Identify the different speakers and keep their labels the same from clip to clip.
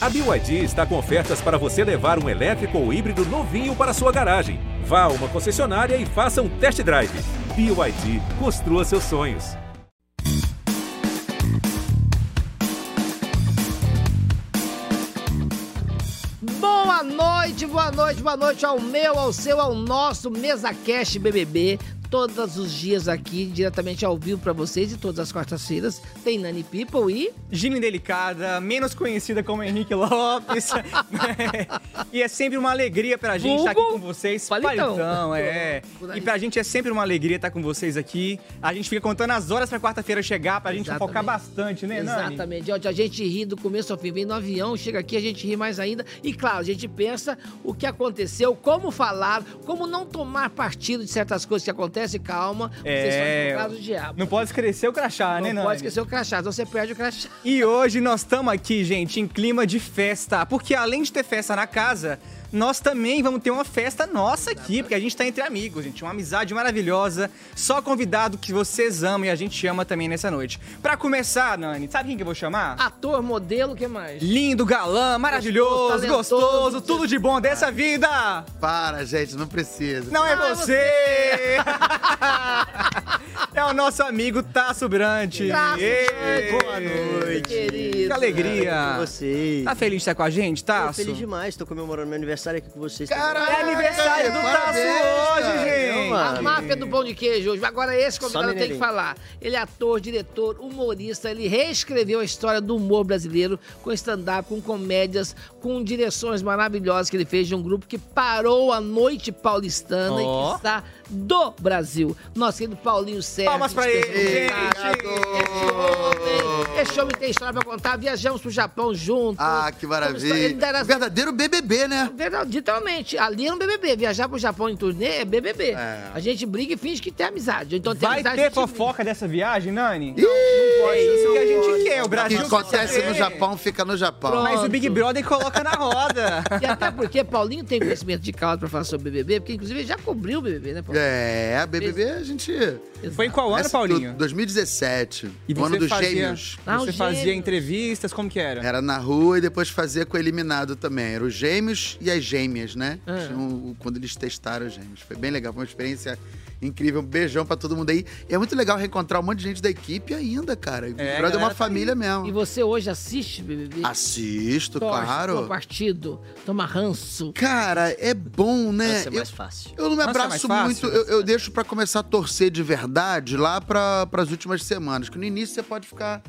Speaker 1: A BYD está com ofertas para você levar um elétrico ou híbrido novinho para sua garagem. Vá a uma concessionária e faça um test drive. BYD, construa seus sonhos.
Speaker 2: Boa noite, boa noite, boa noite ao meu, ao seu, ao nosso Mesa Cash BBB. Todos os dias aqui, diretamente ao vivo para vocês e todas as quartas-feiras tem Nani People e
Speaker 3: Gine Delicada, menos conhecida como Henrique Lopes. e é sempre uma alegria pra gente estar aqui
Speaker 2: Vulgo
Speaker 3: com vocês.
Speaker 2: Palitão.
Speaker 3: é.
Speaker 2: Por aí.
Speaker 3: E pra gente é sempre uma alegria estar com vocês aqui. A gente fica contando as horas pra quarta-feira chegar, pra gente
Speaker 2: Exatamente.
Speaker 3: focar bastante, né, Nani?
Speaker 2: Exatamente. Onde a gente ri do começo ao fim, vem no avião, chega aqui, a gente ri mais ainda. E claro, a gente pensa o que aconteceu, como falar, como não tomar partido de certas coisas que acontecem. Calma, vocês
Speaker 3: É.
Speaker 2: são no caso do diabo.
Speaker 3: Não pode esquecer o crachá, né,
Speaker 2: Não,
Speaker 3: Nani?
Speaker 2: pode esquecer o crachá, senão você perde o crachá.
Speaker 3: E hoje nós estamos aqui, gente, em clima de festa. Porque além de ter festa na casa, nós também vamos ter uma festa nossa aqui, porque a gente tá entre amigos, gente. Uma amizade maravilhosa. Só convidado que vocês amam e a gente ama também nessa noite. Pra começar, Nani, sabe quem que eu vou chamar?
Speaker 2: Ator, modelo, o que mais?
Speaker 3: Lindo, galã, maravilhoso,
Speaker 2: Gostoso,
Speaker 3: gostoso,
Speaker 2: talentoso,
Speaker 3: tudo de bom dessa vida!
Speaker 4: Para, gente, não precisa.
Speaker 3: Não é
Speaker 2: Ah,
Speaker 3: você! é o nosso amigo Tasso Brant.
Speaker 2: Tasso,
Speaker 3: Ê,
Speaker 5: boa noite.
Speaker 2: Querido.
Speaker 3: Que alegria!
Speaker 5: É, com vocês.
Speaker 3: Tá feliz de estar com a gente,
Speaker 5: Tô
Speaker 3: Tasso?
Speaker 5: feliz demais, tô comemorando meu aniversário aqui com vocês.
Speaker 4: Caraca,
Speaker 3: É aniversário do Tasso
Speaker 4: parabéns,
Speaker 3: hoje,
Speaker 4: cara.
Speaker 3: gente!
Speaker 2: A máfia do pão de queijo hoje. Agora esse convidado
Speaker 5: Só
Speaker 2: eu tenho que
Speaker 5: mineirinho.
Speaker 2: falar. Ele é ator, diretor, humorista. Ele reescreveu a história do humor brasileiro com stand-up, com comédias, com direções maravilhosas que ele fez de um grupo que parou a noite paulistana e
Speaker 3: Ó.
Speaker 2: que está do Brasil. Nosso querido Paulinho Sérgio.
Speaker 3: Palmas pra ele,
Speaker 4: Obrigado.
Speaker 2: Esse homem tem história pra contar. Viajamos pro Japão juntos.
Speaker 4: Ah, que
Speaker 2: Ele
Speaker 4: maravilha.
Speaker 2: era-
Speaker 4: Verdadeiro BBB, né?
Speaker 2: Verdade, literalmente, ali é um BBB. Viajar pro Japão em turnê é BBB. A gente briga e finge que tem amizade. Então tem
Speaker 3: Vai
Speaker 2: amizade.
Speaker 3: ter
Speaker 2: a gente briga.
Speaker 3: fofoca dessa viagem, Nani?
Speaker 4: Ih,
Speaker 3: É isso que a gente quer, o
Speaker 4: o que
Speaker 3: Brasil...
Speaker 4: Tá acontece
Speaker 3: quer.
Speaker 4: no Japão fica no Japão.
Speaker 2: Pronto.
Speaker 3: Mas o Big Brother coloca na roda.
Speaker 2: E até porque Paulinho tem conhecimento de causa pra falar sobre o BBB, porque inclusive ele já cobriu o BBB, né, Paulinho?
Speaker 4: É, a BBB a gente.
Speaker 3: É. Foi em qual ano,
Speaker 4: Essa-
Speaker 3: Paulinho?
Speaker 4: 2017.
Speaker 3: E
Speaker 4: o ano
Speaker 3: você
Speaker 4: dos
Speaker 3: fazia-
Speaker 4: gêmeos. É.
Speaker 2: Ah,
Speaker 3: Você
Speaker 2: os
Speaker 3: fazia
Speaker 2: gêmeos.
Speaker 3: entrevistas, como que era?
Speaker 4: Era na rua e depois fazia com o eliminado também. Era os gêmeos e as gêmeas, né?
Speaker 2: Ah.
Speaker 3: É.
Speaker 4: Tinha um- quando eles testaram os gêmeos. Foi bem legal, foi uma experiência incrível. Um beijão pra todo mundo aí. E é muito legal reencontrar um monte de gente da equipe ainda, cara. O Big
Speaker 3: É, a
Speaker 4: Brother é
Speaker 3: galera
Speaker 4: uma
Speaker 3: tá
Speaker 4: família mesmo.
Speaker 2: E você hoje assiste BBB?
Speaker 4: Assisto,
Speaker 2: Torce, Toma
Speaker 4: claro.
Speaker 2: partido, toma ranço.
Speaker 4: Cara, é bom, né?
Speaker 5: Nossa, é
Speaker 4: Eu,
Speaker 5: mais fácil.
Speaker 4: eu não me
Speaker 3: Nossa, é mais
Speaker 4: abraço
Speaker 3: fácil,
Speaker 4: muito.
Speaker 3: né?
Speaker 4: Eu, eu deixo pra começar a torcer de verdade lá pra, pras últimas semanas. Que no início você pode ficar.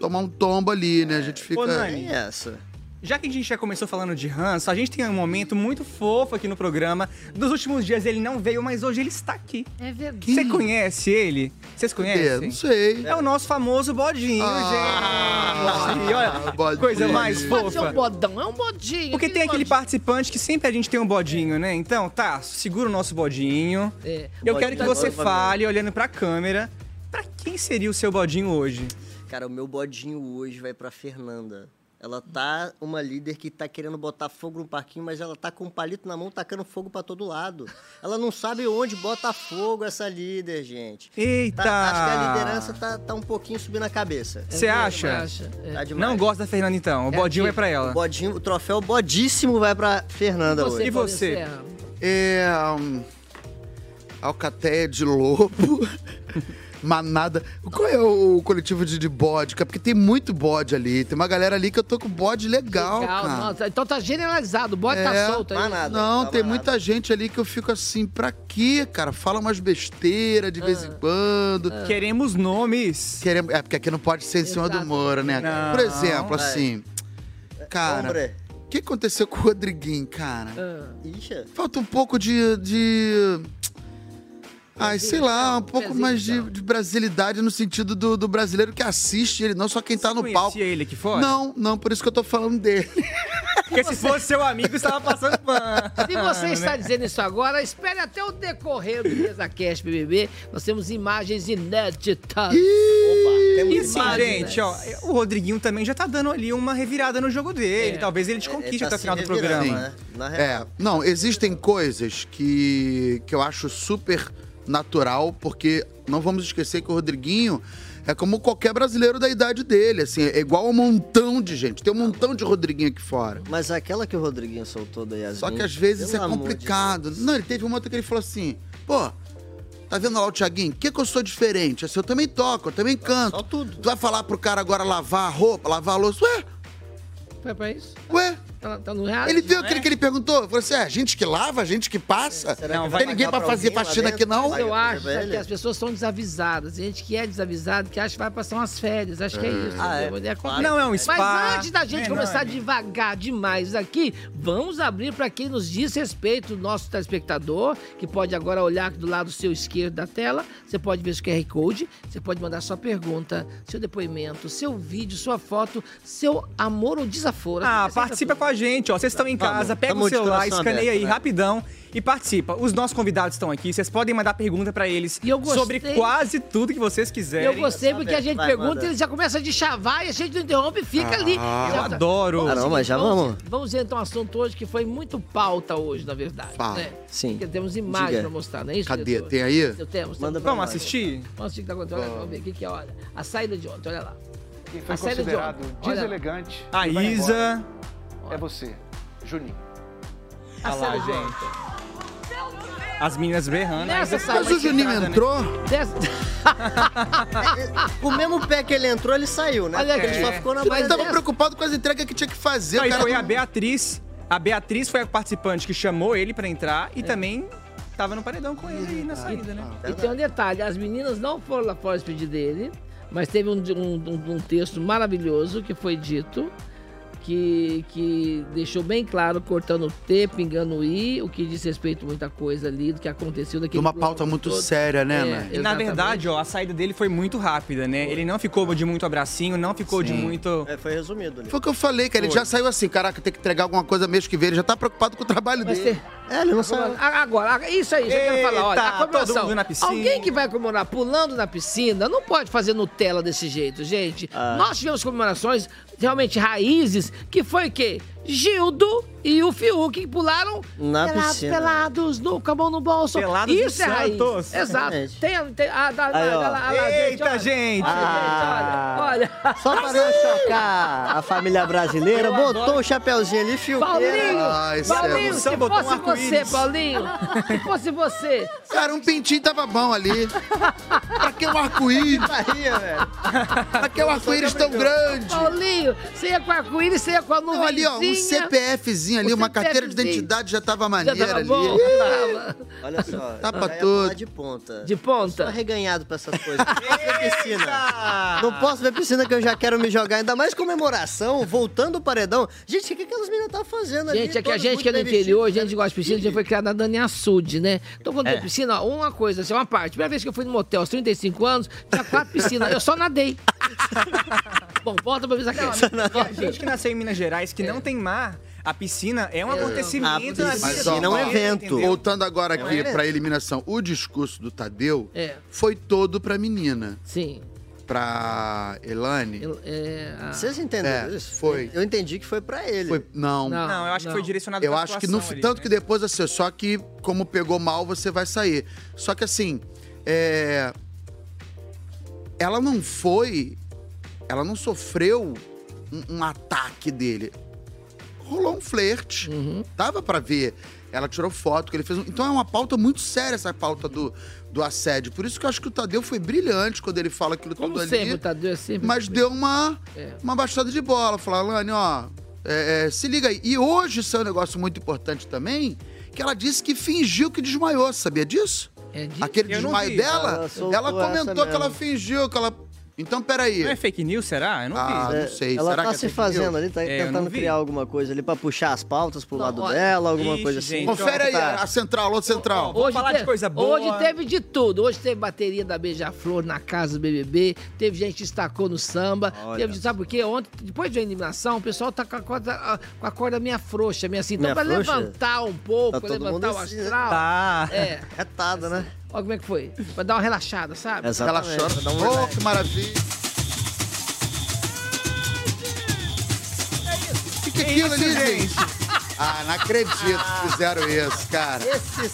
Speaker 4: tomar um tombo ali, né? A gente fica.
Speaker 3: Ô, Nani,
Speaker 5: É essa.
Speaker 3: Já que a gente já começou falando de ranço, a gente tem um momento muito fofo aqui no programa. Dos últimos dias ele não veio, mas hoje ele está aqui.
Speaker 2: É verdade.
Speaker 3: Você conhece ele? Vocês
Speaker 4: É,
Speaker 3: conhecem?
Speaker 4: não sei.
Speaker 3: É o nosso famoso bodinho,
Speaker 4: Ah,
Speaker 3: gente. E olha,
Speaker 4: bodinho.
Speaker 3: coisa mais
Speaker 2: Pode ser um
Speaker 3: fofa.
Speaker 2: bodão, é um bodinho.
Speaker 3: Porque tem aquele
Speaker 2: bodinho.
Speaker 3: participante que sempre a gente tem um bodinho, né? Então, tá, segura o nosso bodinho.
Speaker 2: É.
Speaker 5: Bodinho
Speaker 3: Eu
Speaker 5: tá
Speaker 3: quero que
Speaker 5: da
Speaker 3: você
Speaker 5: Globo,
Speaker 3: fale, olhando pra câmera, pra quem seria o seu bodinho hoje?
Speaker 5: Cara, o meu bodinho hoje vai pra Fernanda. Ela tá uma líder que tá querendo botar fogo no parquinho, mas ela tá com um palito na mão tacando fogo pra todo lado. Ela não sabe onde bota fogo essa líder, gente.
Speaker 3: Eita!
Speaker 5: Tá- acho que a liderança tá, tá um pouquinho subindo a cabeça.
Speaker 3: Você acha?
Speaker 2: É.
Speaker 5: Tá demais.
Speaker 3: Não gosta da Fernanda, então. O
Speaker 2: É
Speaker 3: bodinho
Speaker 2: aqui.
Speaker 3: é pra
Speaker 5: O,
Speaker 3: ela.
Speaker 5: bodinho, o troféu bodíssimo vai pra Fernanda
Speaker 2: Você,
Speaker 5: hoje.
Speaker 3: E
Speaker 2: Paulinho
Speaker 3: você?
Speaker 2: Serra?
Speaker 4: É. hum, Alcateia de lobo. Manada. Qual é o coletivo de, de bode? cara? Porque tem muito bode ali. Tem uma galera ali que eu tô com bode legal,
Speaker 2: Legal,
Speaker 4: cara.
Speaker 2: nossa, Então tá generalizado, o bode tá
Speaker 4: É,
Speaker 2: solto aí.
Speaker 5: mas nada.
Speaker 4: Não,
Speaker 5: Tá
Speaker 4: tem
Speaker 5: manada.
Speaker 4: muita gente ali que eu fico assim, pra quê, cara? Fala umas besteiras de vez em quando.
Speaker 3: É. Queremos nomes.
Speaker 4: Queremos... É, porque aqui não pode ser em cima do
Speaker 2: Exato.
Speaker 4: Moro, né?
Speaker 3: Não.
Speaker 4: Por exemplo,
Speaker 5: Vai.
Speaker 4: assim. Cara,
Speaker 5: Hombre.
Speaker 4: o que aconteceu com o Rodriguinho, cara?
Speaker 2: Ah.
Speaker 5: Ixi.
Speaker 4: Falta um pouco de. de... Ai, sei lá, um pouco mais de, de brasilidade no sentido do, do brasileiro que assiste ele, não só quem tá no
Speaker 3: Conhecia
Speaker 4: palco.
Speaker 3: ele aqui fora?
Speaker 4: Não, não, por isso que eu tô falando dele.
Speaker 3: Porque se fosse seu amigo, estava passando Né? pano.
Speaker 2: Se você está dizendo isso agora, espere até o decorrer do Mesa Cast BBB. Nós temos imagens inéditas.
Speaker 5: Opa, temos
Speaker 3: E assim,
Speaker 5: imagens, né?
Speaker 3: gente, ó, o Rodriguinho também já tá dando ali uma revirada no jogo dele. Talvez ele te
Speaker 5: Ele
Speaker 3: conquiste
Speaker 5: tá
Speaker 3: até o
Speaker 5: se
Speaker 3: final do
Speaker 5: revirando,
Speaker 3: programa.
Speaker 5: né? Na real.
Speaker 4: É, não, existem coisas que, que eu acho super natural, porque não vamos esquecer que o Rodriguinho É como qualquer brasileiro da idade dele, assim, é igual a um montão de gente. Tem um montão de Rodriguinho aqui fora.
Speaker 5: Mas aquela que o Rodriguinho soltou da Yasmin...
Speaker 4: Só que às vezes
Speaker 5: pelo
Speaker 4: é
Speaker 5: amor de
Speaker 4: complicado.
Speaker 5: Deus.
Speaker 4: Não, ele teve um momento que ele falou assim, pô, tá vendo lá o Thiaguinho? Que que eu sou diferente? Assim, eu também toco, eu também canto.
Speaker 5: só tudo.
Speaker 4: Tu vai falar pro cara agora lavar a roupa, lavar a louça? Ué,
Speaker 2: Foi pra isso?
Speaker 4: ué.
Speaker 2: Tá, tá no reality?
Speaker 4: Ele viu aquele que ele perguntou? Falou assim, é, gente que lava, gente É, que passa?
Speaker 5: Será que
Speaker 4: não
Speaker 5: vai
Speaker 4: tem ninguém
Speaker 5: pagar
Speaker 4: pra fazer
Speaker 5: alguém lá
Speaker 4: faxina
Speaker 5: dentro?
Speaker 4: aqui, não?
Speaker 5: Vai,
Speaker 2: Eu
Speaker 5: coisa
Speaker 2: acho sabe,
Speaker 5: velha.
Speaker 2: que as pessoas são desavisadas. Tem gente que é desavisada, que acha que vai passar umas férias. Acho que é isso.
Speaker 5: Ah, é.
Speaker 2: entendeu?
Speaker 5: Claro.
Speaker 3: Não é um spa.
Speaker 2: Mas antes da gente
Speaker 3: É, não,
Speaker 2: começar
Speaker 3: é.
Speaker 2: devagar demais aqui, vamos abrir para quem nos diz respeito, o nosso telespectador, que pode agora olhar aqui do lado seu esquerdo da tela. Você pode ver o QR Code, você pode mandar sua pergunta, seu depoimento, seu vídeo, sua foto, seu amor ou desaforo. É assim.
Speaker 3: Ah,
Speaker 2: Aceita
Speaker 3: participa
Speaker 2: tudo.
Speaker 3: com a gente, ó. Vocês estão em
Speaker 5: Vamos,
Speaker 3: casa, pega
Speaker 5: tamo
Speaker 3: o
Speaker 5: de
Speaker 3: celular,
Speaker 5: coração
Speaker 3: escaneia
Speaker 5: aberto,
Speaker 3: aí
Speaker 5: né?
Speaker 3: rapidão e participa. Os nossos convidados estão aqui, vocês podem mandar pergunta pra eles
Speaker 2: E eu gostei-
Speaker 3: sobre quase tudo que vocês quiserem.
Speaker 2: Eu gostei porque a gente
Speaker 5: Tá Vai,
Speaker 2: pergunta,
Speaker 5: manda.
Speaker 2: ele já começa a deschavar e a gente não interrompe e fica ali.
Speaker 3: Eu
Speaker 2: Já tá-
Speaker 3: adoro.
Speaker 5: Ah, não, mas já vamos.
Speaker 2: Vamos entrar um assunto hoje que foi muito pauta hoje, na verdade.
Speaker 4: Fala.
Speaker 2: Né?
Speaker 5: Sim.
Speaker 2: Porque temos imagens
Speaker 5: Diga.
Speaker 2: pra mostrar, não é isso?
Speaker 4: Cadê?
Speaker 2: diretor?
Speaker 4: Tem aí?
Speaker 2: Eu tenho, tá
Speaker 5: Manda pra
Speaker 2: tenho.
Speaker 3: Vamos assistir?
Speaker 2: Vamos assistir o que tá acontecendo. Olha, Vamos ver o que que é, olha. A saída de ontem, olha lá.
Speaker 6: Quem foi
Speaker 2: A série de
Speaker 6: considerado
Speaker 2: ontem. Olha lá.
Speaker 6: deselegante
Speaker 3: A
Speaker 6: e vai
Speaker 3: Isa.
Speaker 6: embora É você, Juninho.
Speaker 2: A
Speaker 3: Olha lá,
Speaker 2: saída de
Speaker 3: gente.
Speaker 2: ontem.
Speaker 3: As meninas berrando. a
Speaker 2: Nessa
Speaker 3: Isa- tá
Speaker 2: saída.
Speaker 4: Mas o Juninho entrou?
Speaker 2: Dessa...
Speaker 5: O mesmo pé que ele entrou, ele saiu, né?
Speaker 2: Olha
Speaker 5: Porque ele
Speaker 2: aqui.
Speaker 5: só ficou na
Speaker 4: Ele
Speaker 5: base
Speaker 4: tava
Speaker 5: dessa.
Speaker 4: preocupado com as entregas que tinha que fazer.
Speaker 3: Não,
Speaker 4: o
Speaker 3: e
Speaker 4: cara
Speaker 3: foi a
Speaker 4: não-
Speaker 3: Beatriz. A Beatriz foi a participante que chamou ele pra entrar e também tava no paredão com ele aí na saída, né?
Speaker 2: E tem um detalhe, as meninas não foram lá fora despedir dele, mas teve um, um- um- um texto maravilhoso que foi dito, que, que deixou bem claro, cortando o T, pingando o I, o que diz respeito a muita coisa ali, do que aconteceu daquele...
Speaker 4: Numa
Speaker 2: programa
Speaker 4: pauta muito
Speaker 2: todo.
Speaker 4: séria, né,
Speaker 2: É,
Speaker 4: né?
Speaker 3: E na
Speaker 2: exatamente.
Speaker 3: verdade, ó, a saída dele foi muito rápida, né? Ele não ficou de muito abracinho, não ficou de muito.
Speaker 5: É, foi resumido ali.
Speaker 4: Foi o que eu falei, cara. Ele já saiu assim, caraca, tem que entregar alguma coisa mês que vem. Ele já tá preocupado com o trabalho
Speaker 2: Mas
Speaker 4: dele.
Speaker 2: tem-
Speaker 5: É, ele não saiu.
Speaker 2: A- Agora, isso aí, já quero
Speaker 3: Eita,
Speaker 2: falar. Olha, a comemoração.
Speaker 3: todo mundo na piscina.
Speaker 2: Alguém que vai comemorar pulando na piscina não pode fazer Nutella desse jeito, gente.
Speaker 3: Ah.
Speaker 2: Nós tivemos comemorações realmente raízes, que foi o quê? Gildo e o Fiuk que pularam
Speaker 5: Na
Speaker 2: pelados,
Speaker 5: piscina.
Speaker 2: pelados, no, com a mão no bolso.
Speaker 3: Pelados
Speaker 2: Isso
Speaker 3: de
Speaker 2: é raiz.
Speaker 3: Santos.
Speaker 2: Exato.
Speaker 5: Exatamente.
Speaker 2: Tem, a- tem, a, da,
Speaker 5: Aí,
Speaker 2: da-
Speaker 5: ó.
Speaker 2: da- lá, lá,
Speaker 3: Eita,
Speaker 2: olha.
Speaker 3: gente!
Speaker 5: Ah.
Speaker 2: Olha, gente, olha, olha.
Speaker 5: Só para chocar a família brasileira, botou o chapéuzinho ali, fio.
Speaker 2: Paulinho,
Speaker 3: Ah,
Speaker 4: Ai, céu.
Speaker 2: Paulinho,
Speaker 3: O
Speaker 2: se
Speaker 3: samba botou um
Speaker 2: fosse você,
Speaker 3: arco-íris.
Speaker 2: Paulinho, se fosse você,
Speaker 4: Cara, um pintinho tava bom ali. pra que um arco-íris?
Speaker 5: Bahia, velho.
Speaker 4: Pra que um arco-íris tão grande?
Speaker 2: Paulinho, você ia com arco-íris, você ia com a
Speaker 4: Não,
Speaker 2: nuvenzinha.
Speaker 4: ali, ó, um CPFzinho ali,
Speaker 2: Um
Speaker 4: uma carteira de
Speaker 2: CPFzinho.
Speaker 4: identidade já tava
Speaker 2: Já
Speaker 4: maneira
Speaker 2: tava
Speaker 4: ali.
Speaker 2: bom,
Speaker 4: Ih,
Speaker 2: tava.
Speaker 5: Olha só.
Speaker 4: Tapa
Speaker 5: eu já ia
Speaker 4: todo.
Speaker 5: pular de ponta.
Speaker 2: De
Speaker 5: Tô
Speaker 2: ponta.
Speaker 5: arreganhado Tá pra essas coisas. Não posso ver piscina. Não posso ver piscina que eu já quero me jogar. Ainda mais comemoração, voltando o paredão. Gente, o que aquelas meninas estavam fazendo ali?
Speaker 2: Gente, é que a
Speaker 5: Todas
Speaker 2: gente
Speaker 5: muito
Speaker 2: que é do
Speaker 5: bem vestidas.
Speaker 2: interior, a
Speaker 4: né?
Speaker 2: gente gosta de piscina, a gente foi criado na Dani Açude, né? Então, quando
Speaker 4: É.
Speaker 2: tem piscina, ó, uma coisa, assim, uma parte. Primeira vez que eu fui no motel, aos 35 anos, tinha quatro piscinas. Eu só nadei. Bom, volta pra avisar
Speaker 3: E a gente que nasceu em Minas Gerais, que não tem mar, a piscina é um
Speaker 5: A
Speaker 3: acontecimento na vida
Speaker 4: Mas,
Speaker 5: piscina
Speaker 4: ó,
Speaker 3: do
Speaker 5: é um
Speaker 3: brasileiro,
Speaker 5: evento.
Speaker 3: entendeu?
Speaker 4: Voltando agora aqui
Speaker 5: evento.
Speaker 4: pra eliminação, o discurso do Tadeu
Speaker 2: É.
Speaker 4: foi todo pra menina.
Speaker 2: Sim.
Speaker 4: Pra Elane,
Speaker 2: eu- é, a-
Speaker 5: Vocês entenderam
Speaker 4: É,
Speaker 5: isso?
Speaker 4: foi.
Speaker 5: Eu entendi que foi pra ele.
Speaker 4: foi. Não.
Speaker 2: Não.
Speaker 3: Não, eu acho que foi direcionado
Speaker 4: Eu
Speaker 3: pra
Speaker 4: acho que no
Speaker 3: atuação ali,
Speaker 4: tanto
Speaker 3: né?
Speaker 4: que depois assim, só que como pegou mal você vai sair. Só que assim, é, ela não foi, ela não sofreu um, um ataque dele. Rolou um flerte,
Speaker 2: Uhum.
Speaker 4: tava pra ver. Ela tirou foto que ele fez. um- Então é uma pauta muito séria essa pauta do, do assédio. Por isso que eu acho que o Tadeu foi brilhante quando ele fala aquilo
Speaker 2: Como
Speaker 4: tudo ali.
Speaker 2: sempre, o Tadeu é sempre.
Speaker 4: Mas deu uma,
Speaker 2: É.
Speaker 4: uma baixada de bola. Falar, Lani, ó, é, é, se liga aí. E hoje isso é um negócio muito importante também, que ela disse que fingiu que desmaiou, sabia disso?
Speaker 2: É de-
Speaker 4: Aquele
Speaker 3: Eu não
Speaker 4: desmaio
Speaker 3: vi.
Speaker 4: dela,
Speaker 5: Ela soltou
Speaker 4: ela comentou
Speaker 5: essa
Speaker 4: que ela
Speaker 5: mesmo.
Speaker 4: fingiu, que ela... Então, peraí.
Speaker 3: Não é fake news, será? Eu não
Speaker 4: Ah,
Speaker 3: vi.
Speaker 4: não sei.
Speaker 5: Ela
Speaker 4: Será
Speaker 5: tá
Speaker 4: que é
Speaker 5: se
Speaker 4: fake
Speaker 5: fazendo
Speaker 4: news?
Speaker 5: ali, tá
Speaker 3: É, eu
Speaker 5: tentando
Speaker 3: não vi.
Speaker 5: criar alguma coisa ali pra puxar as pautas pro
Speaker 2: Não,
Speaker 5: lado
Speaker 2: olha-
Speaker 5: dela, alguma
Speaker 3: Ixi,
Speaker 5: coisa assim.
Speaker 3: gente.
Speaker 4: Confere aí,
Speaker 5: Tá.
Speaker 4: a central, alô, central.
Speaker 3: Vamos falar de
Speaker 2: teve-
Speaker 3: coisa boa.
Speaker 2: Hoje teve de tudo. Hoje teve bateria da Beija-Flor na casa do BBB. Teve gente que estacou no samba.
Speaker 5: Olha.
Speaker 2: Teve, sabe por quê? Ontem, depois da eliminação, o pessoal tá com a corda, com a corda minha frouxa, minha assim. Então,
Speaker 5: Minha
Speaker 2: pra
Speaker 5: frouxa?
Speaker 2: levantar um pouco,
Speaker 5: Tá
Speaker 2: pra
Speaker 5: todo
Speaker 2: levantar
Speaker 5: mundo
Speaker 2: o
Speaker 5: assim,
Speaker 2: astral.
Speaker 3: Tá.
Speaker 2: É.
Speaker 5: Retada, né?
Speaker 2: Olha como é que foi. Pra dar uma relaxada, sabe?
Speaker 4: Ela
Speaker 5: Exatamente.
Speaker 4: chora.
Speaker 5: Dá um
Speaker 4: Oh, que maravilha. O que, que é aquilo ali, gente? Ah, não acredito que fizeram isso, cara.
Speaker 5: Esse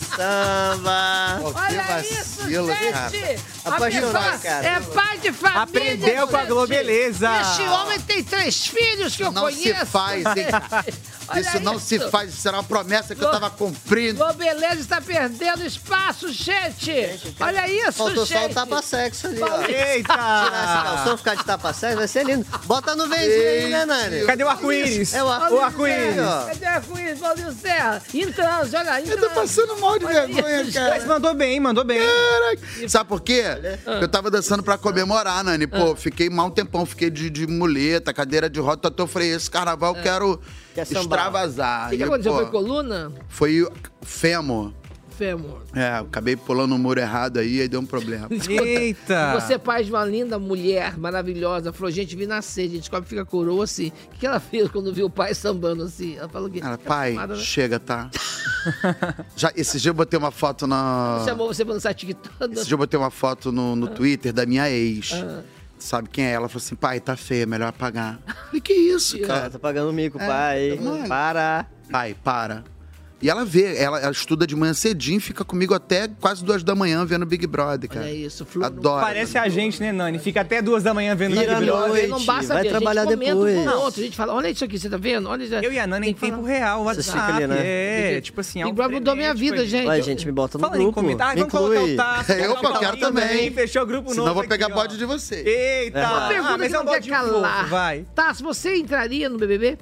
Speaker 5: samba.
Speaker 4: Pô, que
Speaker 2: Olha
Speaker 4: vacilo,
Speaker 2: isso,
Speaker 4: cara.
Speaker 2: gente!
Speaker 3: Tá
Speaker 5: Apaixonado,
Speaker 2: a pessoa
Speaker 5: cara.
Speaker 2: é pai de família,
Speaker 3: Aprendeu com a
Speaker 2: gente.
Speaker 3: Globeleza.
Speaker 2: Este homem tem três filhos que eu
Speaker 4: Não se
Speaker 2: conheço.
Speaker 4: faz, hein?
Speaker 2: Olha
Speaker 4: Isso não se
Speaker 2: isso.
Speaker 4: faz, isso era uma promessa que eu tava cumprindo.
Speaker 2: Globeleza está perdendo espaço, gente! Olha isso,
Speaker 5: Faltou
Speaker 2: gente!
Speaker 5: só o tapa-sexo ali, ó.
Speaker 2: Paulinho.
Speaker 5: Tirar esse
Speaker 3: Eita!
Speaker 5: calção, ficar de tapa-sexo, vai ser lindo. Bota no venzinho aí, né, Nani?
Speaker 3: Cadê o arco-íris?
Speaker 5: É o arco-
Speaker 3: O arco-íris.
Speaker 5: ó.
Speaker 2: Cadê o arco-íris, Paulinho Serra? Em transe, olha aí.
Speaker 4: Eu tô tá passando mal de
Speaker 2: Olha
Speaker 4: vergonha,
Speaker 2: isso,
Speaker 4: cara.
Speaker 3: Mas mandou bem, mandou bem.
Speaker 4: É. Caraca. Sabe por quê? Eu tava dançando pra comemorar, Nani.
Speaker 2: Ah.
Speaker 4: Pô, fiquei mal um tempão, fiquei de, de muleta, cadeira de roda. Então eu falei, esse carnaval eu quero
Speaker 5: Quer sambar.
Speaker 4: extravasar.
Speaker 2: Ah. O que, que
Speaker 4: E,
Speaker 2: aconteceu?
Speaker 4: pô,
Speaker 2: Foi coluna?
Speaker 4: Foi o fêmur.
Speaker 2: Fêmur.
Speaker 4: É, eu acabei pulando um muro errado aí, aí deu um problema. Ah.
Speaker 3: Eita!
Speaker 2: Você é pai de uma linda mulher, maravilhosa. Falou, gente, vi nascer, gente. Como fica coroa assim? O que ela fez quando viu o pai sambando assim? Ela falou que.
Speaker 4: Cara, pai,
Speaker 2: Nada, né?
Speaker 4: chega, tá? Já, esse dia eu botei uma foto na.
Speaker 2: Chamou você pra dançar TikTok. né?
Speaker 4: Esse dia eu botei uma foto no,
Speaker 2: Ah.
Speaker 4: no Twitter da minha ex. Sabe quem é? Ela falou assim: pai, tá feia, melhor apagar. Falei, que isso,
Speaker 5: Tá,
Speaker 4: cara?
Speaker 5: tá pagando mico,
Speaker 3: É.
Speaker 5: pai.
Speaker 3: Tá
Speaker 4: mano.
Speaker 5: Para.
Speaker 4: Pai, para. E ela vê, ela, ela estuda de manhã cedinho, fica comigo até quase duas da manhã vendo Big Brother, cara.
Speaker 2: Olha É isso, Flu.
Speaker 4: Adoro.
Speaker 3: Parece a gente, né, Nani? Fica até duas da manhã vendo
Speaker 5: Vira
Speaker 3: Big Brother.
Speaker 5: noite,
Speaker 2: Não basta
Speaker 5: vai
Speaker 2: ver,
Speaker 5: trabalhar
Speaker 2: a gente comenta um
Speaker 5: depois.
Speaker 2: com o outro, a gente fala, olha isso aqui, você tá vendo? Olha isso.
Speaker 3: Eu e a Nani em
Speaker 2: que falar.
Speaker 3: tempo real,
Speaker 5: Você
Speaker 3: WhatsApp.
Speaker 5: fica ali, né?
Speaker 3: É, tipo assim, é
Speaker 2: Big Brother mudou minha vida, gente.
Speaker 5: Vai, gente, me bota no
Speaker 3: Falando em
Speaker 5: grupo.
Speaker 3: comentar,
Speaker 5: me
Speaker 3: vamos colocar
Speaker 5: inclui.
Speaker 3: o Tasso.
Speaker 4: Eu
Speaker 3: colocar o
Speaker 4: quero
Speaker 3: Paulinho
Speaker 4: também.
Speaker 3: Fechou o grupo
Speaker 4: Senão
Speaker 3: novo
Speaker 4: eu vou pegar
Speaker 3: aqui, ó.
Speaker 4: bode de você.
Speaker 3: Eita!
Speaker 5: Uma
Speaker 2: Pergunta
Speaker 3: Ah, mas
Speaker 2: que
Speaker 3: é um
Speaker 2: não quer
Speaker 3: bode
Speaker 2: calar.
Speaker 3: fofo, vai.
Speaker 2: Tassi, você entraria no BBB?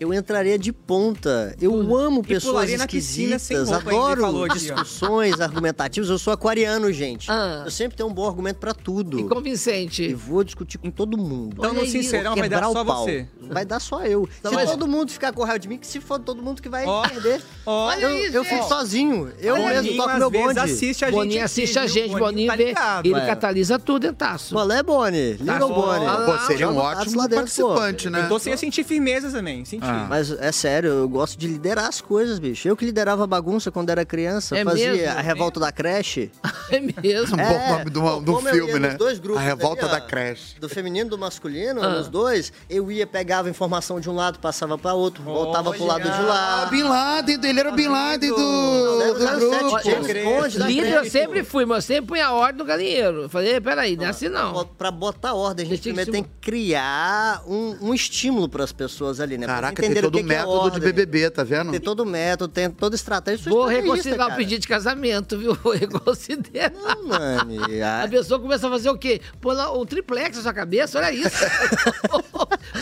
Speaker 5: Eu entraria de ponta. Eu amo pessoas
Speaker 3: pularia na piscina
Speaker 5: esquisitas.
Speaker 3: sem roupa, ainda
Speaker 5: Adoro
Speaker 3: falou aqui, ó.
Speaker 5: discussões argumentativas. Eu sou aquariano, gente.
Speaker 2: Ah.
Speaker 5: Eu sempre tenho um bom argumento pra tudo.
Speaker 2: E
Speaker 5: E,
Speaker 2: convincente.
Speaker 5: vou discutir com todo mundo.
Speaker 3: Então
Speaker 2: Olha
Speaker 3: no
Speaker 2: aí,
Speaker 3: Sincerão vai dar
Speaker 5: Quebrar o
Speaker 3: só
Speaker 5: pau.
Speaker 3: você.
Speaker 5: Vai dar só eu. Se
Speaker 2: mas-
Speaker 5: todo mundo ficar com raiva de mim, que se for todo mundo que vai
Speaker 3: Ó,
Speaker 5: perder.
Speaker 3: ó.
Speaker 5: Olha eu,
Speaker 2: isso,
Speaker 5: eu
Speaker 2: gente.
Speaker 5: fico sozinho. Eu
Speaker 3: Boninho,
Speaker 5: mesmo toco
Speaker 3: às
Speaker 5: meu
Speaker 3: vezes,
Speaker 5: bonde.
Speaker 3: assiste a gente.
Speaker 2: Boninho assiste a
Speaker 3: viu?
Speaker 2: gente, Boninho
Speaker 3: tá
Speaker 2: vê.
Speaker 3: ligado.
Speaker 2: Ele
Speaker 5: é.
Speaker 2: catalisa tudo, hein, Tasso?
Speaker 5: Qual é, Boni?
Speaker 4: Tá
Speaker 5: Liga o
Speaker 3: bom.
Speaker 5: Boni.
Speaker 2: Ah,
Speaker 4: Pô, seria um
Speaker 5: joga o Tasso
Speaker 4: ótimo
Speaker 5: lá dentro, pô.
Speaker 4: participante, né?
Speaker 3: Eu tô sem eu sentir firmeza também, senti.
Speaker 4: Ah.
Speaker 5: Mas é sério, eu gosto de liderar as coisas, bicho. Eu que liderava a bagunça quando era criança,
Speaker 2: É
Speaker 5: fazia
Speaker 2: mesmo?
Speaker 5: a revolta da creche.
Speaker 2: É mesmo.
Speaker 4: Um
Speaker 5: É,
Speaker 4: bom nome de um, de um
Speaker 5: como eu ia
Speaker 4: filme,
Speaker 5: nos
Speaker 4: né?
Speaker 5: dois grupos
Speaker 4: a Revolta
Speaker 5: ali, ó,
Speaker 4: da Creche.
Speaker 5: Do feminino e do masculino,
Speaker 2: Ah.
Speaker 5: nos dois, eu ia, pegava informação de um lado, passava pra outro, voltava pro lado de
Speaker 4: Ah,
Speaker 5: lá.
Speaker 4: Bin Laden, ele era o Bin Laden do,
Speaker 5: Não,
Speaker 4: do
Speaker 5: era o 07,
Speaker 4: grupo.
Speaker 5: James Bond, da
Speaker 2: Líder eu
Speaker 5: creche,
Speaker 2: sempre fui, mas eu sempre punha a ordem no galinheiro. Eu Falei, peraí, não é assim
Speaker 5: pô.
Speaker 2: não.
Speaker 5: Pra botar ordem, a gente
Speaker 2: Tem que
Speaker 5: primeiro
Speaker 2: ser- um
Speaker 5: tem que criar um, um estímulo pras pessoas ali, né? Pra
Speaker 4: Caraca, tem
Speaker 5: entender
Speaker 4: todo
Speaker 5: o
Speaker 4: o
Speaker 5: que que é
Speaker 4: método de
Speaker 5: ordem.
Speaker 4: BBB, tá vendo?
Speaker 5: Tem todo método, tem toda estratégia. Sou
Speaker 2: Vou
Speaker 5: estrategista,
Speaker 2: reconsiderar o
Speaker 5: cara.
Speaker 2: pedido de casamento, viu? Vou reconsiderar.
Speaker 5: Não, Nani. ah,
Speaker 2: A pessoa começa a fazer o quê? Pô, lá, o triplex na sua cabeça, olha isso.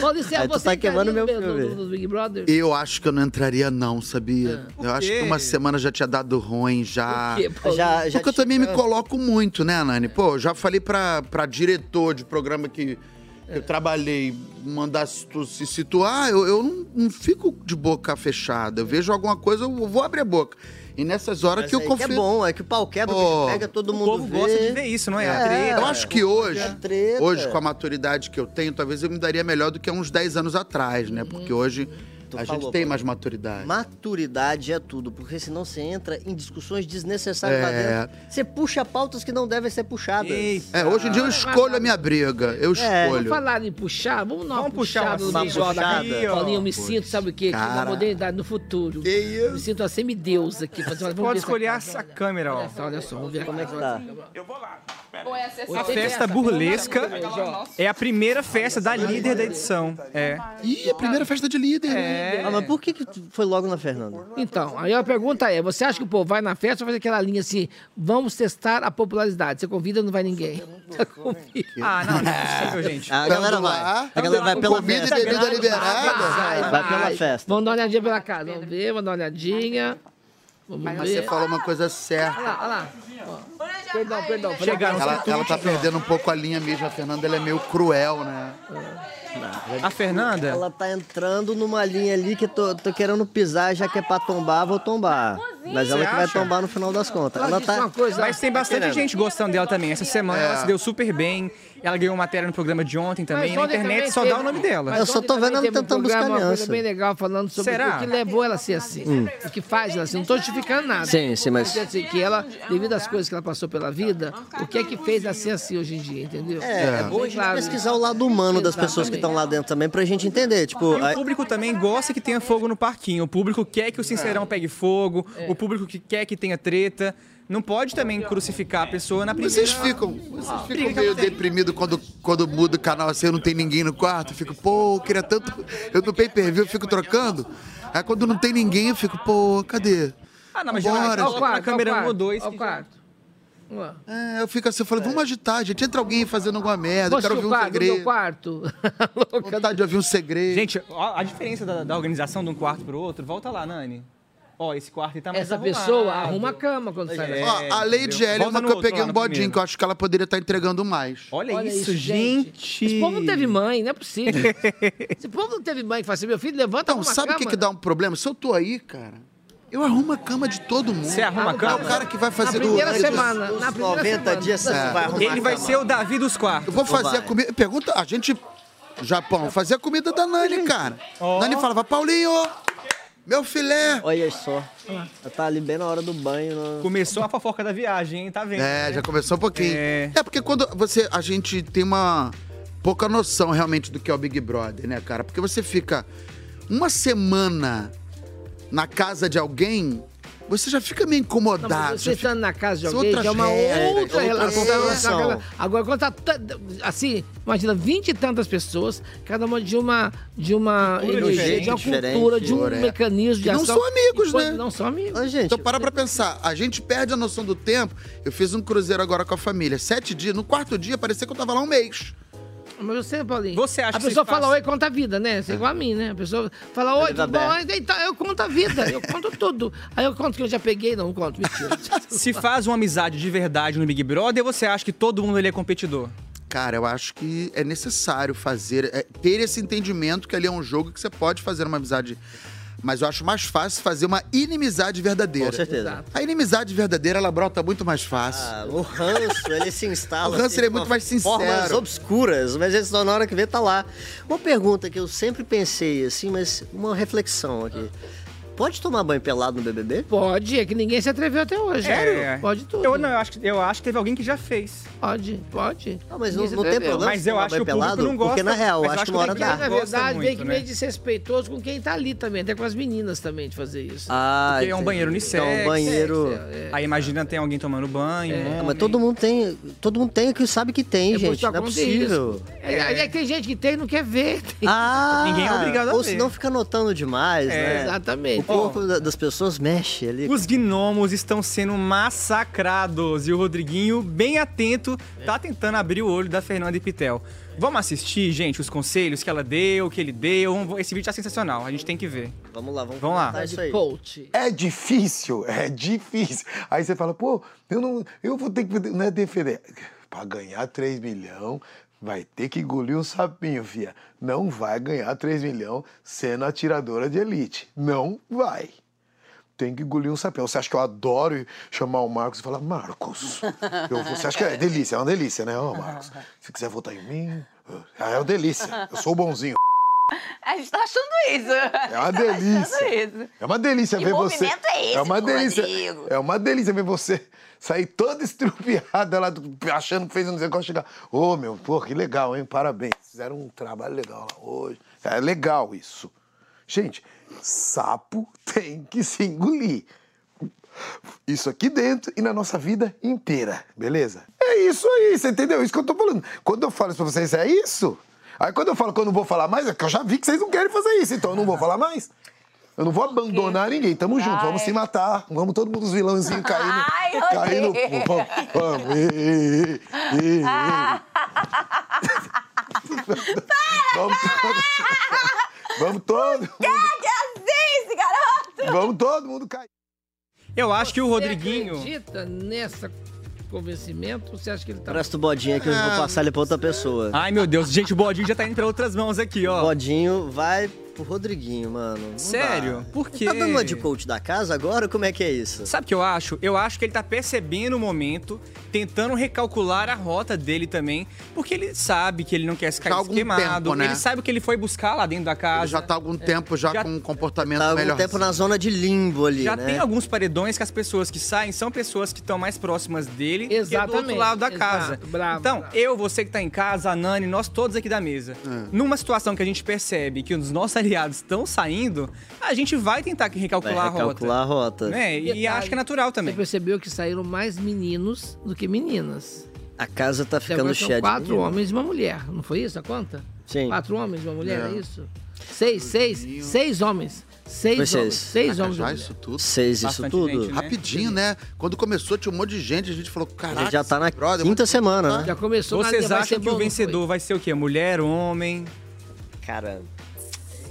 Speaker 2: Paulo Serra,
Speaker 5: Aí tu
Speaker 2: você
Speaker 5: tá
Speaker 2: entraria
Speaker 5: queimando
Speaker 2: no-
Speaker 5: meu
Speaker 2: no-
Speaker 5: filme.
Speaker 2: no- no Big Brother?
Speaker 4: Eu acho que eu não entraria, não, sabia?
Speaker 3: Por
Speaker 4: Eu acho
Speaker 3: quê?
Speaker 4: que uma semana já tinha dado ruim, já.
Speaker 2: Por quê, Paulo?
Speaker 5: já, É, já
Speaker 4: Porque eu
Speaker 5: te-
Speaker 4: também me coloco muito, né, Nani? Pô, eu já falei pra, pra diretor de programa que eu trabalhei mandar se tu- se situar, eu, eu não, não fico de boca fechada. Eu vejo alguma coisa, eu vou abrir a boca. E nessas horas
Speaker 5: Mas
Speaker 4: que eu
Speaker 5: aí
Speaker 4: confio.
Speaker 5: é bom, é que o pau quebra, o
Speaker 4: Pô.
Speaker 5: bicho pega todo
Speaker 3: O
Speaker 5: mundo
Speaker 3: povo
Speaker 5: vê.
Speaker 3: gosta de ver isso, não é? A treta.
Speaker 4: Eu acho que hoje,
Speaker 5: É treta.
Speaker 4: hoje, com a maturidade que eu tenho, talvez eu me daria melhor do que há uns 10 anos atrás, né? Porque hoje
Speaker 5: Uhum. Tu
Speaker 4: a
Speaker 5: falou,
Speaker 4: gente tem
Speaker 5: pô.
Speaker 4: mais maturidade.
Speaker 5: Maturidade é tudo, porque senão você entra em discussões desnecessárias lá
Speaker 4: É.
Speaker 5: dentro. Você puxa pautas que não devem ser puxadas.
Speaker 3: Eita.
Speaker 4: É, hoje em dia eu escolho a minha briga. Eu
Speaker 5: Ah. É.
Speaker 2: Vamos
Speaker 4: escolho.
Speaker 2: falar em puxar? Vamos dar uma
Speaker 3: Vamos puxar
Speaker 2: puxada no
Speaker 3: uma
Speaker 2: Big Brother.
Speaker 5: puxada.
Speaker 2: aqui. Paulinho, eu me sinto, sabe o quê? Aqui na
Speaker 4: cara.
Speaker 2: modernidade, no futuro.
Speaker 4: Que isso?
Speaker 2: Eu me sinto uma semideusa aqui. Fazer uma- vamos ver
Speaker 3: Pode
Speaker 2: essa
Speaker 3: escolher
Speaker 2: cara,
Speaker 3: essa
Speaker 2: olha.
Speaker 3: câmera, ó.
Speaker 2: Olha só, olha só, vamos ver
Speaker 5: Como é que tá?
Speaker 3: A festa burlesca é a primeira festa da líder da edição. É.
Speaker 4: Ih, a primeira festa de líder. né?
Speaker 5: Ah, mas por que, que tu foi logo na Fernanda?
Speaker 2: Então, aí a pergunta é: você acha que o povo vai na festa ou faz aquela linha assim, vamos testar a popularidade? Você convida ou não vai ninguém?
Speaker 5: é?
Speaker 2: Convida.
Speaker 3: Ah, não, não é possível, gente.
Speaker 5: A galera vai. A galera vai pela
Speaker 4: Comida e
Speaker 5: festa.
Speaker 4: bebida liberada.
Speaker 5: Vai pela festa.
Speaker 2: Vamos dar uma olhadinha pela casa. Vamos ver, vamos dar uma olhadinha. Vamos
Speaker 4: Você
Speaker 2: ver. Olha
Speaker 4: falou uma coisa certa.
Speaker 2: lá, olha lá. Ó. Perdão, perdão. falei
Speaker 3: Chegaram.
Speaker 4: Ela, ela tá perdendo um pouco a linha mesmo. A Fernanda ela é meio cruel, né?
Speaker 3: A Fernanda,
Speaker 5: Ela tá entrando numa linha ali que tô, tô querendo pisar, já que é pra tombar, vou tombar. Mas ela
Speaker 3: Você
Speaker 5: que vai
Speaker 3: acha?
Speaker 5: tombar no final das contas.
Speaker 2: Ela
Speaker 5: Ela
Speaker 2: disse uma
Speaker 5: tá.
Speaker 2: coisa.
Speaker 3: Mas tem bastante gente gostando dela também. Essa semana ela se deu super bem. Ela ganhou matéria no programa de ontem também.
Speaker 2: Mas
Speaker 3: Na
Speaker 2: ontem
Speaker 3: internet
Speaker 2: também
Speaker 3: só
Speaker 2: teve-
Speaker 3: dá o nome dela.
Speaker 5: Eu só
Speaker 2: ontem
Speaker 5: tô
Speaker 2: também
Speaker 5: vendo ela
Speaker 2: teve um
Speaker 5: tentando
Speaker 2: programa,
Speaker 5: buscar
Speaker 2: Uma coisa
Speaker 5: aliança.
Speaker 2: bem legal falando sobre
Speaker 3: Será?
Speaker 2: o que levou ela a ser assim. O que faz ela assim. Não tô justificando nada.
Speaker 5: Hum. Sim, sim, mas-
Speaker 2: Quer dizer que ela, devido às coisas que ela passou pela vida, o que é que fez ela ser assim hoje em dia, entendeu?
Speaker 5: É, é bom a gente
Speaker 2: Claro.
Speaker 5: pesquisar o lado humano das pessoas que estão lá dentro também pra gente entender. Tipo,
Speaker 3: E
Speaker 5: a-
Speaker 3: o público também gosta que tenha fogo no parquinho. O público quer que o Sincerão pegue fogo. O público que quer que tenha treta. Não pode também crucificar a pessoa na primeira...
Speaker 4: Vocês ficam, vocês ficam meio deprimidos quando, quando muda o canal assim, não tem ninguém no quarto. Eu fico, pô, eu queria tanto. Eu no pay per view eu fico trocando. Aí quando não tem ninguém, eu fico, pô, cadê?
Speaker 3: Ah, não, mas
Speaker 4: Bora.
Speaker 3: já
Speaker 2: Ó o quarto,
Speaker 3: a câmera
Speaker 2: ó o
Speaker 3: 1 ou
Speaker 2: quarto,
Speaker 3: 2.
Speaker 2: ó o quarto. Ó.
Speaker 4: É, eu fico assim, eu falo, vamos agitar, gente. Entra alguém fazendo alguma merda, eu
Speaker 2: Mostra
Speaker 4: quero ouvir
Speaker 2: o
Speaker 4: um
Speaker 2: quadro do meu
Speaker 4: segredo.
Speaker 2: quarto. Louca.
Speaker 4: Vontade de ouvir um segredo.
Speaker 3: Gente, ó, a diferença da, da organização de um quarto pro outro, volta lá, Nani. Ó, esse quarto aí tá mais
Speaker 2: Essa
Speaker 3: arrumado.
Speaker 2: pessoa arruma a cama quando sai da
Speaker 3: É,
Speaker 4: Ó, a Lady
Speaker 3: entendeu?
Speaker 4: L é
Speaker 3: Volta
Speaker 4: uma
Speaker 3: no
Speaker 4: que eu
Speaker 3: outro,
Speaker 4: peguei
Speaker 3: lá
Speaker 4: um
Speaker 3: no
Speaker 4: bodinho,
Speaker 3: primeiro.
Speaker 4: que eu acho que ela poderia estar entregando mais.
Speaker 3: Olha, isso, gente.
Speaker 2: Esse povo não teve mãe, não é possível. Esse povo não teve mãe que fala assim, meu filho, levanta
Speaker 4: Então,
Speaker 2: arruma a
Speaker 4: sabe o que,
Speaker 2: cama.
Speaker 4: que dá um problema? Se eu tô aí, cara, eu arrumo a cama de todo mundo.
Speaker 3: Você arruma a
Speaker 4: É
Speaker 3: cama?
Speaker 4: o cara que vai fazer
Speaker 2: Na primeira
Speaker 4: durante-
Speaker 2: semana.
Speaker 5: os
Speaker 2: na primeira
Speaker 5: 90
Speaker 2: semana.
Speaker 5: dias você
Speaker 4: É.
Speaker 5: vai arrumar.
Speaker 3: Ele
Speaker 5: a
Speaker 3: vai
Speaker 5: cama.
Speaker 3: ser o Davi dos quartos.
Speaker 4: Eu vou fazer
Speaker 5: Vai.
Speaker 4: a comida. Pergunta, a gente. Japão, fazer a comida da Nani, cara. Nani falava, Paulinho, meu filé.
Speaker 5: Olha só. Ela tá ali bem na hora do banho. né? no-
Speaker 3: Começou a fofoca da viagem, hein? Tá vendo?
Speaker 4: É, já começou um pouquinho.
Speaker 3: É.
Speaker 4: É. porque quando você. A gente tem uma pouca noção realmente do que é o Big Brother, né, cara? Porque você fica uma semana na casa de alguém, você já fica meio
Speaker 2: Não,
Speaker 4: incomodado.
Speaker 2: mas você tá
Speaker 4: já fica-
Speaker 2: estando na casa de
Speaker 4: São
Speaker 2: alguém,
Speaker 4: outras
Speaker 2: já é uma
Speaker 4: regras,
Speaker 2: outra
Speaker 4: né? outra
Speaker 2: relação.
Speaker 5: relação.
Speaker 2: Aquela- Agora, quando tá tanta- assim, imagina, vinte e tantas pessoas, cada uma de uma... De uma
Speaker 5: Cultura
Speaker 2: energia,
Speaker 5: diferente,
Speaker 2: de uma
Speaker 5: diferente.
Speaker 2: cultura, de um
Speaker 4: Cultura, é.
Speaker 2: mecanismo de
Speaker 4: E não
Speaker 2: ação.
Speaker 4: são amigos,
Speaker 2: E quando
Speaker 4: né?
Speaker 2: Não são amigos.
Speaker 5: Ô, gente,
Speaker 4: Então para pra pensar, a gente perde a noção do tempo. Eu fiz um cruzeiro agora com a família, sete dias. No quarto dia, parecia que eu tava lá um mês.
Speaker 2: Mas você, Paulinho...
Speaker 3: Você acha
Speaker 2: A
Speaker 3: que
Speaker 2: pessoa
Speaker 3: se faz-
Speaker 2: fala oi, conta a vida, né? Você é igual a mim, né? A pessoa fala oi, tudo
Speaker 5: Vida
Speaker 2: bom?
Speaker 5: aberta.
Speaker 2: Então, eu conto a vida, eu conto tudo. Aí eu conto que eu já peguei, não conto, mentira.
Speaker 3: Se faz uma amizade de verdade no Big Brother, você acha que todo mundo ali é competidor?
Speaker 4: Cara, eu acho que é necessário fazer, é, ter esse entendimento que ali é um jogo que você pode fazer uma amizade. Mas eu acho mais fácil fazer uma inimizade verdadeira.
Speaker 5: Com certeza.
Speaker 4: A inimizade verdadeira, ela brota muito mais fácil.
Speaker 5: Ah, o ranço, ele se instala.
Speaker 4: O ranço, ele é muito
Speaker 5: com
Speaker 4: mais sincero.
Speaker 5: Formas obscuras, mas ele só na hora que vê tá lá. Uma pergunta que eu sempre pensei, assim, mas uma reflexão aqui. Pode tomar banho pelado no BBB?
Speaker 2: Pode, é que ninguém se atreveu até hoje.
Speaker 3: É.
Speaker 2: Pode tudo.
Speaker 3: Eu, não, eu, acho que, eu acho que teve alguém que já fez.
Speaker 2: Pode, pode.
Speaker 5: Não, mas não,
Speaker 2: Ninguém se
Speaker 5: não tem
Speaker 2: atreveu.
Speaker 5: problema.
Speaker 3: Mas
Speaker 5: se
Speaker 3: eu
Speaker 5: tomar
Speaker 3: acho
Speaker 5: banho
Speaker 3: que o público
Speaker 5: pelado,
Speaker 3: não gosta,
Speaker 5: Porque na real,
Speaker 3: mas
Speaker 5: acho que uma hora
Speaker 3: tem
Speaker 2: Porque,
Speaker 3: que-
Speaker 5: dá.
Speaker 2: na
Speaker 3: gosta
Speaker 2: verdade, meio
Speaker 3: muito,
Speaker 2: que
Speaker 3: né?
Speaker 2: meio desrespeitoso com quem tá ali também, até com as meninas também, de fazer isso.
Speaker 5: Ah,
Speaker 3: Porque é um
Speaker 5: entendi.
Speaker 3: banheiro unissex.
Speaker 5: É um banheiro.
Speaker 2: É,
Speaker 3: Aí imagina tem alguém tomando banho. um
Speaker 5: Ah,
Speaker 3: homem.
Speaker 5: mas todo mundo tem. Todo mundo tem o que sabe que tem,
Speaker 2: é
Speaker 5: gente.
Speaker 2: muito
Speaker 5: Não é possível.
Speaker 2: acontecido. É, é, que tem gente que tem e não quer ver. Tem-
Speaker 5: Ah,
Speaker 3: Ninguém é obrigado a
Speaker 5: Ou
Speaker 3: ver. É,
Speaker 5: senão fica notando demais, né? O
Speaker 2: Exatamente.
Speaker 5: corpo da- das pessoas mexe ali.
Speaker 3: Os gnomos estão sendo massacrados e o Rodriguinho, bem atento, tá tentando abrir o olho da Fernanda e Pitel. Vamos assistir, gente, os conselhos que ela deu, que ele deu. Vamos- Esse vídeo tá sensacional, a gente tem que ver.
Speaker 5: Vamos lá, vamos,
Speaker 3: Vamos lá.
Speaker 5: comentar Isso aí.
Speaker 2: Coach.
Speaker 7: É difícil, é difícil. Aí você fala, pô, eu não, eu vou ter que né, defender. Pra ganhar 3 milhão, vai ter que engolir um sapinho, fia. Não vai ganhar 3 milhão sendo atiradora de elite. Não vai. Tem que engolir um sapinho. Você acha que eu adoro chamar o Marcos e falar, Marcos? Eu vou- você acha que é delícia, é uma delícia, né, Ô, Marcos? Se quiser votar em mim, é uma delícia. Eu sou bonzinho.
Speaker 8: A gente tá achando isso.
Speaker 7: É
Speaker 9: tá
Speaker 7: uma delícia.
Speaker 8: isso.
Speaker 7: É uma delícia
Speaker 8: Que
Speaker 7: ver você.
Speaker 8: movimento é esse,
Speaker 7: É uma
Speaker 8: meu
Speaker 7: delícia.
Speaker 8: amigo?
Speaker 7: É uma delícia ver você sair toda estrupiada lá, do- achando que fez um negócio chegar. Ô, meu, pô, que legal, hein? Parabéns. Fizeram um trabalho legal lá hoje. É legal isso. Gente, sapo tem que se engolir. Isso aqui dentro e na nossa vida inteira, beleza? É isso aí, você entendeu? Isso que eu tô falando. Quando eu falo isso pra vocês, é isso. Aí quando eu falo que eu não vou falar mais, é que eu já vi que vocês não querem fazer isso, então eu não vou falar mais. Eu não vou abandonar ninguém, tamo junto, vamos se matar, vamos todo mundo os vilãozinhos caindo.
Speaker 8: Ai,
Speaker 7: caindo.
Speaker 8: Rodrigo.
Speaker 7: Vamos, vamos. Ê, ê, ê, ê, ê. Vamos todo, vamos todo mundo,
Speaker 8: Que
Speaker 9: É
Speaker 8: assim, esse garoto?
Speaker 7: vamos todo mundo cair.
Speaker 3: Eu acho que o
Speaker 2: Você
Speaker 3: Rodriguinho.
Speaker 2: acredita nesse convencimento? Ou Você acha que ele tá...
Speaker 5: Presta o bodinho aqui, eu
Speaker 3: Ah.
Speaker 5: vou passar ele pra outra pessoa.
Speaker 3: Ai, meu Deus, gente, o bodinho já tá indo pra outras mãos aqui, ó.
Speaker 5: Bodinho vai pro Rodriguinho, mano. Não
Speaker 3: Sério?
Speaker 5: dá.
Speaker 3: Por quê?
Speaker 5: Ele Tá dando uma de coach da casa agora? Como é que é isso?
Speaker 3: Sabe o que eu acho? Eu acho que ele tá percebendo o momento, tentando recalcular a rota dele também, porque ele sabe que ele não quer se
Speaker 4: Já há
Speaker 5: Tá
Speaker 3: cair
Speaker 4: algum
Speaker 3: queimado.
Speaker 4: tempo, né?
Speaker 3: Ele sabe o que ele foi buscar lá dentro da
Speaker 4: Ele
Speaker 3: casa.
Speaker 4: já tá há algum tempo já,
Speaker 3: Já-
Speaker 4: com um comportamento
Speaker 5: Ah, é. Tá
Speaker 4: melhor.
Speaker 5: um tempo na zona de limbo ali,
Speaker 3: Já
Speaker 5: né?
Speaker 3: tem alguns paredões que as pessoas que saem são pessoas que estão mais próximas dele que do
Speaker 2: Exatamente,
Speaker 3: outro lado da
Speaker 2: exato,
Speaker 3: casa.
Speaker 2: bravo,
Speaker 3: então,
Speaker 2: bravo. É.
Speaker 3: eu, você que tá em casa, a Nani, nós todos aqui da mesa. Numa situação que a gente percebe que os nossos aliados estão saindo, a gente vai tentar
Speaker 5: Vai
Speaker 3: recalcular,
Speaker 5: recalcular a
Speaker 3: a
Speaker 5: rota.
Speaker 3: rota. Né? E
Speaker 2: Detalhe,
Speaker 3: acho que é natural também.
Speaker 2: Você percebeu que saíram mais meninos do que meninas.
Speaker 5: A casa tá
Speaker 2: Até agora
Speaker 5: ficando
Speaker 2: são
Speaker 5: cheia de
Speaker 2: quatro
Speaker 5: menino.
Speaker 2: homens e uma mulher, não foi isso a conta?
Speaker 5: Sim.
Speaker 2: Quatro homens e uma mulher, é, isso? Seis, seis, seis homens. Seis
Speaker 5: Foi seis.
Speaker 2: homens, seis homens. e uma
Speaker 4: Já
Speaker 2: mulher.
Speaker 4: isso tudo.
Speaker 5: Seis, isso
Speaker 3: Bastante
Speaker 5: tudo.
Speaker 3: gente, né?
Speaker 4: Rapidinho, né? Quando começou, tinha um monte de gente, a gente falou,
Speaker 5: A
Speaker 4: caraca.
Speaker 5: gente já tá na
Speaker 4: brother,
Speaker 5: quinta semana, né?
Speaker 2: Já começou na linha,
Speaker 3: Vocês
Speaker 2: vai ser
Speaker 3: acham que
Speaker 2: bom,
Speaker 3: o
Speaker 2: não foi?
Speaker 3: vencedor vai ser o quê? Mulher, homem?
Speaker 5: Cara,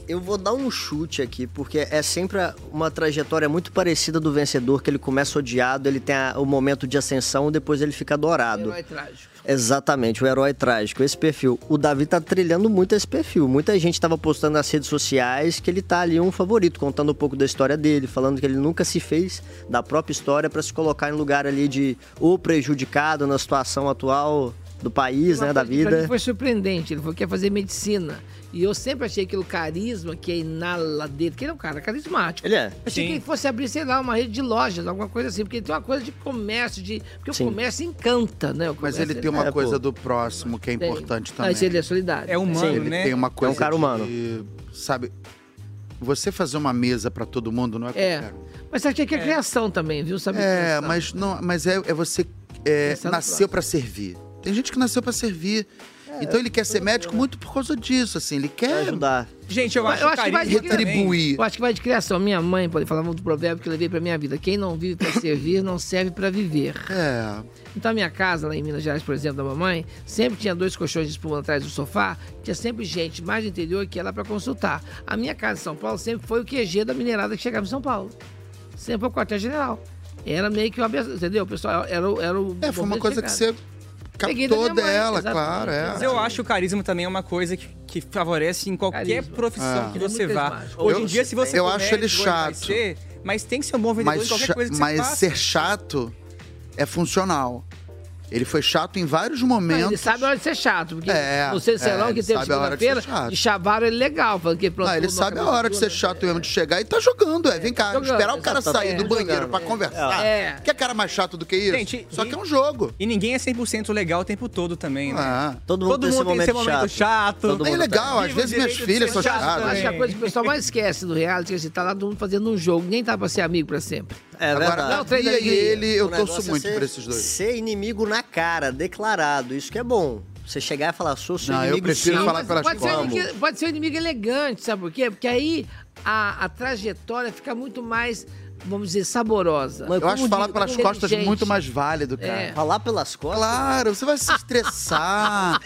Speaker 5: eu vou dar um chute aqui, porque é sempre uma trajetória muito parecida do vencedor, que ele começa odiado, ele tem a- o momento de ascensão, depois ele fica dourado.
Speaker 2: Herói é trágico.
Speaker 5: Exatamente, o herói trágico, esse perfil. O Davi tá trilhando muito esse perfil. Muita gente tava postando nas redes sociais que ele tá ali um favorito, contando um pouco da história dele, falando que ele nunca se fez da própria história pra se colocar em lugar ali de ou prejudicado na situação atual do país,
Speaker 2: Uma
Speaker 5: né, da
Speaker 2: coisa que pra mim
Speaker 5: vida.
Speaker 2: foi surpreendente. Ele falou que ia fazer medicina. E eu sempre achei aquilo carisma que é inala dele, que ele é um cara carismático.
Speaker 5: Ele é.
Speaker 2: Achei
Speaker 3: Sim.
Speaker 2: que ele fosse abrir, sei lá, uma rede de lojas, alguma coisa assim, porque ele tem uma coisa de comércio, de. Porque
Speaker 5: Sim.
Speaker 2: o comércio encanta, né? O
Speaker 4: Mas
Speaker 2: comércio-
Speaker 4: ele tem uma
Speaker 5: É, pô.
Speaker 4: coisa do próximo que é
Speaker 2: Tem.
Speaker 4: importante também.
Speaker 2: Mas ele é solidário.
Speaker 3: É humano,
Speaker 5: Sim,
Speaker 4: Ele
Speaker 3: né?
Speaker 4: tem
Speaker 2: um
Speaker 4: uma coisa.
Speaker 5: um cara
Speaker 4: de-
Speaker 5: humano.
Speaker 4: Sabe, você fazer uma mesa pra todo mundo não é
Speaker 2: É.
Speaker 4: qualquer um.
Speaker 2: Mas achei que é criação também, viu? Sabe?
Speaker 4: É,
Speaker 2: criação.
Speaker 4: mas, não, mas é, é você é,
Speaker 2: Pensar no
Speaker 4: nasceu pra servir. Tem gente que nasceu pra servir.
Speaker 5: É,
Speaker 4: então ele quer ser médico muito por causa disso, assim. Ele
Speaker 2: É.
Speaker 5: Pra
Speaker 4: quer
Speaker 5: ajudar.
Speaker 3: Gente, eu,
Speaker 2: Eu
Speaker 3: acho,
Speaker 2: acho que vai
Speaker 3: carisma também.
Speaker 4: retribuir.
Speaker 2: Eu acho que vai de criação. Minha mãe, pode falar muito do provérbio que eu levei pra minha vida. Quem não vive pra servir, não serve pra viver.
Speaker 4: É.
Speaker 2: Então, a minha casa, lá em Minas Gerais, por exemplo, da mamãe, sempre tinha dois colchões de espuma atrás do sofá, tinha sempre gente mais do interior que ia lá para consultar. A minha casa em São Paulo sempre foi o QG da minerada que chegava em São Paulo. Sempre foi o quartel-general. Era meio que uma abertura, entendeu? O pessoal era, o- era o.
Speaker 4: É, foi uma
Speaker 2: movimento
Speaker 4: coisa que
Speaker 2: chegado.
Speaker 4: você
Speaker 2: Peguei da minha
Speaker 4: captou
Speaker 2: mãe,
Speaker 4: dela,
Speaker 2: exatamente,
Speaker 4: claro.
Speaker 3: Mas
Speaker 4: É.
Speaker 3: eu acho que o carisma também é uma coisa que, que favorece em qualquer
Speaker 2: Carisma.
Speaker 3: profissão
Speaker 4: É.
Speaker 3: que
Speaker 2: Ele é
Speaker 3: você
Speaker 2: muito
Speaker 3: vá.
Speaker 2: carismático.
Speaker 3: Hoje em
Speaker 4: Eu-
Speaker 3: dia, se você
Speaker 4: eu
Speaker 3: for
Speaker 4: acho ele
Speaker 3: médico, vai
Speaker 4: chato.
Speaker 3: ser, mas tem que ser um bom vendedor
Speaker 4: Mas,
Speaker 3: de qualquer
Speaker 4: cha-
Speaker 3: coisa que
Speaker 4: mas
Speaker 3: você faça.
Speaker 4: ser chato é funcional. Ele foi chato em vários momentos.
Speaker 2: Não, ele sabe a hora de ser chato, porque
Speaker 4: É,
Speaker 2: não sei se
Speaker 4: é,
Speaker 2: lá o que
Speaker 4: ele
Speaker 2: teve
Speaker 4: sabe a hora de
Speaker 2: segunda-feira,
Speaker 4: ser chato.
Speaker 2: e chavaram ele legal, falando que pronto.
Speaker 4: Não, ele sabe a hora de ser chato mesmo, de chegar e tá jogando, é. Vem cá,
Speaker 2: Jogando,
Speaker 4: esperar o cara
Speaker 2: exatamente.
Speaker 4: sair do
Speaker 2: É,
Speaker 4: banheiro
Speaker 5: jogando,
Speaker 4: pra conversar.
Speaker 2: É.
Speaker 4: Que cara mais chato do que isso?
Speaker 3: Gente,
Speaker 4: Só
Speaker 3: e-
Speaker 4: que é um jogo.
Speaker 3: E ninguém é 100% legal o tempo todo também, né?
Speaker 4: Ah.
Speaker 5: Todo mundo tem esse momento chato. Todo
Speaker 4: É
Speaker 5: mundo
Speaker 4: legal, às
Speaker 3: Viva o
Speaker 4: vezes minhas
Speaker 3: direito de
Speaker 4: filhas
Speaker 3: ser
Speaker 4: são
Speaker 3: chato
Speaker 2: Acho
Speaker 4: chatas.
Speaker 2: que é a coisa que o pessoal mais esquece do reality é que você tá lá todo mundo fazendo um jogo, nem tá pra ser amigo pra sempre.
Speaker 5: É verdade.
Speaker 4: Agora,
Speaker 2: Não, três
Speaker 4: Bia e
Speaker 2: alegrias.
Speaker 4: ele, eu
Speaker 5: O negócio
Speaker 4: torço
Speaker 5: é
Speaker 4: muito
Speaker 5: ser-
Speaker 4: por esses dois.
Speaker 5: Ser inimigo na cara, declarado. Isso que é bom. Você chegar e falar, sou seu
Speaker 4: Não, eu
Speaker 5: inimigo.
Speaker 4: prefiro
Speaker 5: sim.
Speaker 4: falar
Speaker 2: mas
Speaker 4: pelas
Speaker 2: pode ser, um
Speaker 4: costas.
Speaker 2: inimigo, pode ser um inimigo elegante, sabe por quê? Porque aí a, a trajetória fica muito mais, vamos dizer, saborosa.
Speaker 5: Mas
Speaker 4: Eu acho
Speaker 5: como
Speaker 4: falar
Speaker 5: diz-
Speaker 4: pelas
Speaker 2: como
Speaker 4: costas
Speaker 2: inteligente.
Speaker 4: muito mais válido, cara.
Speaker 2: É.
Speaker 5: Falar pelas costas?
Speaker 4: Claro, você vai se
Speaker 2: Ah.
Speaker 4: estressar.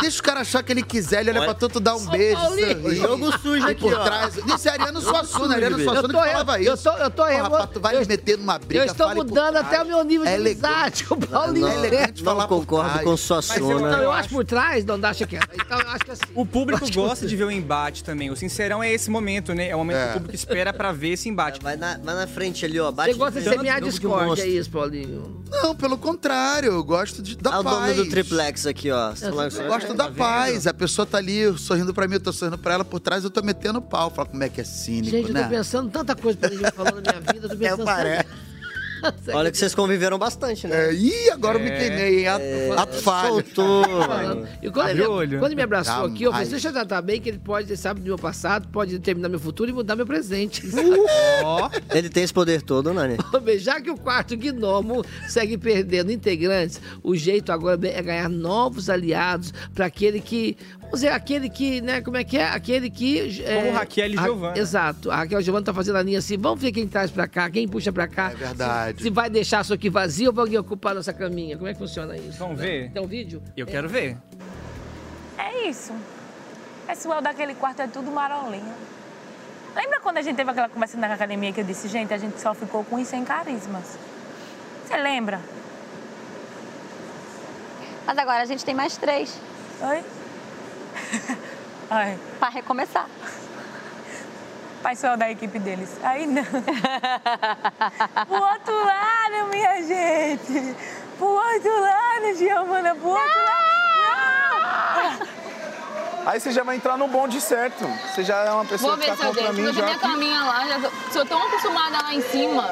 Speaker 4: Deixa o cara achar que ele quiser, ele olha pra tu, tu dá um
Speaker 2: Ô,
Speaker 4: beijo.
Speaker 2: Paulinho,
Speaker 4: sorri.
Speaker 5: jogo sujo
Speaker 4: E
Speaker 5: aqui,
Speaker 4: por
Speaker 5: ó.
Speaker 4: trás. Isso é Ariano Suassuna, Ariano
Speaker 5: bicho.
Speaker 2: Eu
Speaker 4: Suassuna que
Speaker 2: tô re-
Speaker 4: falava
Speaker 2: eu
Speaker 4: isso.
Speaker 2: tô- eu tô
Speaker 4: Pô,
Speaker 2: remo-
Speaker 4: rapaz, tu vai
Speaker 2: eu-
Speaker 4: me meter numa briga.
Speaker 2: Eu estou
Speaker 4: fale por
Speaker 2: mudando
Speaker 4: trás.
Speaker 2: até o meu nível de
Speaker 4: É elegante.
Speaker 2: amizade, o Paulinho.
Speaker 5: não,
Speaker 4: É elegante
Speaker 5: não
Speaker 4: falar por
Speaker 5: concordo
Speaker 4: trás.
Speaker 5: com
Speaker 3: Mas
Speaker 2: Então
Speaker 4: tá-
Speaker 5: Suassuna.
Speaker 2: eu acho por trás, não acha que é. Então eu acho que assim.
Speaker 3: O público
Speaker 2: Acho que
Speaker 3: gosta
Speaker 2: você-
Speaker 3: de ver o embate também. O sincerão é esse momento, né? É o momento que o público espera pra ver esse embate.
Speaker 5: É, Vai na, vai na frente ali, ó. Bate
Speaker 2: Você gosta de
Speaker 5: frente,
Speaker 2: semear
Speaker 5: um jogo de
Speaker 2: discórdia,
Speaker 5: monstro.
Speaker 2: é isso, Paulinho.
Speaker 4: Não, pelo contrário, eu gosto de, da
Speaker 5: Olha É o dono
Speaker 4: paz.
Speaker 5: do triplex É, tá aqui, ó. Sei lá,
Speaker 4: Eu gosto da paz. A pessoa tá ali sorrindo pra mim, eu tô sorrindo pra ela, por trás eu tô metendo pau. Fala como é que é cínico,
Speaker 2: Gente, eu
Speaker 4: né?
Speaker 2: tô pensando tanta coisa pra gente falar na minha vida, eu tô pensando.
Speaker 5: parece. Olha que vocês conviveram bastante, né?
Speaker 4: É, ih, agora eu me queimei, hein? Ato, ato falho.
Speaker 5: é, Soltou.
Speaker 2: falando.
Speaker 5: mano.
Speaker 2: E quando
Speaker 3: Abre
Speaker 2: ele,
Speaker 3: o olho.
Speaker 2: quando ele me abraçou
Speaker 4: Jamais.
Speaker 2: aqui, eu falei, deixa eu tratar bem que ele pode, ele sabe do meu passado, pode determinar meu futuro e mudar meu presente.
Speaker 3: Ó,
Speaker 5: Ele tem esse poder todo, Nani.
Speaker 2: Já que o quarto gnomo segue perdendo integrantes, o jeito agora é ganhar novos aliados para aquele que. Vamos dizer, aquele que, né? Como é que é? Aquele que. É,
Speaker 3: Como Raquel e
Speaker 2: Ra-
Speaker 3: Giovanna.
Speaker 2: Exato. A Raquel e Giovanna tá fazendo a linha assim: vamos ver quem traz para cá, quem puxa para cá.
Speaker 4: É verdade.
Speaker 2: Se vai deixar isso aqui vazio ou vai alguém ocupar nossa caminha? Como é que funciona isso?
Speaker 3: Vamos ver?
Speaker 2: Tem um vídeo?
Speaker 3: eu quero ver.
Speaker 9: É isso. O pessoal daquele quarto é tudo marolinha. Lembra quando a gente teve aquela conversa na academia que eu disse, gente, a gente só ficou com isso sem carismas? Você lembra?
Speaker 10: Mas agora a gente tem mais três
Speaker 9: Oi? Ai,
Speaker 10: pra recomeçar.
Speaker 9: pessoal da equipe deles. Aí não. pro outro lado, minha gente. Pro outro lado, Giovana. Pro outro lado. Não!
Speaker 11: Aí você já vai entrar no bonde certo. Você já é uma pessoa
Speaker 12: Vou
Speaker 11: que
Speaker 12: ver
Speaker 11: tá
Speaker 12: se eu
Speaker 11: contra
Speaker 12: deixo.
Speaker 11: mim
Speaker 12: Hoje
Speaker 11: já.
Speaker 12: minha caminha lá, já tô, sou tão acostumada lá em cima.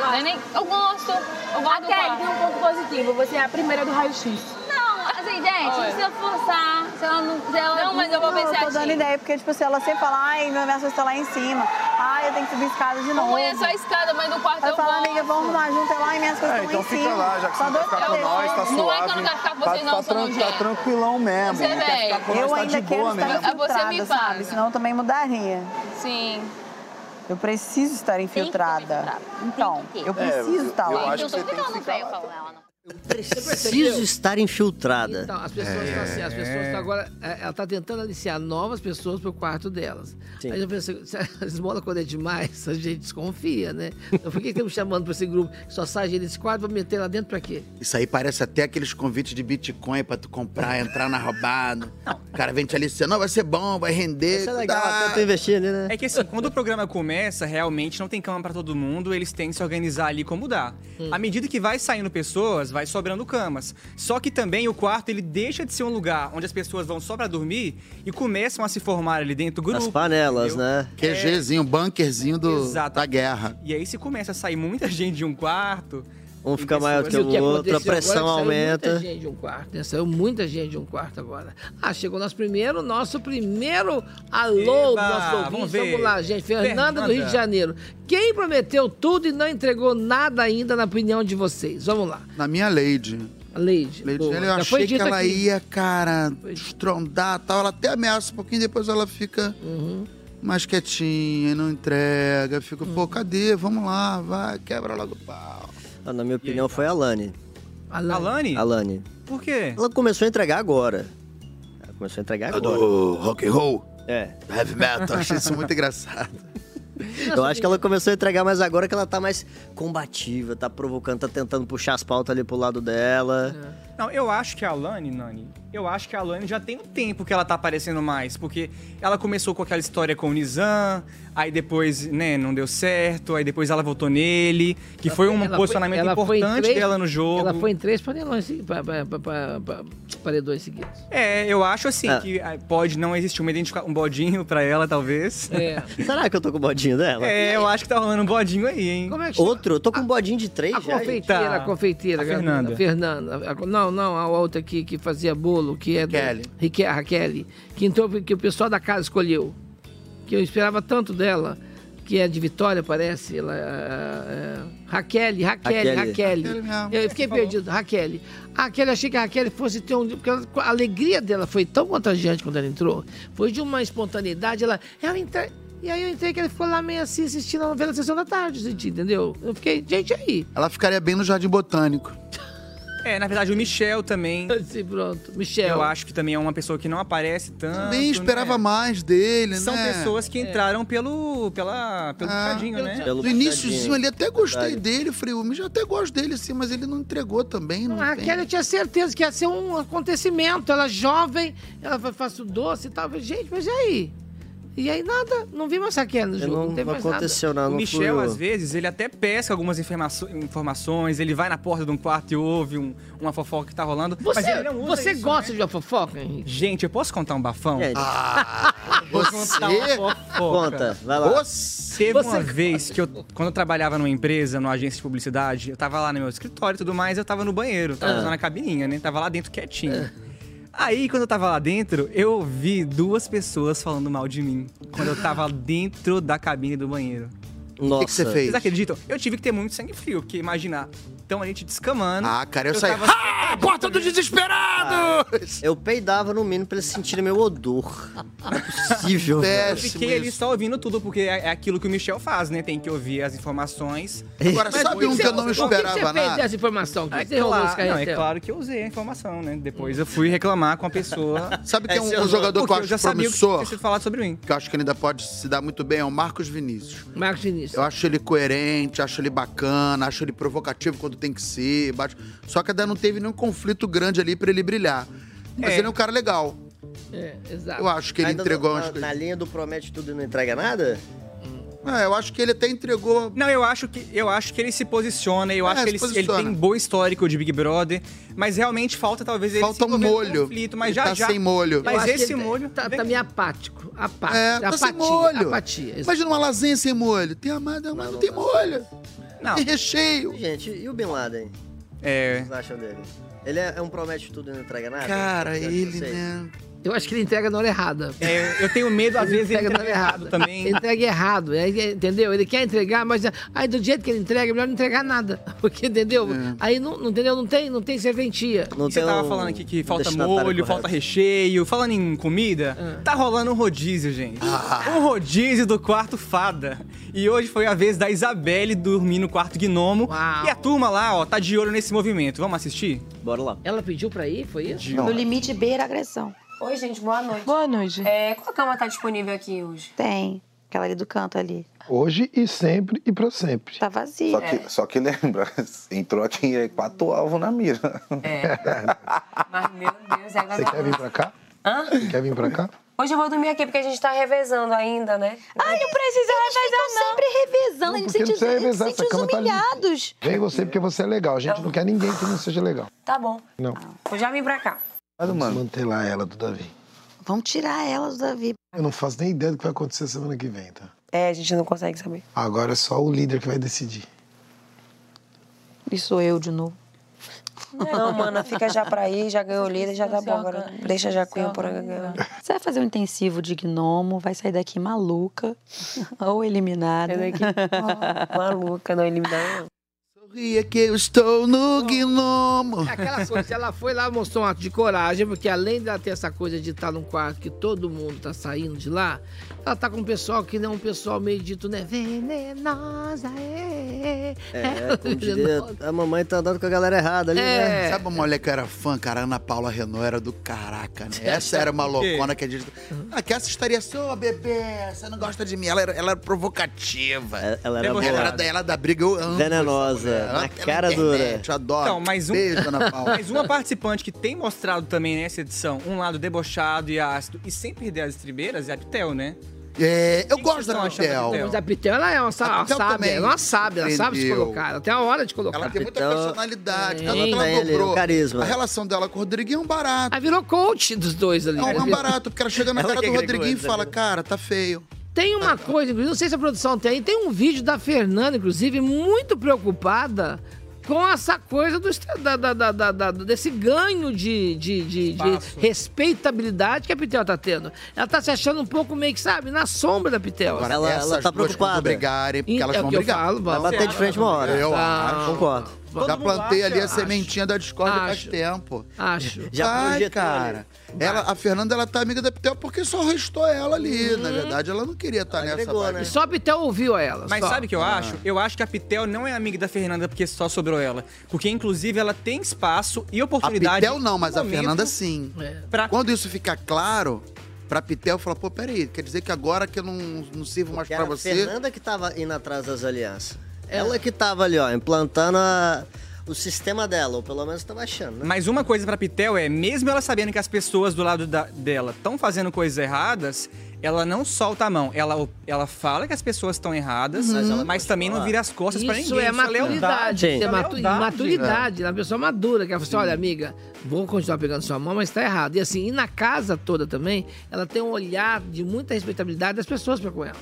Speaker 12: Não é nem- Eu gosto. Eu gosto
Speaker 13: Kelly
Speaker 12: do
Speaker 13: tem um ponto positivo, você é a primeira do raio-x.
Speaker 12: Não, assim, gente, não
Speaker 13: Olha.
Speaker 12: precisa forçar. Se ela não, se ela não mas eu vou ver
Speaker 14: Não,
Speaker 12: se
Speaker 14: eu tô dando ideia, porque, tipo assim, ela sempre fala, ai, meu verso está lá em cima. Ai, eu tenho que subir escada de novo.
Speaker 12: Não é só a escada, mas no quarto
Speaker 14: eu
Speaker 12: eu
Speaker 14: falo,
Speaker 12: gosto.
Speaker 14: amiga, vamos lá, junto lá, e minhas coisas
Speaker 11: É,
Speaker 14: estão
Speaker 11: então
Speaker 14: lá em
Speaker 11: fica
Speaker 14: cima.
Speaker 11: lá, já que
Speaker 14: Só
Speaker 11: você não
Speaker 14: dois
Speaker 11: quer ficar com nós, tá suave.
Speaker 12: Não é que eu não quero ficar com vocês,
Speaker 11: tá,
Speaker 12: não,
Speaker 11: tá,
Speaker 12: sou
Speaker 11: tran- tá
Speaker 12: nojenta.
Speaker 11: tranquilão mesmo.
Speaker 12: Você
Speaker 11: não quer
Speaker 12: vem.
Speaker 11: ficar com nós,
Speaker 14: Eu
Speaker 11: tá de
Speaker 14: ainda quero
Speaker 11: boa
Speaker 14: estar
Speaker 11: mesmo.
Speaker 12: É você me
Speaker 14: infiltrada, sabe?
Speaker 12: paga.
Speaker 14: Senão eu também mudaria.
Speaker 12: Sim.
Speaker 14: Eu preciso estar infiltrada. Então,
Speaker 11: É,
Speaker 14: eu preciso estar lá.
Speaker 5: Preciso estar
Speaker 4: né?
Speaker 5: infiltrada.
Speaker 2: Então, as pessoas
Speaker 4: É.
Speaker 2: estão assim, as pessoas estão agora. é, Ela está tentando aliciar novas pessoas pro quarto delas. Aí eu penso, se a esmola quando é demais, a gente desconfia, né? Então por que estamos chamando para esse grupo que só sai gente desse quarto, vamos meter lá dentro para quê?
Speaker 4: Isso aí parece até aqueles convites de Bitcoin pra tu comprar, entrar na roubada. O cara vem te aliciando, não, vai ser bom, vai render.
Speaker 5: Isso é legal,
Speaker 4: dá.
Speaker 2: tá
Speaker 5: até tu investir, né?
Speaker 3: É que assim, quando o programa começa, realmente não tem cama pra todo mundo, eles têm que se organizar ali como dá. À medida que vai saindo pessoas, vai sobrando camas. Só que também o quarto, ele deixa de ser um lugar onde as pessoas vão só pra dormir e começam a se formar ali dentro do
Speaker 5: As
Speaker 3: grupo.
Speaker 5: panelas, né?
Speaker 4: QGzinho, bunkerzinho do,
Speaker 3: Exato.
Speaker 4: da guerra.
Speaker 3: E aí se começa a sair muita gente de um quarto.
Speaker 5: Um fica maior do que
Speaker 2: E
Speaker 5: o outro, a
Speaker 2: aconteceu
Speaker 5: pressão
Speaker 2: agora é que saiu
Speaker 5: aumenta.
Speaker 2: Muita gente de um quarto, né? Saiu muita gente de um quarto agora. Ah, chegou nosso primeiro, nosso primeiro alô,
Speaker 3: Eba,
Speaker 2: nosso ouvinte. Vamos,
Speaker 3: vamos ver.
Speaker 2: lá, gente. Fernanda,
Speaker 3: Fernanda.
Speaker 2: do Rio de Janeiro. Quem prometeu tudo e não entregou nada ainda, na opinião de vocês? Vamos lá.
Speaker 4: Na minha Lady.
Speaker 2: Lady.
Speaker 4: Lady
Speaker 2: boa.
Speaker 4: Gaga, eu
Speaker 2: Já foi
Speaker 4: achei que
Speaker 2: dito
Speaker 4: ela
Speaker 2: aqui.
Speaker 4: ia, cara, estrondar tal. Ela até ameaça um pouquinho, depois ela fica
Speaker 2: Uhum.
Speaker 4: mais quietinha, não entrega. Fica,
Speaker 2: Uhum.
Speaker 4: pô, cadê? Vamos lá, vai, quebra logo o pau.
Speaker 5: Ah, na minha opinião, foi a Lani.
Speaker 3: A Lani?
Speaker 5: Alane.
Speaker 3: Por quê?
Speaker 5: Ela começou a entregar agora. Ela começou a entregar agora.
Speaker 4: Tá Do rock and roll,
Speaker 5: É.
Speaker 4: heavy metal. Achei isso muito engraçado.
Speaker 5: Eu acho que ela começou a entregar, mas agora que ela tá mais combativa, tá provocando, tá tentando puxar as pautas ali pro lado dela.
Speaker 3: Não, eu acho que a Alane, Nani, eu acho que a Alane já tem um tempo que ela tá aparecendo mais, porque ela começou com aquela história com o Nizam, aí depois, né, não deu certo, aí depois ela voltou nele, que foi um
Speaker 2: Ela foi-
Speaker 3: posicionamento
Speaker 2: ela foi em
Speaker 3: importante
Speaker 2: três-
Speaker 3: dela no jogo.
Speaker 2: Ela foi em três panelões, segui- pa- pa- pa- pa- pa- paredões seguidos.
Speaker 3: É, eu acho assim
Speaker 5: Ah.
Speaker 3: que ah, pode não existir uma identifica... um bodinho pra ela, talvez.
Speaker 2: É.
Speaker 5: Será que eu tô com o bodinho dela?
Speaker 3: É, eu acho que tá rolando um bodinho aí, hein?
Speaker 2: Como é que chama?
Speaker 5: Outro? Eu tô com um bodinho de três
Speaker 2: A
Speaker 5: já. gente.
Speaker 2: confeiteira, a confeiteira.
Speaker 3: A
Speaker 2: Fernanda. Fernanda. A- Não, não, a outra aqui que fazia bolo, que é... do-
Speaker 4: Kelly.
Speaker 2: Rique- a Raquel. Que entrou, que o pessoal da casa escolheu. Que eu esperava tanto dela. Que é de Vitória, parece. Ela, é, Raquel, Raquel,
Speaker 5: Raquel.
Speaker 2: Raquel.
Speaker 4: Raquel mesmo.
Speaker 2: Eu fiquei perdido. Raquel. A Raquel, achei que a Raquel fosse ter um... Porque ela- a alegria dela foi tão contagiante quando ela entrou. Foi de uma espontaneidade. Ela, ela entra... E aí eu entrei que ele ficou lá meio assim, assistindo a novela Sessão da Tarde, gente, entendeu? Eu fiquei, gente, e aí?
Speaker 4: Ela ficaria bem no Jardim Botânico.
Speaker 3: É, na verdade, o Michel também.
Speaker 2: Sim, pronto. Michel.
Speaker 3: Eu acho que também é uma pessoa que não aparece
Speaker 2: Ah,
Speaker 3: tanto.
Speaker 4: Nem esperava
Speaker 3: né?
Speaker 4: mais dele,
Speaker 3: São
Speaker 4: né?
Speaker 3: pessoas
Speaker 2: É.
Speaker 3: que entraram pelo. pela. pelo
Speaker 4: Ah.
Speaker 3: bocadinho, né?
Speaker 5: Pelo
Speaker 4: No iníciozinho
Speaker 5: puxadinho.
Speaker 4: ali até gostei
Speaker 5: Verdade.
Speaker 4: dele, falei, o Mijo até gosto dele, sim, mas ele não entregou também. Não
Speaker 2: A
Speaker 3: Ah,
Speaker 4: tem.
Speaker 2: Raquel, eu tinha certeza que ia ser um acontecimento. Ela jovem, ela fa- faz o doce e tal. Eu falei, Gente, mas e aí? E aí nada, não vi mais Raquel no
Speaker 5: Eu
Speaker 2: jogo, não,
Speaker 5: Não,
Speaker 2: teve
Speaker 5: não
Speaker 2: mais
Speaker 5: aconteceu nada.
Speaker 3: O
Speaker 5: não
Speaker 3: Michel,
Speaker 5: fui eu.
Speaker 3: às vezes, ele até pesca algumas informaço- informações, ele vai na porta de um quarto e ouve um- uma fofoca que tá rolando.
Speaker 2: nada.
Speaker 3: mas ele
Speaker 2: Você,
Speaker 3: não usa
Speaker 2: você
Speaker 3: isso,
Speaker 2: gosta
Speaker 3: né?
Speaker 2: de uma fofoca, Henrique?
Speaker 3: Gente, eu posso contar um bafão?
Speaker 5: Gente,
Speaker 3: Vou contar uma
Speaker 4: Ah, Você?
Speaker 3: fofoca.
Speaker 5: Conta, vai lá.
Speaker 4: Você
Speaker 3: Teve uma vez que eu, quando eu trabalhava numa empresa, numa agência de publicidade, eu tava lá no meu escritório e tudo mais, eu tava no banheiro, tava
Speaker 5: Ah.
Speaker 3: usando a cabininha, né? Tava lá dentro quietinho. Aí, quando eu tava lá dentro, eu ouvi duas pessoas falando mal de mim. Quando eu tava dentro da cabine do banheiro.
Speaker 5: Nossa.
Speaker 4: O que, que você fez?
Speaker 3: Vocês acreditam? Eu tive que ter muito sangue frio, porque imaginar. Então a gente descamando.
Speaker 4: Ah, cara, eu, saí.
Speaker 3: tava-
Speaker 4: Ah, bota do desesperado!
Speaker 5: Eu peidava no mínimo pra eles sentirem meu odor. Não é possível,
Speaker 3: Eu
Speaker 5: velho.
Speaker 4: Péssimo
Speaker 3: fiquei ali
Speaker 4: isso.
Speaker 3: só ouvindo tudo, porque é é aquilo que o Michel faz, né? Tem que ouvir as informações.
Speaker 4: Agora, sabe um que eu não
Speaker 2: O que que
Speaker 4: esperava
Speaker 2: você fez
Speaker 4: nada?
Speaker 2: dessa informação? O que
Speaker 3: É
Speaker 2: você rolou esse
Speaker 3: claro, não, é
Speaker 2: carretel?
Speaker 3: claro que eu usei a informação, né? Depois eu fui reclamar com a pessoa.
Speaker 4: Sabe que é um,
Speaker 5: Esse
Speaker 4: um
Speaker 5: eu não-
Speaker 4: jogador que
Speaker 3: Porque
Speaker 4: eu
Speaker 3: eu já
Speaker 4: acho
Speaker 3: sabia o que tinha
Speaker 4: promissor,
Speaker 3: sido falado sobre mim.
Speaker 4: que eu acho que ele ainda pode se dar muito bem, é o Marcos Vinícius.
Speaker 2: Marcos Vinícius.
Speaker 4: Eu acho ele coerente, acho ele bacana, acho ele provocativo quando tem que ser. bate- Só que ainda não teve nenhum conflito grande ali pra ele brilhar. Mas
Speaker 3: É.
Speaker 4: ele é um cara legal.
Speaker 2: É, exato.
Speaker 4: Eu acho que ele
Speaker 5: Ainda Ah,
Speaker 4: entregou
Speaker 5: na,
Speaker 4: umas
Speaker 5: na,
Speaker 4: coisas.
Speaker 5: na linha do promete tudo e não entrega nada?
Speaker 4: É, eu acho que ele até entregou.
Speaker 3: Não, eu acho que, eu acho que ele se posiciona, eu
Speaker 4: É,
Speaker 3: acho que
Speaker 4: se
Speaker 3: ele, ele
Speaker 4: posiciona.
Speaker 3: tem um bom histórico de Big Brother, mas realmente falta talvez ele
Speaker 4: Falta
Speaker 3: se
Speaker 4: um
Speaker 3: envolver no
Speaker 4: molho.
Speaker 3: conflito, mas
Speaker 4: Ele
Speaker 3: já
Speaker 4: tá
Speaker 3: já.
Speaker 4: sem molho. Eu
Speaker 3: Mas
Speaker 4: acho que
Speaker 3: esse
Speaker 4: ele-
Speaker 3: molho
Speaker 2: Tá, tá meio apático. Apático.
Speaker 4: É, tá sem molho. Imagina uma lasanha sem molho. Tem amada, mas não, tem molho.
Speaker 3: Não.
Speaker 4: Tem recheio.
Speaker 5: Gente, e o Bin Laden? O que
Speaker 3: É.
Speaker 5: vocês acham dele? Ele é, é um promete tudo e não entrega nada?
Speaker 4: Cara,
Speaker 5: Eu acho que
Speaker 4: ele,
Speaker 5: vocês.
Speaker 4: né?
Speaker 2: Eu acho que ele entrega na hora errada.
Speaker 3: É, eu tenho medo, às vezes, ele
Speaker 2: entrega na
Speaker 3: entrega
Speaker 2: hora errada
Speaker 3: errado também.
Speaker 2: Ele entrega errado, é, é, entendeu? Ele quer entregar, mas aí do jeito que ele entrega, é melhor não entregar nada. Porque, entendeu? Aí não, não- entendeu? não tem, não tem serventia.
Speaker 5: Não
Speaker 3: Você
Speaker 5: tem
Speaker 3: tava
Speaker 5: um
Speaker 3: falando aqui que falta
Speaker 5: destinatário
Speaker 3: molho,
Speaker 5: correto.
Speaker 3: falta recheio. Falando em comida, tá rolando um rodízio, gente.
Speaker 4: Ah.
Speaker 3: Um rodízio do quarto fada. E hoje foi a vez da Isabelle dormir no quarto gnomo. E a turma lá, ó, tá de olho nesse movimento. Vamos assistir?
Speaker 5: Bora lá.
Speaker 2: Ela pediu pra ir, foi isso?
Speaker 3: Não. No
Speaker 15: limite beira agressão. Oi, gente, boa noite. Boa noite. É, qual cama tá disponível aqui hoje? Tem. Aquela ali do canto ali.
Speaker 7: Hoje e sempre e pra sempre.
Speaker 15: Tá vazia.
Speaker 16: Só que, só que lembra, entrou aqui é quatro alvos na mira.
Speaker 15: Mas, meu Deus, é agora.
Speaker 7: É. Você quer vir pra cá?
Speaker 15: Hã?
Speaker 7: Você quer vir pra cá?
Speaker 15: Hoje eu vou dormir aqui porque a gente tá revezando ainda, né? Ai, não precisa revezar, não. sempre revezando. A gente
Speaker 7: Porque não precisa revezar, essa cama tá limpa.
Speaker 15: humilhados.
Speaker 7: Vem você porque você é legal. A gente não quer ninguém que não seja legal.
Speaker 15: Tá bom.
Speaker 7: Não.
Speaker 15: Vou já vir pra cá.
Speaker 7: Vamos manter lá ela do Davi.
Speaker 15: Vamos tirar ela do Davi.
Speaker 7: Eu não faço nem ideia do que vai acontecer semana que vem, tá?
Speaker 15: É, a gente não consegue saber.
Speaker 7: Agora é só o líder que vai decidir.
Speaker 15: E sou eu de novo. Não, mana, fica já pra aí, já ganhou o líder, já tá bom. Agora deixa já Cunha por ganhar.
Speaker 17: Você vai fazer um intensivo de gnomo, vai sair daqui maluca ou eliminada.
Speaker 15: maluca, não eliminada.
Speaker 4: Sorria que eu estou no gnomo.
Speaker 2: Aquela coisa, ela foi lá, mostrou um ato de coragem, porque além dela ter essa coisa de estar num quarto que todo mundo tá saindo de lá, ela tá com um pessoal que não é um pessoal meio dito, né? Venenosa, é.
Speaker 5: É, como diria, a mamãe tá andando com a galera errada ali,
Speaker 3: É.
Speaker 5: né?
Speaker 4: Sabe uma mulher que eu era fã, cara? Ana Paula Renault era do caraca, né? Essa era uma
Speaker 5: Por quê?
Speaker 4: loucona que a gente. Ah, que essa estaria sua, bebê. Você não gosta de mim. Ela era, ela era provocativa.
Speaker 5: É, Ela era
Speaker 4: ela,
Speaker 5: boa.
Speaker 4: era da, ela era da briga, eu amo.
Speaker 5: Venenosa,
Speaker 4: essa mulher.
Speaker 5: na
Speaker 4: Ela tá
Speaker 5: cara
Speaker 4: internet,
Speaker 5: dura.
Speaker 4: Eu adoro.
Speaker 3: Então, mais um.
Speaker 4: Beijo, Ana Paula.
Speaker 3: mais uma participante que tem mostrado também nessa edição um lado debochado e ácido e sem perder as estribeiras é a Pitel, né?
Speaker 4: É, eu
Speaker 3: gosto da
Speaker 4: Pitel.
Speaker 2: Mas a Pitel, ela é uma, sa-
Speaker 3: A Pitel
Speaker 2: sábia,
Speaker 3: também
Speaker 2: ela é uma sábia, ela sabe se
Speaker 4: aprendeu.
Speaker 2: colocar, ela tem a hora de colocar.
Speaker 4: Ela tem muita
Speaker 2: Pitel-
Speaker 4: personalidade.
Speaker 2: Tem,
Speaker 4: ela,
Speaker 2: tem
Speaker 4: ela
Speaker 2: ali o
Speaker 4: dobrou.
Speaker 2: carisma.
Speaker 4: A relação dela com o Rodriguinho é um barato.
Speaker 2: Ela virou coach dos dois ali.
Speaker 4: É um
Speaker 2: né?
Speaker 4: barato, porque ela chega na
Speaker 2: Ela
Speaker 4: cara
Speaker 2: que
Speaker 4: do
Speaker 2: agregou
Speaker 4: Rodriguinho e
Speaker 2: essa
Speaker 4: fala,
Speaker 2: vida.
Speaker 4: cara, tá feio.
Speaker 2: Tem uma coisa, inclusive, não sei se a produção tem aí, tem um vídeo da Fernanda, inclusive, muito preocupada com essa coisa do, estra- da- da- da- da- da- desse ganho de, de- de- de
Speaker 18: Espaço.
Speaker 2: respeitabilidade que a Pitel tá tendo. Ela tá se achando um pouco meio que, sabe, na sombra da Pitel.
Speaker 4: Agora, Ela- essas ela tá duas preocupada. quando brigarem, porque
Speaker 2: E-
Speaker 4: elas
Speaker 2: é o
Speaker 4: vão
Speaker 2: que eu
Speaker 4: brigar.
Speaker 2: falo,
Speaker 4: Vai
Speaker 2: vão.
Speaker 4: bater de frente uma hora. Eu acho.
Speaker 5: Tá. Concordo.
Speaker 4: Já plantei ali a
Speaker 2: acha,
Speaker 4: sementinha da discórdia faz tempo.
Speaker 2: Acho.
Speaker 5: Já
Speaker 4: Vai,
Speaker 5: projetou
Speaker 4: cara. Ela, a Fernanda, ela tá amiga da Pitel porque só restou ela ali. Na verdade, ela não queria estar nessa vibe.
Speaker 2: E só a Pitel ouviu ela.
Speaker 3: Mas
Speaker 2: só.
Speaker 3: sabe o que eu
Speaker 4: Ah.
Speaker 3: acho? Eu acho que a Pitel não é amiga da Fernanda porque só sobrou ela. Porque, inclusive, ela tem espaço e oportunidade.
Speaker 4: A Pitel não, mas a
Speaker 3: momento-
Speaker 4: Fernanda sim.
Speaker 2: é,
Speaker 4: Quando isso ficar claro, pra Pitel falar, pô, peraí, quer dizer que agora que eu não, não sirvo mais
Speaker 5: Que
Speaker 4: pra
Speaker 5: era a
Speaker 4: você.
Speaker 5: Fernanda que tava indo atrás das alianças.
Speaker 3: É.
Speaker 5: Ela que tava ali, ó, implantando a- o sistema dela, ou pelo menos tava achando, né?
Speaker 3: Mas uma coisa pra Pitel é, mesmo ela sabendo que as pessoas do lado da- dela estão fazendo coisas erradas, ela não solta a mão. Ela, ela fala que as pessoas estão erradas,
Speaker 2: Uhum.
Speaker 3: mas, também não vira as costas pra ninguém.
Speaker 2: Isso é maturidade. Isso é matu-
Speaker 3: maturidade.
Speaker 2: maturidade. A pessoa madura, que ela fala assim, olha, amiga, vou continuar pegando sua mão, mas tá errado. E assim, e na casa toda também, ela tem um olhar de muita respeitabilidade das pessoas pra com ela.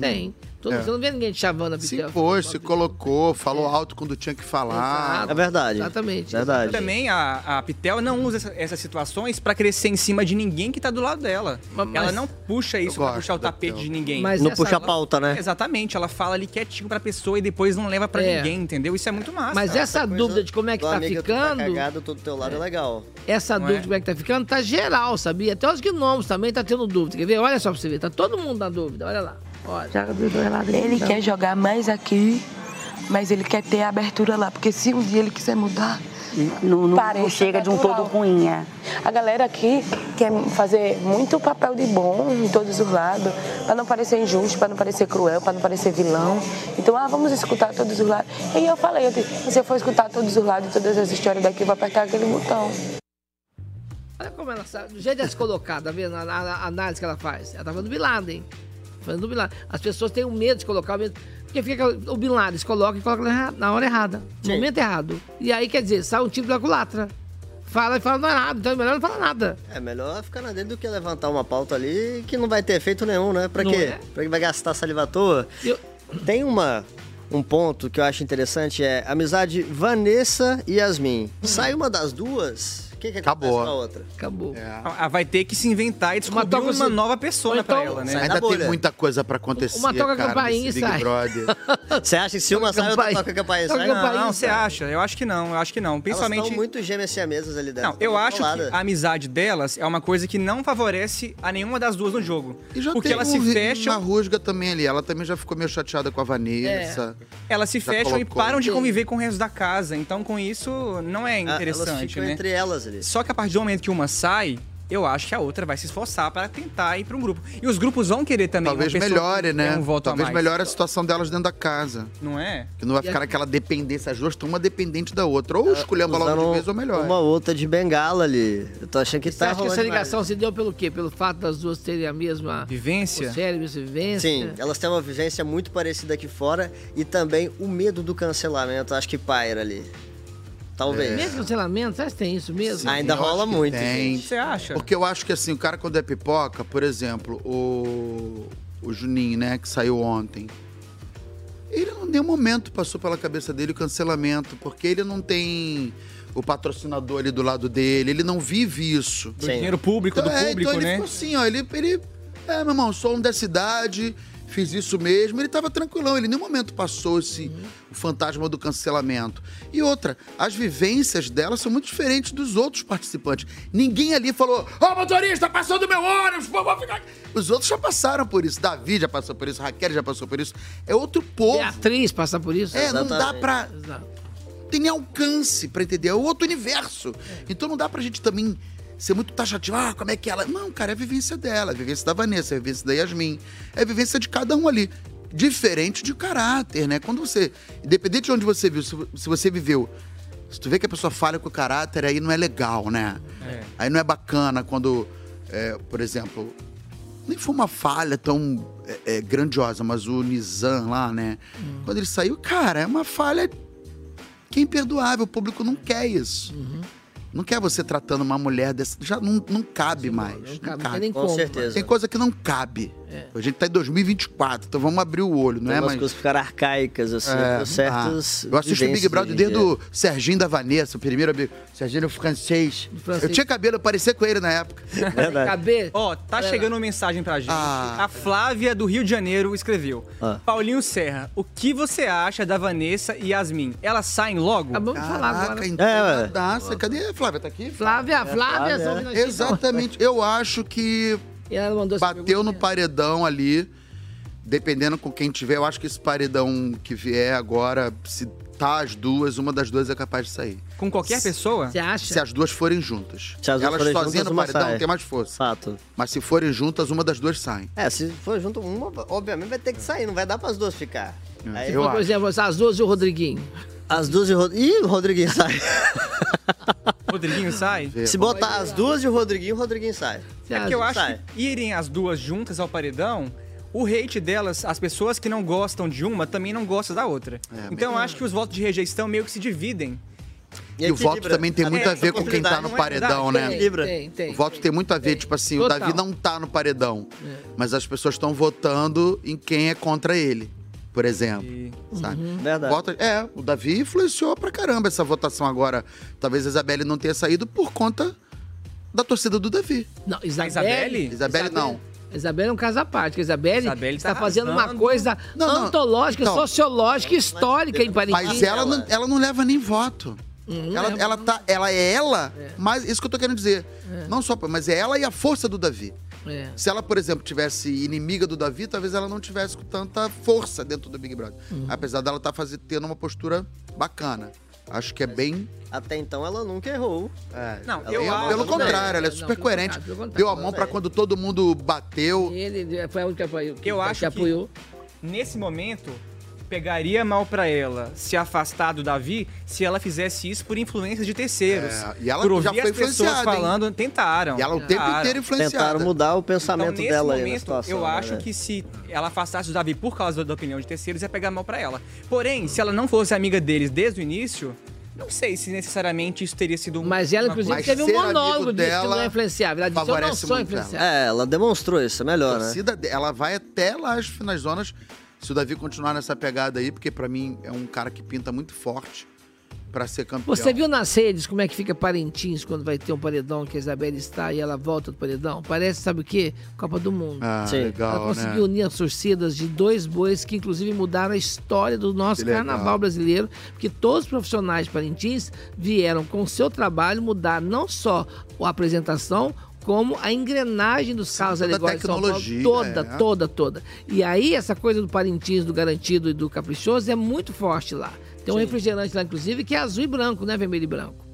Speaker 2: Tem. Todo,
Speaker 4: É.
Speaker 2: Você não vê ninguém te chavando a assim,
Speaker 4: Se
Speaker 2: Pitel.
Speaker 4: impôs, se colocou, falou alto quando tinha que falar.
Speaker 3: É verdade.
Speaker 2: Exatamente.
Speaker 3: Verdade. Também a, a Pitel não usa essa- essas situações pra crescer em cima de ninguém que tá do lado dela. ela não puxa isso pra puxar o tapete de ninguém.
Speaker 5: Mas Não essa- puxa a
Speaker 3: Ela-
Speaker 5: pauta, né?
Speaker 3: Exatamente. Ela fala ali quietinho pra pessoa e depois não leva pra
Speaker 2: É.
Speaker 3: ninguém, entendeu? Isso é muito massa.
Speaker 2: Mas essa
Speaker 3: coisa
Speaker 2: dúvida de como é que
Speaker 3: do
Speaker 2: tá
Speaker 3: amigo, tu tá
Speaker 2: ficando.
Speaker 5: Cagado, tô do teu lado, é, legal.
Speaker 2: Essa
Speaker 5: Não
Speaker 2: dúvida
Speaker 5: é?
Speaker 2: como é que tá ficando tá geral, sabia? Até os gnomos também tá tendo dúvida. Quer ver? Olha só pra você ver. Tá todo mundo na dúvida. Olha lá. Olha.
Speaker 8: Ele quer jogar mais aqui, mas ele quer ter a abertura lá, porque se um dia ele quiser mudar,
Speaker 19: Não, não-
Speaker 8: Parece
Speaker 19: não chega de um todo
Speaker 8: natural.
Speaker 19: ruim, é.
Speaker 8: a galera aqui quer fazer muito papel de bom em todos os lados, para não parecer injusto, para não parecer cruel, para não parecer vilão. Então, ah, vamos escutar todos os lados. E eu falei, eu disse, se eu for escutar todos os lados, todas as histórias daqui, eu vou apertar aquele botão.
Speaker 2: Olha como ela sabe. Do jeito de se colocar, tá vendo? A, a- a análise que ela faz. Ela tá falando do Bin Laden, hein? Falando do Bin Laden. As pessoas têm o medo de colocar o medo. Porque fica aquela- o Bin Laden, eles colocam e colocam na erra- na hora errada, no momento errado. E aí, quer dizer, sai um tipo da culatra. Fala e fala, não é nada, então é melhor não falar nada.
Speaker 5: É melhor ficar na dele do que levantar uma pauta ali que não vai ter efeito nenhum, né? Pra
Speaker 2: Não
Speaker 5: quê?
Speaker 2: é?
Speaker 5: Pra que vai gastar saliva à toa? Tem uma, um ponto que eu acho interessante, é amizade Vanessa e Yasmin. Sai uma das duas, o que, que acontece com a outra?
Speaker 2: Acabou.
Speaker 3: Ah, vai ter que se inventar e descobrir
Speaker 5: toca
Speaker 3: uma
Speaker 5: se-
Speaker 3: nova persona pra ela, né?
Speaker 4: Ainda tem muita coisa pra acontecer,
Speaker 3: Uma toca
Speaker 4: cara,
Speaker 3: campainha
Speaker 4: nesse
Speaker 3: e
Speaker 4: Big
Speaker 3: sai.
Speaker 4: Brother.
Speaker 5: Você acha que se uma sai, outra toca a campainha? sai?
Speaker 3: Não, não, você acha? Eu acho que não, eu acho que não. Principalmente.
Speaker 5: Elas estão muito gêmeas siamesas ali dentro. Ah,
Speaker 3: Não, eu acho que a amizade delas é uma coisa que não favorece a nenhuma das duas no jogo.
Speaker 4: E já
Speaker 3: porque
Speaker 4: tem
Speaker 3: elas
Speaker 4: um
Speaker 3: se
Speaker 4: ri-
Speaker 3: fecham,
Speaker 4: Uma rusga também ali. Ela também já ficou meio chateada com a Vanessa.
Speaker 3: elas se
Speaker 4: já
Speaker 3: fecham e
Speaker 4: colocou.
Speaker 3: param de conviver com o resto da casa. Então, com isso, não é
Speaker 5: Ah, elas
Speaker 3: interessante,
Speaker 5: ficam
Speaker 3: né?
Speaker 5: entre elas ali.
Speaker 3: Só que a partir do momento que uma sai, eu acho que a outra vai se esforçar para tentar ir para um grupo. E os grupos vão querer também
Speaker 4: Talvez
Speaker 3: uma pessoa que
Speaker 4: melhore, né?
Speaker 3: tenha Um voto
Speaker 4: Talvez
Speaker 3: a mais.
Speaker 4: melhore a situação delas dentro da casa.
Speaker 3: Não é?
Speaker 4: Que não vai ficar aquela dependência. As duas estão uma dependente da outra. Ou escolhemos logo de vez ou melhor.
Speaker 5: Uma outra de bengala ali. Eu tô achando que
Speaker 2: Você
Speaker 4: é
Speaker 5: tá
Speaker 2: acha que
Speaker 5: rolando
Speaker 2: essa
Speaker 5: demais.
Speaker 2: ligação se deu pelo quê? Pelo fato das duas terem a mesma
Speaker 3: vivência?
Speaker 2: O cérebro, essa vivência?
Speaker 4: né?
Speaker 5: Sim, elas têm uma vivência muito parecida aqui fora e também o medo do cancelamento, acho que paira ali. Talvez.
Speaker 4: É.
Speaker 2: Mesmo cancelamento, você acha que tem isso mesmo?
Speaker 5: Ainda rola muito, gente.
Speaker 3: Você acha?
Speaker 4: Porque eu acho que assim, o cara quando é pipoca, por exemplo, o, o Juninho, né, que saiu ontem. Ele em nenhum momento passou pela cabeça dele o cancelamento, porque ele não tem o patrocinador ali do lado dele, ele não vive isso.
Speaker 3: Do Sim. dinheiro público, do
Speaker 4: é,
Speaker 3: público,
Speaker 4: então ele
Speaker 3: né?
Speaker 4: ficou assim, ó, ele, ele é, meu irmão, sou um da cidade, fiz isso mesmo, ele tava tranquilão, ele em nenhum momento passou esse o fantasma do cancelamento. E outra, as vivências dela são muito diferentes dos outros participantes. Ninguém ali falou, ó, motorista, passou do meu ônibus, pô, vou ficar... aqui." Os outros já passaram por isso, Davi já passou por isso, Raquel já passou por isso, é outro povo.
Speaker 2: É atriz passar por isso?
Speaker 4: É, não dá pra tem nem alcance pra entender. É outro universo. Então não dá pra gente também ser muito taxativo. Ah, como é que ela. Não, cara, é a vivência dela, é a vivência da Vanessa, é a vivência da Yasmin. É a vivência de cada um ali. Diferente de caráter, né? Quando você. Independente de onde você viu, se vo- se você viveu. Se tu vê que a pessoa falha com o caráter, aí não é legal, né?
Speaker 3: É.
Speaker 4: Aí não é bacana quando, é, por exemplo, nem foi uma falha tão é, é, grandiosa, mas o Nizam lá, né? Quando ele saiu, cara, é uma falha que é imperdoável. O público não quer isso. Não quer você tratando uma mulher dessa. Já não, não cabe mais. Não
Speaker 2: cabe, não
Speaker 4: cabe.
Speaker 2: tem nem Com como. certeza.
Speaker 4: Tem coisa que não cabe. A gente tá em 2024, então vamos abrir o olho, não
Speaker 5: Tem
Speaker 4: é?
Speaker 5: umas
Speaker 4: Mas...
Speaker 5: coisas que ficaram arcaicas, assim,
Speaker 4: É,
Speaker 5: tem certas.
Speaker 4: ah, eu assisto o Big
Speaker 5: vivências é.
Speaker 4: Brother
Speaker 5: hoje em
Speaker 4: desde o Serginho da Vanessa, o primeiro amigo. Serginho era o francês.
Speaker 3: francês.
Speaker 4: Eu tinha cabelo, eu parecia com ele na época.
Speaker 5: É
Speaker 3: Ó, tá
Speaker 4: Pera.
Speaker 3: chegando uma mensagem pra gente.
Speaker 4: Ah.
Speaker 3: a Flávia do Rio de Janeiro escreveu.
Speaker 4: Ah.
Speaker 3: Paulinho Serra, o que você acha da Vanessa e Yasmin? Elas saem logo? Acabamos
Speaker 4: de falar Caraca, agora. então,
Speaker 3: é,
Speaker 4: Nossa, cadê a Flávia? Tá aqui?
Speaker 2: Flávia,
Speaker 4: É,
Speaker 2: Flávia, só um minutinho, então.
Speaker 4: Exatamente. Eu acho que bateu no paredão ali, dependendo com quem tiver. Eu acho que esse paredão que vier agora, se tá as duas, uma das duas é capaz de sair.
Speaker 3: Com qualquer pessoa?
Speaker 2: Você acha?
Speaker 4: Se as duas forem juntas.
Speaker 5: Se as duas
Speaker 4: Elas
Speaker 5: forem
Speaker 4: sozinhas
Speaker 5: juntas,
Speaker 4: no
Speaker 5: uma
Speaker 4: paredão
Speaker 5: sai.
Speaker 4: tem mais força.
Speaker 5: Fato.
Speaker 4: Mas se forem juntas, uma das duas saem.
Speaker 5: É, se for junto uma, obviamente vai ter que sair, não vai dar pras duas ficar.
Speaker 4: É.
Speaker 5: Aí-
Speaker 2: Por exemplo, as duas e o Rodriguinho.
Speaker 5: As duas e o Rodriguinho. Ih, o Rodriguinho sai.
Speaker 3: Rodriguinho sai?
Speaker 5: Se botar as duas e o Rodriguinho, o Rodriguinho sai.
Speaker 3: É porque eu acho
Speaker 5: Sai.
Speaker 3: que irem as duas juntas ao paredão, o hate delas, as pessoas que não gostam de uma também não gostam da outra.
Speaker 4: É,
Speaker 3: então eu acho que os votos de rejeição meio que se dividem.
Speaker 4: E, o voto também tem
Speaker 3: É,
Speaker 4: muito a ver com quem tá no paredão, né? O voto tem muito a ver, tipo assim, o
Speaker 3: Total.
Speaker 4: Davi não tá no paredão, mas as pessoas estão votando em quem é contra ele, por exemplo. Sabe?
Speaker 5: Verdade.
Speaker 4: Vota- é, o Davi influenciou pra caramba essa votação agora. Talvez a Isabelle não tenha saído por conta da torcida do Davi.
Speaker 2: Não, Isabelle?
Speaker 4: Isabelle, não.
Speaker 2: Isabelle é um caso à parte, porque Isabelle, está
Speaker 4: tá
Speaker 2: fazendo uma
Speaker 4: arrasando.
Speaker 2: coisa antológica,
Speaker 4: Então,
Speaker 2: sociológica, histórica em Parintins.
Speaker 4: Mas ela não, ela não leva nem voto. Ela, ela, tá, ela é ela, mas isso que eu tô querendo dizer. Não só, mas é ela e a força do Davi.
Speaker 2: É.
Speaker 4: Se ela, por exemplo, tivesse inimiga do Davi, talvez ela não tivesse com tanta força dentro do Big Brother. Apesar dela estar tendo uma postura bacana. Acho que é bem.
Speaker 5: Até então ela nunca errou.
Speaker 4: É.
Speaker 3: Não,
Speaker 5: Ela
Speaker 4: Eu
Speaker 5: errou.
Speaker 4: pelo contrário, ela é super coerente. Deu a mão pra quando todo mundo bateu.
Speaker 2: Ele foi a única que apoiou.
Speaker 3: Eu acho
Speaker 2: que apoiou.
Speaker 3: Nesse momento, pegaria mal pra ela se afastar do Davi se ela fizesse isso por influência de terceiros.
Speaker 4: É, e ela
Speaker 3: por
Speaker 4: já
Speaker 3: ouvir
Speaker 4: foi
Speaker 3: as pessoas
Speaker 4: influenciada, hein?
Speaker 3: falando, tentaram.
Speaker 4: E ela o tempo
Speaker 3: tentaram.
Speaker 4: inteiro influenciada.
Speaker 5: Tentaram mudar né? o pensamento
Speaker 3: então, nesse
Speaker 5: dela aí na
Speaker 3: momento,
Speaker 5: situação,
Speaker 3: Eu
Speaker 5: né,
Speaker 3: acho
Speaker 5: velho?
Speaker 3: que se ela afastasse o Davi por causa da opinião de terceiros, ia pegar mal pra ela. Porém, se ela não fosse amiga deles desde o início, não sei se necessariamente isso teria sido um
Speaker 2: Mas ela, inclusive, teve um monólogo disso que não é influenciável. Ela disse, eu não sou influenciável.
Speaker 5: É, ela demonstrou isso, é melhor, né?
Speaker 4: torcida, ela vai até lá as finais zonas. Se o Davi continuar nessa pegada aí, porque pra mim é um cara que pinta muito forte pra ser campeão.
Speaker 2: Você viu nas redes como é que fica Parintins quando vai ter um paredão que a Isabelle está e ela volta do paredão? Parece, sabe o quê? Copa do Mundo.
Speaker 4: Ah, Sim. legal,
Speaker 2: Ela conseguiu
Speaker 4: né?
Speaker 2: unir as torcidas de dois bois que, inclusive, mudaram a história do nosso
Speaker 4: Que legal.
Speaker 2: carnaval brasileiro, porque todos os profissionais de Parintins vieram com o seu trabalho mudar não só a apresentação, como a engrenagem dos carros
Speaker 4: toda a
Speaker 2: alegóricos de São
Speaker 4: tecnologia,
Speaker 2: Paulo, toda,
Speaker 4: é.
Speaker 2: toda, toda. E aí, essa coisa do Parintins, do garantido e do caprichoso é muito forte lá. Tem um refrigerante lá, inclusive, que é azul e branco, né? Vermelho e branco.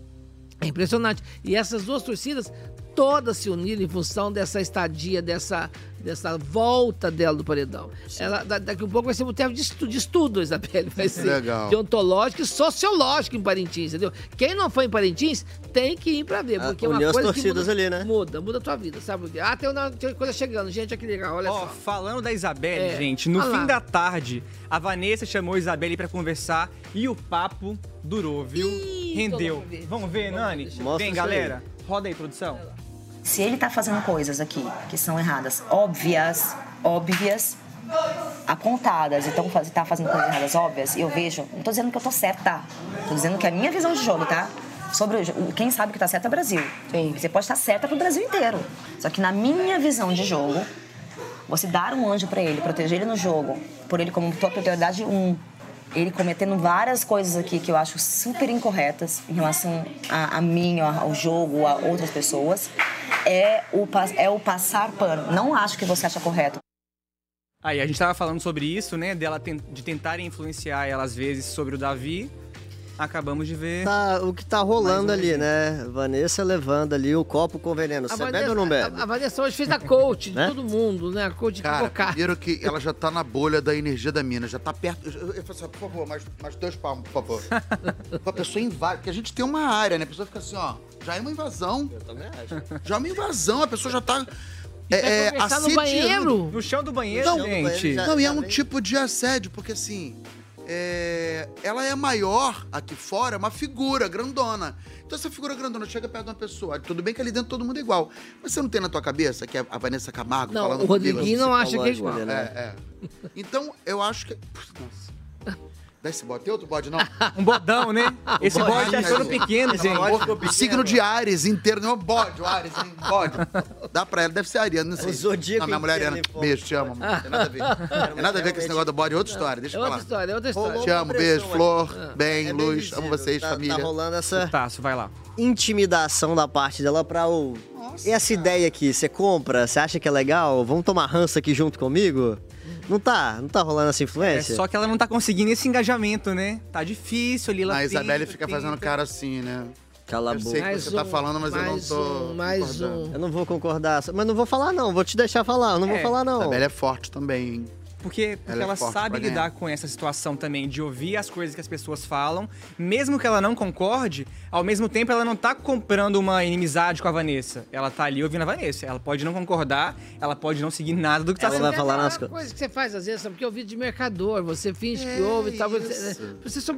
Speaker 2: É impressionante. E essas duas torcidas todas se uniram em função dessa estadia, dessa, dessa volta dela do paredão. Ela, da- daqui a pouco vai ser um tempo de estudo, de estudo Isabelle. Vai ser
Speaker 4: Legal.
Speaker 2: deontológico e sociológico em Parintins, entendeu? Quem não foi em Parintins tem que ir pra ver,
Speaker 5: Ah,
Speaker 2: porque é uma
Speaker 5: uniu as
Speaker 2: coisa
Speaker 5: torcidas
Speaker 2: que muda,
Speaker 5: ali, né?
Speaker 2: muda, muda a tua vida, sabe? por quê? Ah, tem, uma, tem coisa chegando, gente, olha que legal, olha só.
Speaker 5: é
Speaker 3: Falando da Isabelle,
Speaker 2: É.
Speaker 3: gente, no
Speaker 2: Ah lá.
Speaker 3: fim da tarde, a Vanessa chamou a Isabelle pra conversar e o papo durou, viu? Rendeu.
Speaker 18: louca
Speaker 3: Vamos ver, Nani?
Speaker 18: Mostra
Speaker 3: Vem,
Speaker 18: isso
Speaker 3: galera. Roda aí, produção.
Speaker 18: Se ele tá fazendo coisas aqui que são erradas, óbvias, óbvias, apontadas, então faz, tá fazendo coisas erradas óbvias, eu vejo, não tô dizendo que eu tô certa, tá? tô dizendo que a minha visão de jogo, tá? Sobre o jo- quem sabe que tá certo é o Brasil. Você pode estar certa pro Brasil inteiro. Só que na minha visão de jogo, você dar um anjo pra ele, proteger ele no jogo, por ele como tua prioridade um, ele cometendo várias coisas aqui que eu acho super incorretas em relação a, a mim, a- ao jogo, a outras pessoas, é o, pas- é o passar pano. Não acho que você acha correto.
Speaker 3: Aí, a gente tava falando sobre isso, né? Dela ten- de tentar influenciar ela às vezes sobre o Davi. Acabamos de ver.
Speaker 5: Tá, o que tá rolando ali, né? Vanessa levando ali o copo com veneno.
Speaker 2: A
Speaker 5: Você
Speaker 2: Vanessa-
Speaker 5: bebe ou
Speaker 3: tá-
Speaker 5: não bebe?
Speaker 2: A, a Vanessa hoje fez a coach de
Speaker 5: Né?
Speaker 2: todo mundo, né? A coach de
Speaker 4: Cara,
Speaker 2: colocar.
Speaker 4: primeiro que ela já tá na bolha da energia da mina, já tá perto. Eu, eu, eu falo assim, por favor, mais, mais dois palmos, por favor. a pessoa invade, porque a gente tem uma área, né? A pessoa fica assim, ó, já é uma invasão. Eu
Speaker 5: também acho.
Speaker 4: Já é uma invasão, a pessoa já tá.
Speaker 5: é,
Speaker 2: quer conversar no banheiro?
Speaker 3: No chão do banheiro,
Speaker 4: não,
Speaker 3: gente.
Speaker 4: não, e é um tipo de assédio, porque assim. é, ela é maior aqui fora, é uma figura grandona. Então, essa figura grandona chega perto de uma pessoa. Tudo bem que ali dentro todo mundo é igual. Mas você não tem na tua cabeça que é a Vanessa Camargo
Speaker 2: Não,
Speaker 4: falando
Speaker 2: o Rodriguinho
Speaker 4: comigo?
Speaker 2: não
Speaker 5: Tá
Speaker 2: acha que é igual.
Speaker 5: né?
Speaker 4: É, é. Então, eu acho que. Putz, Nossa. Dá esse bode. Tem outro bode, não?
Speaker 3: Um bodão, né? Esse bode tá ficando pequeno, gente.
Speaker 4: O signo de Ares inteiro. Não, bode, o Ares, hein? Bode. Dá pra ela, deve ser Ariana, não sei.
Speaker 5: O zodíaco
Speaker 4: Não, minha mulher é
Speaker 5: inteiro
Speaker 4: Ariana.
Speaker 5: ele
Speaker 4: Beijo, te amo. amor. Tem nada a ver. Tem nada a ver com esse negócio do bode. É outra história, deixa
Speaker 2: É
Speaker 4: eu
Speaker 2: outra
Speaker 4: falar.
Speaker 2: história, é outra história.
Speaker 4: Te amo, beijo, Flor, bem, luz, amo vocês,
Speaker 5: É tá,
Speaker 4: família.
Speaker 5: Tá rolando essa
Speaker 3: Um Taço, vai lá.
Speaker 5: intimidação da parte dela pra o. E essa ideia aqui, você compra, você acha que é legal? Vamos tomar ranço aqui junto comigo? Não tá? Não tá rolando essa
Speaker 3: É,
Speaker 5: influência?
Speaker 3: só que ela não tá conseguindo esse engajamento, né? Tá difícil ali. Ela
Speaker 4: A Isabelle
Speaker 3: tenta,
Speaker 4: fica
Speaker 3: tenta.
Speaker 4: fazendo cara assim, né?
Speaker 5: Cala a
Speaker 4: Eu sei o que
Speaker 5: boca.
Speaker 4: você
Speaker 2: um,
Speaker 4: tá falando, mas eu não tô. concordando.
Speaker 5: Eu não vou concordar, mas não vou falar não, vou te deixar falar, eu não vou
Speaker 3: É,
Speaker 5: falar não.
Speaker 4: Isabelle é forte também, hein?
Speaker 3: Porque, porque
Speaker 4: Ela
Speaker 3: ela,
Speaker 4: é forte
Speaker 3: sabe
Speaker 4: pra ganhar.
Speaker 3: lidar com essa situação também, de ouvir as coisas que as pessoas falam, mesmo que ela não concorde, ao mesmo tempo ela não tá comprando uma inimizade com a Vanessa. Ela tá ali ouvindo a Vanessa. Ela pode não concordar, ela pode não seguir nada do que tá
Speaker 2: Ela
Speaker 3: sendo
Speaker 2: vai falar coisa que você faz às vezes, sabe? Porque eu ouvi de mercador, você finge que
Speaker 3: É
Speaker 2: ouve e tal.
Speaker 3: isso.
Speaker 2: Você, né? você só-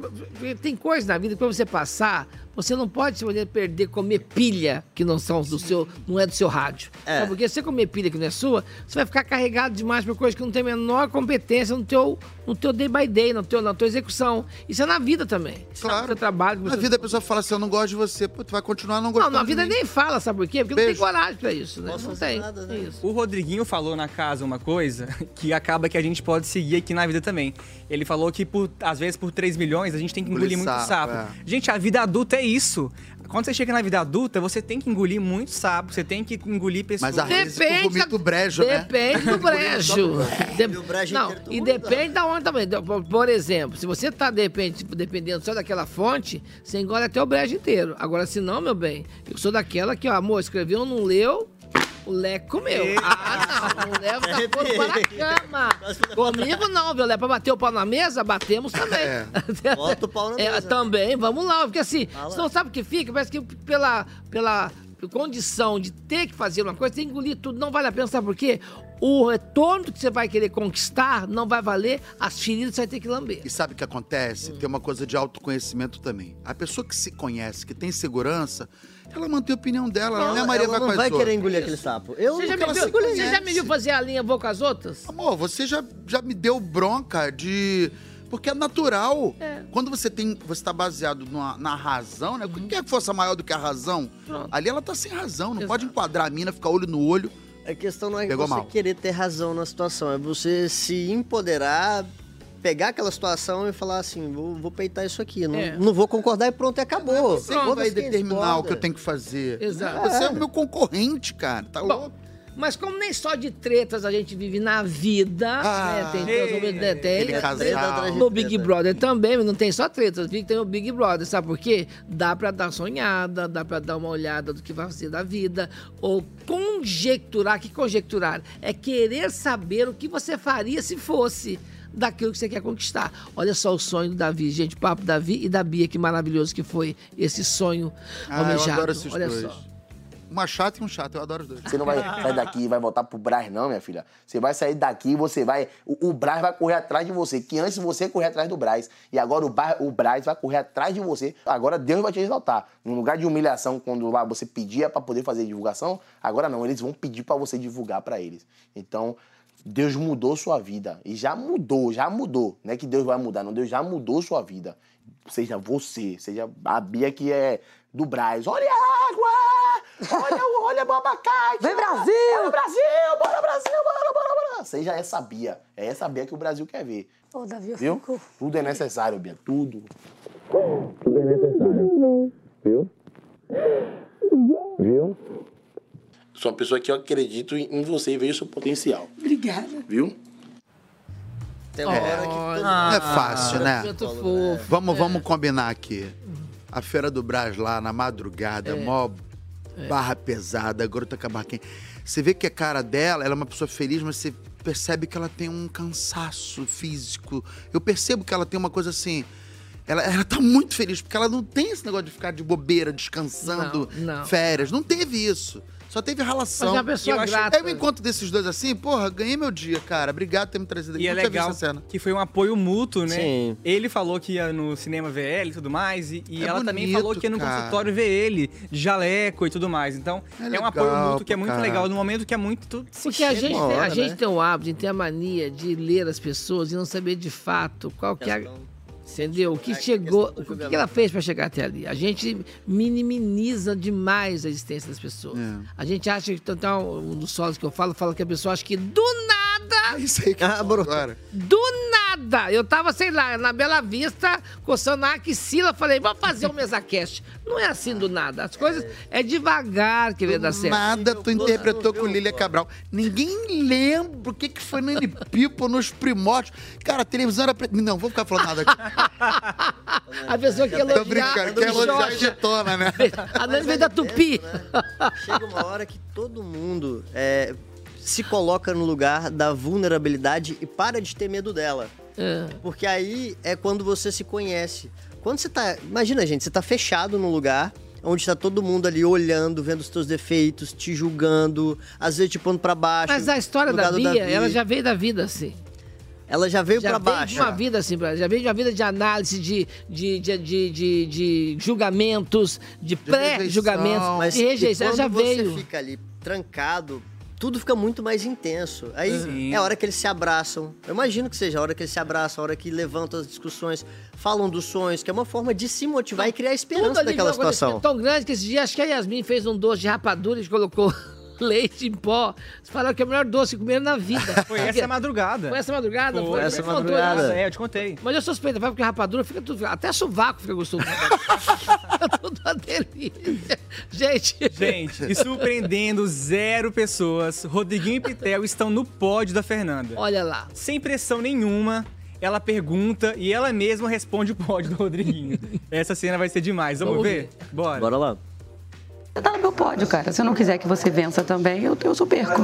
Speaker 2: tem coisas na vida que pra você passar, você não pode se poder perder comer pilha que não são do seu, não é do seu rádio.
Speaker 5: É.
Speaker 2: Sabe? Porque se você comer pilha que não é sua, você vai ficar carregado demais por coisas que não tem a menor competência no teu, no teu day by day, no teu, na tua execução. Isso é na vida também. Claro. No teu trabalho.
Speaker 4: Na vida a pessoa fala assim, eu não gosto de você. Pô, tu vai continuar não gostando
Speaker 2: Não, na vida
Speaker 4: de mim.
Speaker 2: nem fala, sabe por quê? Porque não tem coragem pra isso, né? não tem. É isso.
Speaker 3: O Rodriguinho falou na casa uma coisa que acaba que a gente pode seguir aqui na vida também. Ele falou que, por, às vezes, por 3 milhões, a gente tem que
Speaker 4: Engolir
Speaker 3: engolir muito
Speaker 4: sapo,
Speaker 3: sapo. Gente, a vida adulta é isso. Quando você chega na vida adulta, você tem que engolir muito sapo, você tem que engolir pessoas.
Speaker 4: Mas a Depende Reis vomita da- o brejo, né?
Speaker 2: Depende do brejo. De- Não, e
Speaker 5: né?
Speaker 2: depende da onde também. De- Por por exemplo, se você tá de repente, dependendo só daquela fonte, você engole até o brejo inteiro. Agora, se não, meu bem, eu sou daquela que, ó, amor, escreveu, não leu, O Leco comeu. Ah, não. O Léo tá pondo para a cama. Comigo não, viu, Léo? Pra bater o pau na mesa, batemos também.
Speaker 5: Bota o pau na
Speaker 2: É,
Speaker 5: mesa.
Speaker 2: também, vamos lá. Porque assim,
Speaker 5: Fala.
Speaker 2: senão sabe o que fica? Parece que pela, pela condição de ter que fazer uma coisa, tem que engolir tudo. Não vale a pena, sabe por quê? O retorno que você vai querer conquistar não vai valer, as feridas você vai ter que lamber.
Speaker 4: E sabe o que acontece? Tem uma coisa de autoconhecimento também. A pessoa que se conhece, que tem segurança, ela mantém a opinião dela. Ela
Speaker 5: Não,
Speaker 4: não é a Maria
Speaker 5: ela não
Speaker 4: vai com
Speaker 5: vai
Speaker 4: as
Speaker 5: querer
Speaker 4: outras.
Speaker 5: engolir aquele sapo. Eu
Speaker 2: Você já,
Speaker 5: nunca
Speaker 2: me
Speaker 5: ela
Speaker 2: viu,
Speaker 5: se conhece.
Speaker 2: você já me viu fazer a linha boca às outras?
Speaker 4: Amor, você já, já me deu bronca de. Porque é natural.
Speaker 2: É.
Speaker 4: Quando você tem. Você tá baseado na, na razão, né? Quem é que força maior do que a razão?
Speaker 5: Pronto.
Speaker 4: Ali ela tá sem razão. Não pode enquadrar a mina, ficar olho no olho.
Speaker 5: A questão não é
Speaker 4: Pegou
Speaker 5: você
Speaker 4: mal.
Speaker 5: querer ter razão na situação, é você se empoderar, pegar aquela situação e falar assim, vou, vou peitar isso aqui, não,
Speaker 4: É.
Speaker 5: não vou concordar e pronto, e acabou.
Speaker 4: Você que vai determinar o que eu tenho que fazer.
Speaker 2: Exato.
Speaker 4: Você é o meu concorrente, cara. Tá
Speaker 2: Bom,
Speaker 4: louco?
Speaker 2: Mas como nem só de tretas a gente vive na vida, né?
Speaker 4: Ah,
Speaker 2: Tem, tem, os momentos- né, tem,
Speaker 4: aquele
Speaker 2: né,
Speaker 4: casal.
Speaker 2: treta atrás de No Big Brother também, mas não tem só tretas, tem tem o Big Brother, sabe por quê? Dá pra dar sonhada, dá pra dar uma olhada do que vai ser da vida, ou conjecturar, que conjecturar? É querer saber o que você faria se fosse daquilo que você quer conquistar. Olha só o sonho do Davi, gente, papo Davi e da Bia, que maravilhoso que foi esse sonho
Speaker 4: Ah,
Speaker 2: almejado.
Speaker 4: eu adoro esses
Speaker 2: Olha
Speaker 4: dois.
Speaker 2: só.
Speaker 4: Uma chata e um chato, eu adoro os dois.
Speaker 19: Você não vai sair daqui e vai voltar pro Brás, não, minha filha. Você vai sair daqui e você vai. O, o Brás vai correr atrás de você. Que antes você corria atrás do Brás. E agora o, Bar- o Brás vai correr atrás de você. Agora Deus vai te exaltar. No lugar de humilhação, quando lá você pedia pra poder fazer divulgação, agora não. Eles vão pedir pra você divulgar pra eles. Então. Deus mudou sua vida. E já mudou, já mudou. Não é que Deus vai mudar, não. Deus já mudou sua vida. Seja você, seja a Bia que é do Brás. Olha a água! Olha, o- olha a babacate! Vem, Brasil! Olha o Brasil! Bora, Brasil! Bora, bora, bora! Seja essa Bia. É essa Bia que o Brasil quer ver.
Speaker 20: Ô, Davi, eu
Speaker 19: Viu?
Speaker 20: fico.
Speaker 19: Tudo é necessário, Bia. Tudo. Tudo é necessário. Viu? Viu? Sou uma pessoa que eu acredito em em você e vejo seu potencial.
Speaker 20: Obrigada.
Speaker 19: Viu?
Speaker 5: Tem
Speaker 4: uma hora
Speaker 5: que
Speaker 4: Não é fácil, né?
Speaker 2: Momento um fofo.
Speaker 4: Vamos, vamos combinar aqui. A Feira do Brás lá na madrugada,
Speaker 2: É.
Speaker 4: mó
Speaker 2: É.
Speaker 4: barra pesada, garota cabaquinha. Você vê que a cara dela, ela é uma pessoa feliz, mas você percebe que ela tem um cansaço físico. Eu percebo que ela tem uma coisa assim. Ela, ela tá muito feliz, porque ela não tem esse negócio de ficar de bobeira, descansando,
Speaker 2: Não, não.
Speaker 4: férias. Não teve isso. Só teve ralação.
Speaker 2: Mas é uma pessoa
Speaker 4: eu acho-
Speaker 2: grata.
Speaker 4: Aí o encontro desses dois assim, porra, ganhei meu dia, cara. Obrigado por ter me trazido aqui.
Speaker 3: E é
Speaker 4: Nunca vi
Speaker 3: legal
Speaker 4: essa cena.
Speaker 3: que foi um apoio mútuo, né?
Speaker 4: Sim.
Speaker 3: Ele falou que ia no cinema ver ela e tudo mais, e, e
Speaker 4: É
Speaker 3: ela também
Speaker 4: bonito,
Speaker 3: falou que ia no
Speaker 4: cara.
Speaker 3: consultório ver ele, de jaleco e tudo mais. Então, é, um
Speaker 4: legal
Speaker 3: apoio mútuo que é
Speaker 4: pro
Speaker 3: muito
Speaker 4: cara.
Speaker 3: legal, num momento que é muito...
Speaker 2: Porque a gente, tem, a
Speaker 4: né?
Speaker 2: gente
Speaker 3: tem
Speaker 2: tem o hábito, a gente tem a mania de ler as pessoas e não saber de fato qual que é. a- Entendeu? O que chegou, o que que ela fez para chegar até ali? A gente minimiza demais a existência das pessoas.
Speaker 4: É.
Speaker 2: A gente acha que então, um dos solos que eu falo, fala que a pessoa acha que do nada.
Speaker 4: isso aí que ah, agora.
Speaker 2: Do nada! Eu tava, sei lá, na Bela Vista, coçando a axila, falei, vamos fazer um mesa cast. Não é assim do nada. As coisas é devagar que vem dar certo.
Speaker 4: Nada, tu interpretou com Lília Cabral. Ninguém lembra o que, que foi Nani Pipo nos primórdios. Cara, a televisão era. pre- Não, vou ficar falando nada aqui.
Speaker 2: A pessoa que elogiar...
Speaker 4: Tô brincando, quer elogiar e detona, né?
Speaker 2: A Nani veio é da Tupi.
Speaker 5: né? Chega uma hora que todo mundo é, se coloca no lugar da vulnerabilidade e para de ter medo dela.
Speaker 2: É.
Speaker 5: Porque aí é quando você se conhece. Quando você tá. Imagina, gente, você tá fechado num lugar onde tá todo mundo ali olhando, vendo os teus defeitos, te julgando, às vezes te pondo pra baixo.
Speaker 2: Mas a história
Speaker 5: no
Speaker 2: da
Speaker 5: lugar do
Speaker 2: Bia,
Speaker 5: Davi.
Speaker 2: ela já veio da vida assim.
Speaker 5: Ela já veio pra
Speaker 2: veio
Speaker 5: baixo.
Speaker 2: de uma vida assim, pra- já veio de uma vida de análise, de, de, de, de, de- de julgamentos, de pré-julgamentos,
Speaker 5: Mas
Speaker 2: de rejeição.
Speaker 5: e
Speaker 2: Ela já
Speaker 5: quando
Speaker 2: veio.
Speaker 5: você fica ali trancado, tudo fica muito mais intenso. Aí
Speaker 2: Sim.
Speaker 5: é a hora que eles se abraçam. Eu imagino que seja a hora que eles se abraçam, a hora que levantam as discussões, falam dos sonhos, que é uma forma de se motivar e criar
Speaker 2: Tudo
Speaker 5: esperança
Speaker 2: ali
Speaker 5: naquela
Speaker 2: virou um acontecimento
Speaker 5: situação.
Speaker 2: tão grande que esse dia acho que a Yasmin fez um doce de rapadura e colocou leite em pó. Eles Falaram que é o melhor doce que comeram na vida.
Speaker 3: Foi essa madrugada.
Speaker 2: Foi essa madrugada? né?
Speaker 3: Foi
Speaker 2: Foi
Speaker 3: essa
Speaker 2: Você contou
Speaker 3: madrugada.
Speaker 2: isso?
Speaker 3: É, eu te contei.
Speaker 2: Mas eu suspeito, vai porque rapadura fica tudo. Até sovaco fica gostoso. tudo uma delícia. Gente.
Speaker 3: Gente, e surpreendendo zero pessoas, Rodriguinho e Pitel estão no pódio da Fernanda.
Speaker 2: Olha lá.
Speaker 3: Sem pressão nenhuma, ela pergunta e ela mesma responde o pódio do Rodriguinho. Essa cena vai ser demais. Vamos,
Speaker 5: Vamos
Speaker 3: ver? Bora.
Speaker 5: Bora lá.
Speaker 20: Você tá no meu pódio, cara. Se eu não quiser que você vença também, eu, eu só perco.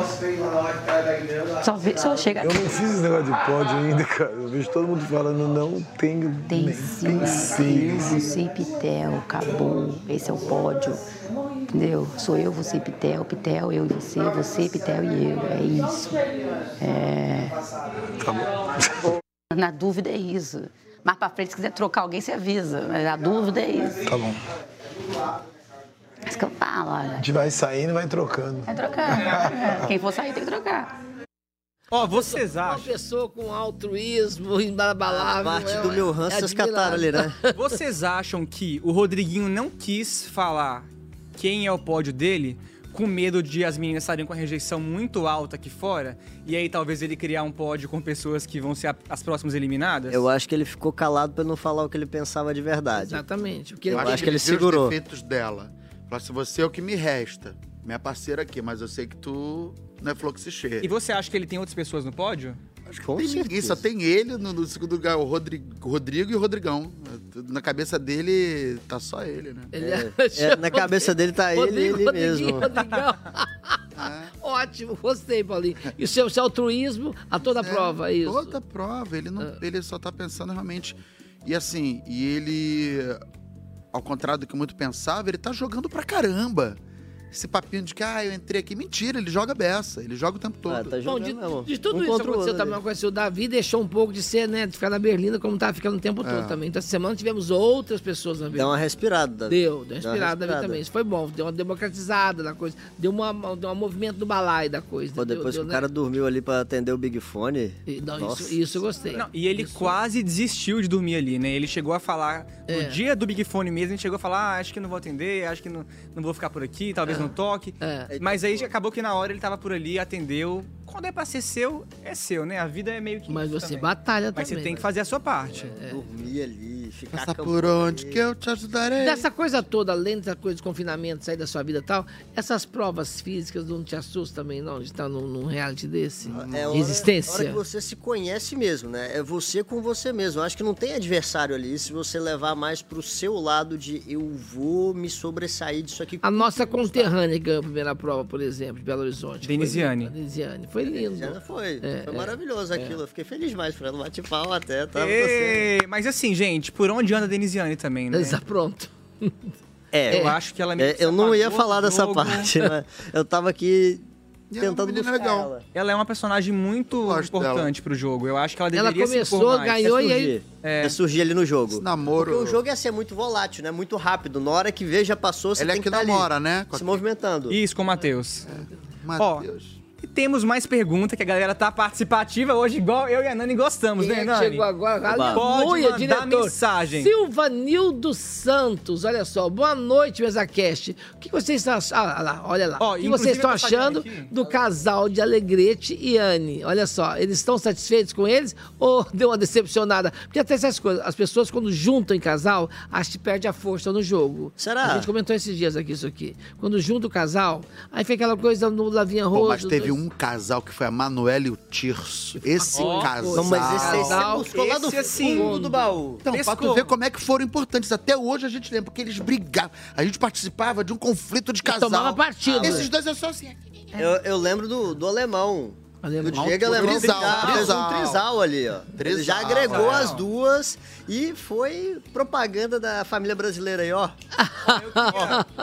Speaker 20: Só, ve- só chega.
Speaker 7: Eu não fiz esse negócio de pódio ainda, cara. Eu vejo todo mundo falando, não tenho nem pensei.
Speaker 21: Você e Pitel, acabou. Esse é o pódio. Entendeu? Sou eu, você e Pitel, Pitel, eu e você, você, Pitel e eu. É isso. É.
Speaker 7: Tá
Speaker 20: Na dúvida é isso. Mais pra frente, se quiser trocar alguém, você avisa. Mas a dúvida é isso.
Speaker 7: Tá bom.
Speaker 20: Isso que eu falo,
Speaker 7: A
Speaker 20: olha.
Speaker 7: gente vai saindo e vai trocando.
Speaker 20: Vai trocar. É, Quem for sair tem que trocar.
Speaker 2: Ó, vocês acham. Uma pessoa com altruísmo inabalável.
Speaker 5: A parte
Speaker 2: é-
Speaker 5: do meu ranço
Speaker 2: é
Speaker 5: é os catarolhas, né?
Speaker 3: Vocês acham que o Rodriguinho não quis falar quem é o pódio dele com medo de as meninas estarem com a rejeição muito alta aqui fora? E aí talvez ele criar um pódio com pessoas que vão ser a- as próximas eliminadas?
Speaker 5: Eu acho que ele ficou calado pra não falar o que ele pensava de verdade.
Speaker 2: Exatamente.
Speaker 5: Eu, acho que ele
Speaker 4: viu
Speaker 5: segurou.
Speaker 4: Os defeitos dela. Falou assim, você é o que me resta. Minha parceira aqui, mas eu sei que tu não é fluxo cheio.
Speaker 3: E você acha que ele tem outras pessoas no pódio?
Speaker 4: Acho que tem ninguém, só tem ele no, no segundo lugar, o Rodrigo, Rodrigo e o Rodrigão. Na cabeça dele, tá só ele, né?
Speaker 2: Ele É, é-
Speaker 5: é, na cabeça dele tá ele, ele mesmo.
Speaker 2: Rodrigão. Ótimo, gostei, Paulinho. E o seu, seu altruísmo a toda prova, é isso?
Speaker 4: Toda prova, ele, não, ele só tá pensando realmente. E assim, e ele, ao contrário do que muito pensava, ele tá jogando pra caramba. Esse papinho de que, ah, eu entrei aqui. Mentira, ele joga beça, ele joga o tempo
Speaker 5: Ah, tá
Speaker 4: todo.
Speaker 2: Bom, Ah, tá de, de
Speaker 5: Um
Speaker 2: tudo isso aconteceu também
Speaker 5: né?
Speaker 2: uma coisa assim, o Davi deixou um pouco de ser, né, de ficar na Berlinda como tava ficando o tempo
Speaker 5: É.
Speaker 2: todo também. Então, essa semana tivemos outras pessoas na
Speaker 5: Deu uma
Speaker 2: Berlinda.
Speaker 5: respirada, Davi.
Speaker 2: Deu, deu uma
Speaker 5: uma
Speaker 2: inspirada ali também. Isso foi bom, deu uma democratizada na coisa, deu, uma, deu um movimento do balai da coisa.
Speaker 5: Pô,
Speaker 2: entendeu?
Speaker 5: depois
Speaker 2: Deu,
Speaker 5: que o
Speaker 2: né?
Speaker 5: cara dormiu ali pra atender o Big Fone.
Speaker 2: E- não,
Speaker 5: nossa.
Speaker 2: isso, isso eu gostei.
Speaker 3: Não, e ele quase desistiu de dormir ali, né? Ele chegou a falar,
Speaker 2: É.
Speaker 3: no dia do Big Fone mesmo, ele chegou a falar, ah, acho que não vou atender, acho que não, não vou ficar por aqui, talvez não toque. Mas aí acabou que na hora ele tava por ali, atendeu. Quando é pra ser seu, é seu, né? A vida é meio que Mas
Speaker 2: você batalha
Speaker 3: Mas você
Speaker 2: também,
Speaker 3: tem
Speaker 2: né?
Speaker 3: que fazer a sua parte.
Speaker 5: É,
Speaker 2: É.
Speaker 5: Dormir ali, ficar
Speaker 4: Passar por onde que eu te ajudarei.
Speaker 2: Dessa coisa toda, além dessa coisa de confinamento, sair da sua vida e tal, essas provas físicas não te assustam também, não? De estar num, num reality desse?
Speaker 5: É hora-
Speaker 2: Resistência?
Speaker 5: hora que você se conhece mesmo, né? É você com você mesmo. Eu acho que não tem adversário ali se você levar mais pro seu lado de eu vou me sobressair disso aqui.
Speaker 2: A nossa conterrânea que ganhou a primeira prova, por exemplo, de Belo Horizonte. que foi
Speaker 5: Denisiane.
Speaker 2: linda, Denisiane. Foi lindo.
Speaker 5: Já foi.
Speaker 2: É,
Speaker 5: foi
Speaker 2: é,
Speaker 5: maravilhoso
Speaker 2: é.
Speaker 5: aquilo. Eu fiquei feliz mais pra ela. Bate pau até, tá?
Speaker 3: Ei, mas assim, gente, por onde anda a Denisiane também, né?
Speaker 2: Tá pronto.
Speaker 5: É,
Speaker 3: eu acho que ela me
Speaker 5: É, eu não ia
Speaker 3: apagou
Speaker 5: falar
Speaker 3: o
Speaker 5: dessa
Speaker 3: jogo.
Speaker 5: parte, mas eu tava aqui
Speaker 3: E ela é uma
Speaker 5: tentando
Speaker 3: menina
Speaker 5: buscar
Speaker 3: legal.
Speaker 5: ela.
Speaker 3: Ela é uma personagem muito importante pro jogo. Eu acho que ela
Speaker 5: Ela
Speaker 3: deveria se
Speaker 5: começou,
Speaker 3: impor mais.
Speaker 5: ganhou e aí- É. surgir ali no jogo.
Speaker 4: Esse namoro.
Speaker 5: Porque o jogo é assim, é muito volátil, né? Muito rápido. Na hora que vê, já passou, você
Speaker 3: Ele é
Speaker 5: tem
Speaker 3: que
Speaker 5: tá ali,
Speaker 3: namora, né? Com
Speaker 5: Se movimentando.
Speaker 3: Isso, com o Matheus. Matheus. E temos mais perguntas, que a galera tá participativa hoje, igual eu e a Nani gostamos,
Speaker 2: Quem
Speaker 3: né,
Speaker 2: é que
Speaker 3: Nani?
Speaker 2: chegou agora?
Speaker 3: Pode
Speaker 2: Aleluia,
Speaker 3: mandar
Speaker 2: diretor.
Speaker 3: mensagem.
Speaker 2: Silvanildo Santos, olha só. Boa noite, mesa cast. O que vocês estão achando? Ah, lá, olha lá.
Speaker 3: Ó,
Speaker 2: o que
Speaker 3: inclusive
Speaker 2: vocês estão
Speaker 3: eu tô fazendo
Speaker 2: achando do casal de Alegrete e Anne? Olha só, eles estão satisfeitos com eles ou deu uma decepcionada? Porque até essas coisas, as pessoas quando juntam em casal, acho que perde a força no jogo.
Speaker 5: Será?
Speaker 2: A gente comentou esses dias aqui isso aqui. Quando junta o casal, aí fica aquela coisa no Lavinha Rosa.
Speaker 4: Pô, mas teve um casal que foi a Manuela e o Tirso. Esse
Speaker 2: Ó,
Speaker 4: casal.
Speaker 2: não, mas esse aí você buscou lá do fundo do baú.
Speaker 4: assim, Então, pra tu
Speaker 2: Pescou.
Speaker 4: ver como é que foram importantes. Até hoje a gente lembra, porque eles brigavam. A gente participava de um conflito de casal.
Speaker 5: tomava partido.
Speaker 4: Esses dois é só assim.
Speaker 5: Eu, eu lembro do, do alemão. Do Diego
Speaker 4: Trisal,
Speaker 5: Alemão brincar, fez um
Speaker 4: Trisal.
Speaker 5: trisal ali, ó. Ele já
Speaker 4: Trisal.
Speaker 5: agregou
Speaker 4: É.
Speaker 5: as duas e foi propaganda da família brasileira aí, ó.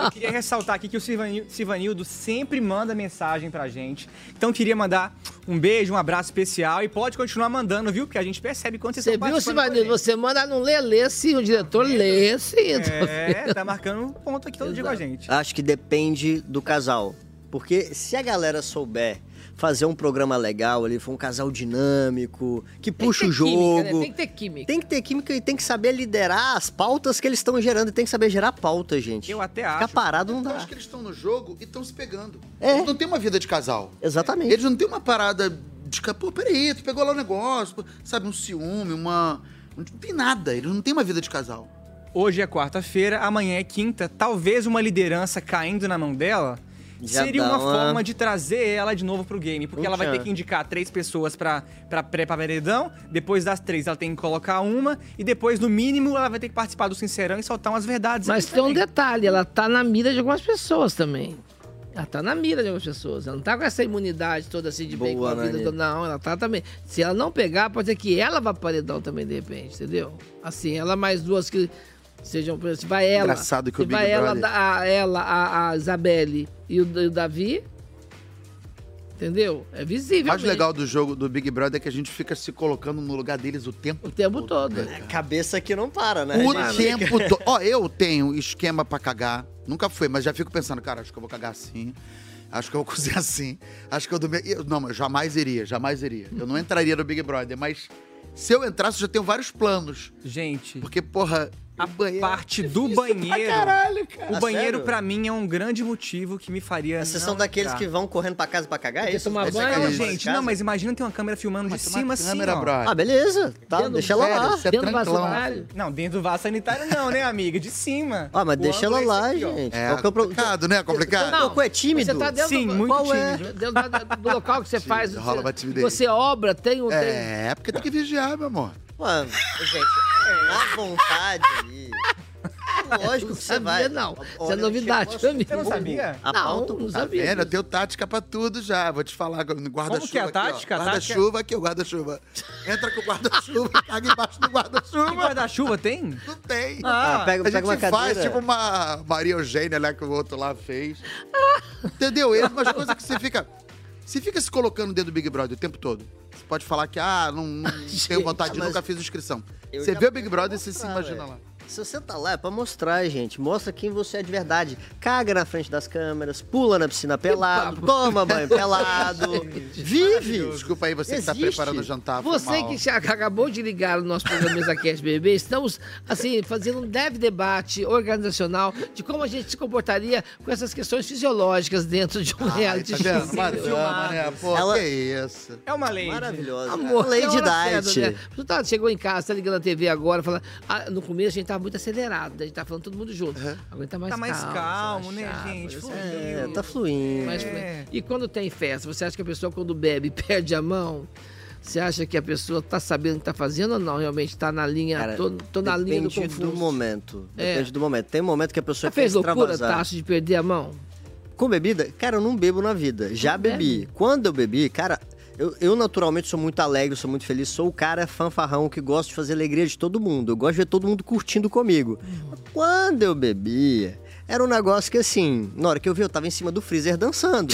Speaker 3: Eu queria ressaltar aqui que o Silvanil- Silvanildo sempre manda mensagem pra gente. Então queria mandar um beijo, um abraço especial e pode continuar mandando, viu? Porque a gente percebe quando vocês
Speaker 2: Você
Speaker 3: estão
Speaker 2: viu,
Speaker 3: participando com a
Speaker 2: Sivanildo? Você manda não ler, ler sim, o diretor lê sim.
Speaker 3: gente. É, tá marcando um ponto aqui todo dia com a gente.
Speaker 5: Acho que depende do casal. Porque se a galera souber fazer um programa legal ali, for um casal dinâmico, que puxa o
Speaker 4: né?
Speaker 5: jogo.
Speaker 2: né? Tem que ter química.
Speaker 5: Tem que ter química e tem que saber liderar as pautas que eles estão gerando. E tem que saber gerar pauta, gente. Eu
Speaker 3: até
Speaker 5: Ficar parado não dá.
Speaker 4: acho que eles estão no jogo e estão se pegando. Eles não têm uma vida de casal.
Speaker 5: Exatamente.
Speaker 4: Eles não têm uma parada de que, pô, peraí, tu pegou lá um negócio, pô, sabe, um ciúme, uma. Não tem nada. Eles não têm uma vida de casal.
Speaker 3: Hoje é quarta-feira, amanhã é quinta, talvez uma liderança caindo na mão dela.
Speaker 5: Já
Speaker 3: seria
Speaker 5: dá
Speaker 3: uma,
Speaker 5: uma-
Speaker 3: forma de trazer ela de novo pro game. Porque
Speaker 5: Um
Speaker 3: ela vai ter
Speaker 5: tchan.
Speaker 3: que indicar três pessoas pra, pra pré-paredão. Depois das três, ela tem que colocar uma. E depois, no mínimo, ela vai ter que participar do Sincerão e soltar umas verdades.
Speaker 2: Mas tem um detalhe, ela tá na mira de algumas pessoas também. Ela tá na mira de algumas pessoas. Ela não tá com essa imunidade toda assim de bem com
Speaker 5: Boa,
Speaker 2: a vida
Speaker 4: né,
Speaker 5: Nani.
Speaker 2: toda. Não, ela tá também. Se ela não pegar, pode ser que ela vá pro paredão também, de repente, entendeu? Assim, ela mais duas que sejam. por exemplo, Se vai ela.
Speaker 4: Engraçado que
Speaker 2: se
Speaker 4: o Big
Speaker 2: vai ela,
Speaker 4: Brother-
Speaker 2: da- a, ela, a, a Isabelle e o, e o Davi. Entendeu? É visível.
Speaker 4: O mais
Speaker 2: mesmo.
Speaker 4: legal do jogo do Big Brother é que a gente fica se colocando no lugar deles o tempo
Speaker 2: O tempo todo. né?
Speaker 5: Cabeça que não para, né?
Speaker 4: O
Speaker 5: A gente
Speaker 4: tempo
Speaker 5: fica-
Speaker 4: todo. Ó, eu tenho esquema pra cagar. Nunca fui, mas já fico pensando, cara, acho que eu vou cagar assim. Acho que eu vou cozinhar assim. Acho que eu dormi. Eu- Não, mas jamais iria, jamais iria. Eu não entraria no Big Brother, mas se eu entrasse, eu já tenho vários planos.
Speaker 3: Gente.
Speaker 4: Porque, porra.
Speaker 3: A parte do banheiro.
Speaker 4: caralho, cara.
Speaker 3: O
Speaker 4: Ah,
Speaker 3: banheiro,
Speaker 4: sério?
Speaker 3: pra mim, é um grande motivo que me faria.
Speaker 5: Tá Vocês são daqueles que vão correndo pra casa pra cagar? É isso?
Speaker 3: tá. tomar
Speaker 5: Essa
Speaker 3: banho,
Speaker 5: câmera de
Speaker 3: gente.
Speaker 5: casa?
Speaker 3: Não, mas imagina ter uma câmera filmando
Speaker 4: é
Speaker 3: de
Speaker 5: tem assim? uma
Speaker 3: cima assim.
Speaker 5: câmera,
Speaker 3: ó.
Speaker 5: brother. Ah, beleza. Tá, Dentro do- deixa ela lá. sério, é Dentro do vaso tranquilão. sanitário?
Speaker 3: Não, dentro do vaso sanitário não, né, amiga? De cima.
Speaker 5: Ah, mas
Speaker 3: O
Speaker 5: deixa ela
Speaker 3: ângulo
Speaker 5: lá,
Speaker 3: esse aqui, ó.
Speaker 5: gente.
Speaker 4: É
Speaker 5: Qual que é o pro-
Speaker 4: complicado, né? Complicado.
Speaker 5: Não, Cocô é tímido?
Speaker 2: Você tá dentro
Speaker 5: Sim,
Speaker 2: do,
Speaker 5: muito
Speaker 2: qual É?
Speaker 5: tímido.
Speaker 2: Dentro da- da- do local que você faz. Você,
Speaker 4: Rola uma timidez.
Speaker 2: você obra, tem um.
Speaker 4: É, porque tem que vigiar, meu amor.
Speaker 5: Mano, gente, na É, vontade ali. Lógico que você vai.
Speaker 2: não.
Speaker 5: Olha,
Speaker 2: Isso é novidade pra
Speaker 5: chegou
Speaker 2: mim.
Speaker 5: assim, fogo. A pauta-
Speaker 2: não
Speaker 4: Tá
Speaker 2: sabia
Speaker 4: vendo?
Speaker 2: disso.
Speaker 4: Eu tenho tática pra tudo já. Vou te falar. Guarda-chuva.
Speaker 2: Como que é a tática? A
Speaker 4: Aqui, ó.
Speaker 2: tática-
Speaker 4: guarda-chuva aqui, o guarda-chuva. Entra com o guarda-chuva, caga embaixo do guarda-chuva.
Speaker 3: Tem guarda-chuva, tem?
Speaker 4: Não tem.
Speaker 3: Ah,
Speaker 4: Tá a
Speaker 3: pega-
Speaker 4: gente
Speaker 3: pega uma
Speaker 4: faz
Speaker 3: cadeira.
Speaker 4: tipo uma Maria Eugênia lá que o outro lá fez. Entendeu? É umas coisas que você fica. Você fica se colocando dentro do Big Brother o tempo todo. Você pode falar que, ah, não, não tenho vontade,
Speaker 5: mas
Speaker 4: nunca fiz inscrição.
Speaker 5: eu
Speaker 4: Você
Speaker 5: já
Speaker 4: vê o Big Brother e você se
Speaker 5: mostrar,
Speaker 4: imagina
Speaker 5: velho.
Speaker 4: lá.
Speaker 5: Se você tá lá, é pra mostrar, gente. Mostra quem você é de verdade. Caga na frente das câmeras, pula na piscina pelado, toma banho pelado.
Speaker 2: é
Speaker 5: Vive!
Speaker 4: Desculpa aí, você que tá
Speaker 2: Existe.
Speaker 4: preparando o jantar. foi
Speaker 2: Você
Speaker 4: mal. Tá
Speaker 2: que é já acabou de ligar o nosso programa Mesa Cast BBB, estamos, assim, fazendo um leve debate organizacional de como a gente se comportaria com essas questões fisiológicas dentro de um reality
Speaker 4: tá vendo?
Speaker 2: show.
Speaker 4: Marama, né? Pô,
Speaker 2: Ela-
Speaker 4: que isso.
Speaker 3: É uma lei.
Speaker 5: Maravilhosa.
Speaker 2: Amor, é
Speaker 5: Lady
Speaker 2: tem hora
Speaker 5: Diet.
Speaker 2: certa, né? Tu tá, chegou em casa, tá ligando a TV agora, fala, ah, no começo a gente tava muito acelerado, a gente tá falando todo mundo junto. Agora tá mais
Speaker 3: Tá mais
Speaker 2: calmo.
Speaker 3: calmo, né, gente? É.
Speaker 5: É, tá fluindo.
Speaker 2: Mas, E quando tem festa, você acha que a pessoa, quando bebe, perde a mão? Você acha que a pessoa tá sabendo o que tá fazendo ou não? Realmente tá na linha.
Speaker 5: Cara,
Speaker 2: tô, tô na linha do
Speaker 5: depende
Speaker 2: confuso.
Speaker 5: momento.
Speaker 2: É.
Speaker 5: Depende do momento. Tem momento que a pessoa
Speaker 2: Já fez
Speaker 5: quer
Speaker 2: loucura, tá?
Speaker 5: extravasar.
Speaker 2: Tasso, de perder a mão?
Speaker 5: Com bebida? Cara, eu não bebo na vida. Já bebi.
Speaker 2: bebe?
Speaker 5: Quando eu bebi, cara, eu, eu naturalmente sou muito alegre, sou muito feliz, sou o cara fanfarrão que gosta de fazer alegria de todo mundo. Eu gosto de ver todo mundo curtindo comigo.
Speaker 2: Uhum.
Speaker 5: Mas Quando eu bebia, era um negócio que assim, na hora que eu vi, eu tava em cima do freezer dançando.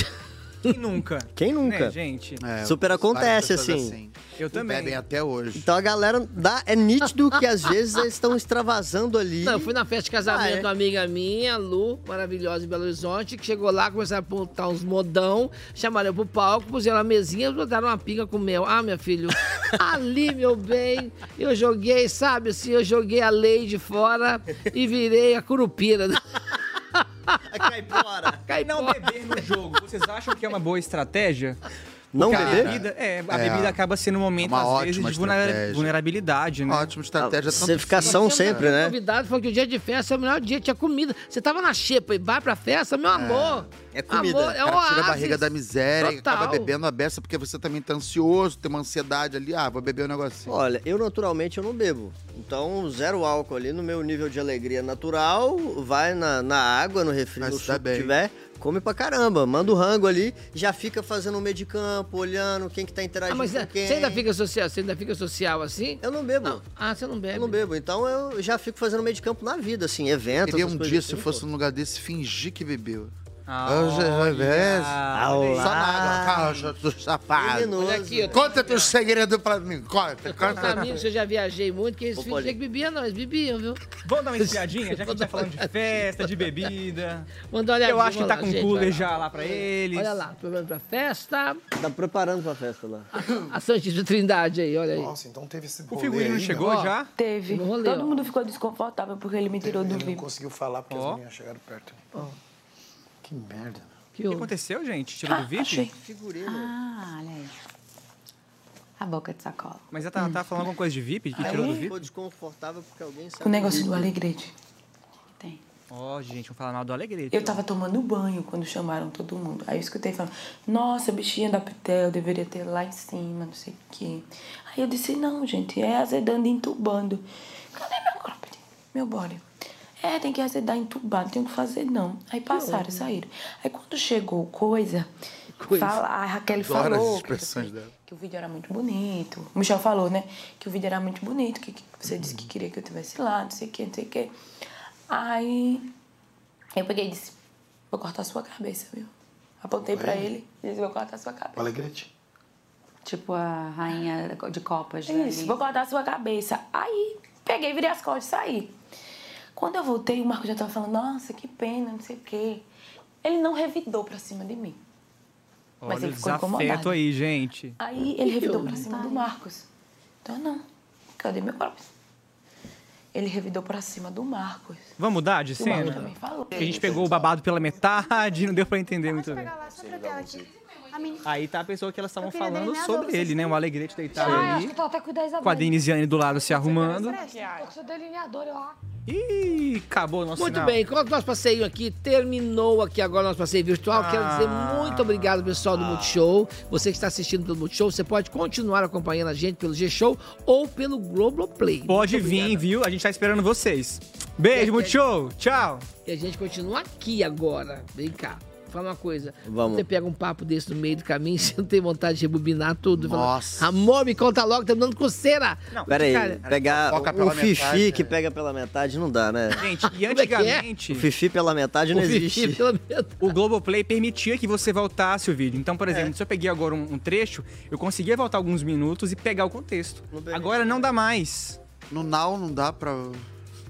Speaker 3: Quem nunca?
Speaker 5: Quem nunca?
Speaker 3: Né, gente?
Speaker 5: Super acontece, assim.
Speaker 3: Eu também.
Speaker 4: Bebem até hoje.
Speaker 5: Então a galera dá. É nítido que às vezes eles estão extravasando ali.
Speaker 2: Não, eu fui na festa de casamento
Speaker 5: Ah, é?
Speaker 2: de uma amiga minha, Lu, maravilhosa em Belo Horizonte, que chegou lá, começaram a apontar uns modão, chamaram eu pro palco, puseram a mesinha, botaram uma pinga com mel. Ah, meu filho, ali, meu bem, eu joguei, sabe assim, eu joguei a lei de fora e virei a curupira.
Speaker 3: Cai não beber no jogo. Vocês acham que é uma boa estratégia?
Speaker 5: Não
Speaker 3: Porque
Speaker 5: beber?
Speaker 3: A bebida, é, a
Speaker 5: É.
Speaker 3: bebida acaba sendo um momento,
Speaker 5: Uma
Speaker 3: às vezes,
Speaker 5: ótima
Speaker 3: de vulnera-
Speaker 5: estratégia.
Speaker 3: vulnerabilidade, né?
Speaker 4: Ótima estratégia.
Speaker 5: Você fica são sempre, né?
Speaker 2: é Convidado falou que o dia de festa é o melhor dia, tinha comida. Você tava na xepa e vai pra festa, meu amor.
Speaker 5: É
Speaker 2: Amor, é
Speaker 4: o cara tira a
Speaker 2: oásis.
Speaker 4: barriga da miséria, e acaba
Speaker 2: Total.
Speaker 4: bebendo a beça porque você também tá ansioso, tem uma ansiedade ali. Ah, vou beber um negocinho.
Speaker 5: Olha, eu naturalmente eu não bebo. Então, zero álcool ali no meu nível de alegria natural. Vai na, na água, no refri,
Speaker 4: tá
Speaker 5: no suco que tiver. Come pra caramba. Manda o rango ali. Já fica fazendo um meio de campo, olhando quem que tá
Speaker 2: Ah,
Speaker 5: interagindo
Speaker 2: mas
Speaker 5: com quem.
Speaker 2: você ainda fica social, você ainda fica social assim?
Speaker 5: Eu não bebo.
Speaker 2: Ah, você não bebe.
Speaker 5: Eu não bebo. Então, eu já fico fazendo meio de campo na vida, assim. Eventos,
Speaker 4: Queria
Speaker 5: essas
Speaker 4: um
Speaker 5: coisas
Speaker 4: dia,
Speaker 5: assim,
Speaker 4: se eu
Speaker 5: pô.
Speaker 4: fosse num lugar desse, fingir que bebeu.
Speaker 3: Ah,
Speaker 4: Hoje é vez.
Speaker 5: olha.
Speaker 4: Só nada, caixa do safado.
Speaker 5: Venenoso,
Speaker 2: Olha aqui, eu
Speaker 5: é
Speaker 2: tô-
Speaker 4: Conta teu segredo pra mim. Conta,
Speaker 2: Meus
Speaker 4: conta.
Speaker 2: amigos, eu já viajei muito, que eles fingiam que bebiam, não, eles bebiam, viu?
Speaker 3: Vamos dar uma espiadinha, já que a gente tá falando de festa, de bebida.
Speaker 2: Manda
Speaker 5: É
Speaker 2: olhar
Speaker 3: Eu acho que tá com cooler já lá pra eles.
Speaker 2: Olha lá, tô preparando pra festa.
Speaker 5: Tá preparando pra festa lá.
Speaker 2: A Santíssima Trindade aí, olha aí. Nossa,
Speaker 7: então teve esse
Speaker 2: O
Speaker 7: figurino chegou já?
Speaker 8: Teve.
Speaker 2: No rolê,
Speaker 8: Todo
Speaker 2: ó.
Speaker 8: mundo ficou desconfortável porque ele me tirou do
Speaker 7: Ele não
Speaker 8: vivo.
Speaker 7: conseguiu falar porque
Speaker 8: Ó.
Speaker 7: as meninas chegaram perto. Que merda.
Speaker 2: Que
Speaker 3: O que aconteceu, gente? Tirou do VIP?
Speaker 21: Ah, olha aí. A boca de sacola.
Speaker 3: Mas ela tá, tá falando alguma coisa de VIP? Que tirou do VIP?
Speaker 5: Ficou desconfortável porque alguém sabe.
Speaker 21: O negócio
Speaker 5: que-
Speaker 21: do
Speaker 8: Alegrete.
Speaker 21: Tem.
Speaker 3: Ó, gente, vamos falar mal do Alegrete.
Speaker 8: Eu tava tomando banho quando chamaram todo mundo. Aí eu escutei falando, nossa, bichinha da Pitel, deveria ter lá em cima, não sei o quê. Aí eu disse, não, gente, é azedando e entubando. Cadê meu cropped? Meu body. É, tem que azedar entubado, não tem o que fazer não. Aí passaram,
Speaker 4: É.
Speaker 2: horror.
Speaker 8: saíram. Aí quando chegou coisa,
Speaker 2: Coisa.
Speaker 8: Fala, a Raquel
Speaker 4: Adoro as
Speaker 8: falou que,
Speaker 4: expressões dela.
Speaker 8: que o vídeo era muito bonito. O Michel falou, né? Que o vídeo era muito bonito, que, que você disse que queria que eu tivesse lá, não sei o quê, não sei o quê. Aí eu peguei e disse, vou cortar sua cabeça, viu? Apontei pra
Speaker 21: Ué?
Speaker 8: ele e disse, vou cortar sua cabeça.
Speaker 21: Alegrete? Tipo a rainha de copas, né?
Speaker 8: Isso,
Speaker 21: ali.
Speaker 8: vou guardar a sua cabeça. Aí, peguei, virei as costas e saí. Quando eu voltei, o Marco já tava falando, nossa, que pena, não sei o quê. Ele não revidou pra cima de mim.
Speaker 3: Olha
Speaker 8: Mas ele
Speaker 3: o
Speaker 8: ficou
Speaker 3: desafeto
Speaker 8: incomodado.
Speaker 3: aí, gente.
Speaker 8: Aí ele revidou pra cima do Marcos. Então, não, cadê meu corpo? Ele revidou pra cima do Marcos.
Speaker 3: Vamos mudar de
Speaker 8: E o Marcos
Speaker 3: cena?
Speaker 8: também falou.
Speaker 3: Porque a gente pegou o babado pela metade, não deu pra entender muito bem. Aí tá a pessoa que elas estavam
Speaker 1: Eu queria
Speaker 3: falando
Speaker 1: delineador,
Speaker 3: sobre
Speaker 1: vocês
Speaker 3: ele, né? O Alegrete deitado
Speaker 1: assim. Ah, eu acho
Speaker 3: ali,
Speaker 1: que tô até com 10 a
Speaker 3: com a Denisiane do lado se arrumando.
Speaker 1: Tô com seu delineador, eu acho.
Speaker 3: Ih, acabou o nosso
Speaker 2: Muito
Speaker 3: sinal.
Speaker 2: bem, enquanto nosso passeio aqui terminou aqui agora o nosso passeio virtual, quero dizer
Speaker 3: Ah.
Speaker 2: muito obrigado, pessoal do Multishow. Você que está assistindo pelo Multishow, você pode continuar acompanhando a gente pelo G-Show ou pelo Globoplay.
Speaker 3: Pode vir, viu? A gente tá esperando vocês. Beijo, muito show. Tchau.
Speaker 2: E a gente continua aqui agora. Vem cá. Fala uma coisa.
Speaker 3: Vamos.
Speaker 2: Você pega um papo desse no meio do caminho, você não tem vontade de rebobinar tudo. Nossa. Amor, me conta logo, tá me dando coceira. Não,
Speaker 5: Peraí, pegar o fifi
Speaker 4: né?
Speaker 5: que pega pela metade não dá, né?
Speaker 3: Gente, e
Speaker 5: Como é que é?
Speaker 3: antigamente.
Speaker 5: O fifi pela metade não
Speaker 3: O fifi
Speaker 5: existe.
Speaker 2: pela
Speaker 3: O Globoplay permitia que você voltasse o vídeo. Então, por exemplo, se eu peguei agora um, um trecho, eu conseguia voltar alguns minutos e pegar o contexto. agora não dá mais.
Speaker 4: No Now não dá pra.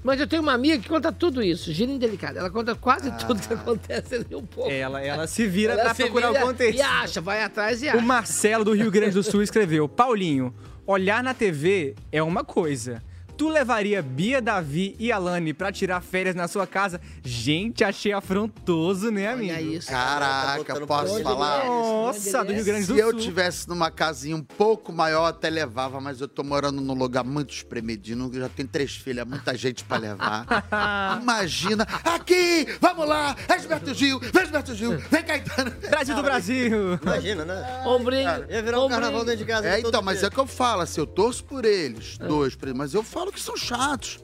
Speaker 2: Mas eu tenho uma amiga que conta tudo isso, gira indelicada. Ela conta quase tudo que acontece ali um pouco.
Speaker 3: Ela, ela se vira
Speaker 2: Ela
Speaker 3: É, pra
Speaker 2: se
Speaker 3: procurar
Speaker 2: vira
Speaker 3: o contexto.
Speaker 2: E acha, vai atrás e acha.
Speaker 3: O Marcelo do Rio Grande do Sul escreveu: Paulinho, olhar na TV é uma coisa. Tu levaria Bia, Davi e Alane pra tirar férias na sua casa? Gente, achei afrontoso, né, amigo?
Speaker 2: é
Speaker 4: Caraca, posso falar?
Speaker 3: Nossa, do Rio Grande do
Speaker 4: Se
Speaker 3: Sul.
Speaker 4: eu tivesse numa casinha um pouco maior, até levava, mas eu tô morando num lugar muito espremedido, eu já tenho três filhas, muita gente pra levar. Imagina, aqui, vamos lá, é Gilberto Gil, vem Gilberto Gil, vem então. Caetano.
Speaker 3: Brasil do Brasil.
Speaker 5: Imagina, né?
Speaker 2: Ombrinho.
Speaker 5: Ia virar um carnaval dentro de casa.
Speaker 4: É,
Speaker 5: todo
Speaker 4: então, mas
Speaker 5: dia.
Speaker 4: é que eu falo, assim, eu torço por eles, dois, por eles, mas eu falo que são chatos.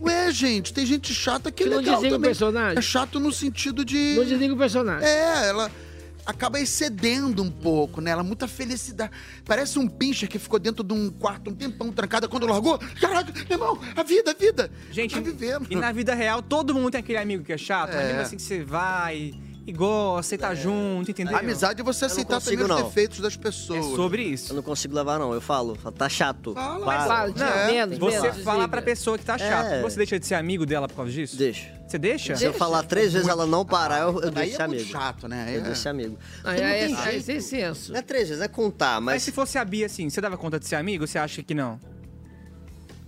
Speaker 4: Ué, gente, tem gente chata que é
Speaker 2: Tu não
Speaker 4: legal
Speaker 2: desliga o
Speaker 4: também.
Speaker 2: personagem?
Speaker 4: É chato no sentido de...
Speaker 2: Não desliga o personagem.
Speaker 4: É, ela acaba excedendo um pouco, né? Ela muita felicidade. Parece um pincher que ficou dentro de um quarto um tempão trancada quando largou. Caraca, meu irmão, a vida, a vida.
Speaker 3: Gente,
Speaker 4: tá vivendo.
Speaker 3: E na vida real, todo mundo tem aquele amigo que é chato,
Speaker 4: É.
Speaker 3: um amigo assim que você vai e gosta, e tá junto, entendeu?
Speaker 4: Amizade é você
Speaker 3: não
Speaker 4: aceitar
Speaker 3: consigo,
Speaker 4: também os
Speaker 3: não.
Speaker 4: defeitos das pessoas.
Speaker 3: É sobre isso.
Speaker 5: Eu não consigo levar, não. Eu falo, tá chato.
Speaker 4: Fala,
Speaker 3: Mas,
Speaker 5: Para.
Speaker 3: É. não, você fala pra pessoa que tá chata.
Speaker 5: É.
Speaker 3: Você deixa de ser amigo dela por causa disso?
Speaker 5: Deixa.
Speaker 3: Você deixa?
Speaker 5: Se eu falar três vezes ela não parar, eu, eu
Speaker 3: Aí
Speaker 5: deixo
Speaker 3: é
Speaker 5: esse
Speaker 3: muito
Speaker 5: amigo.
Speaker 4: chato, né?
Speaker 5: Eu
Speaker 3: É.
Speaker 5: deixo esse amigo.
Speaker 2: Ah,
Speaker 5: Porque não
Speaker 2: é,
Speaker 5: tem
Speaker 2: é,
Speaker 5: jeito.
Speaker 2: sem senso.
Speaker 5: Não é três vezes, é contar,
Speaker 3: Mas
Speaker 5: mas
Speaker 3: se fosse a Bia, assim, você dava conta de ser amigo ou você acha que não?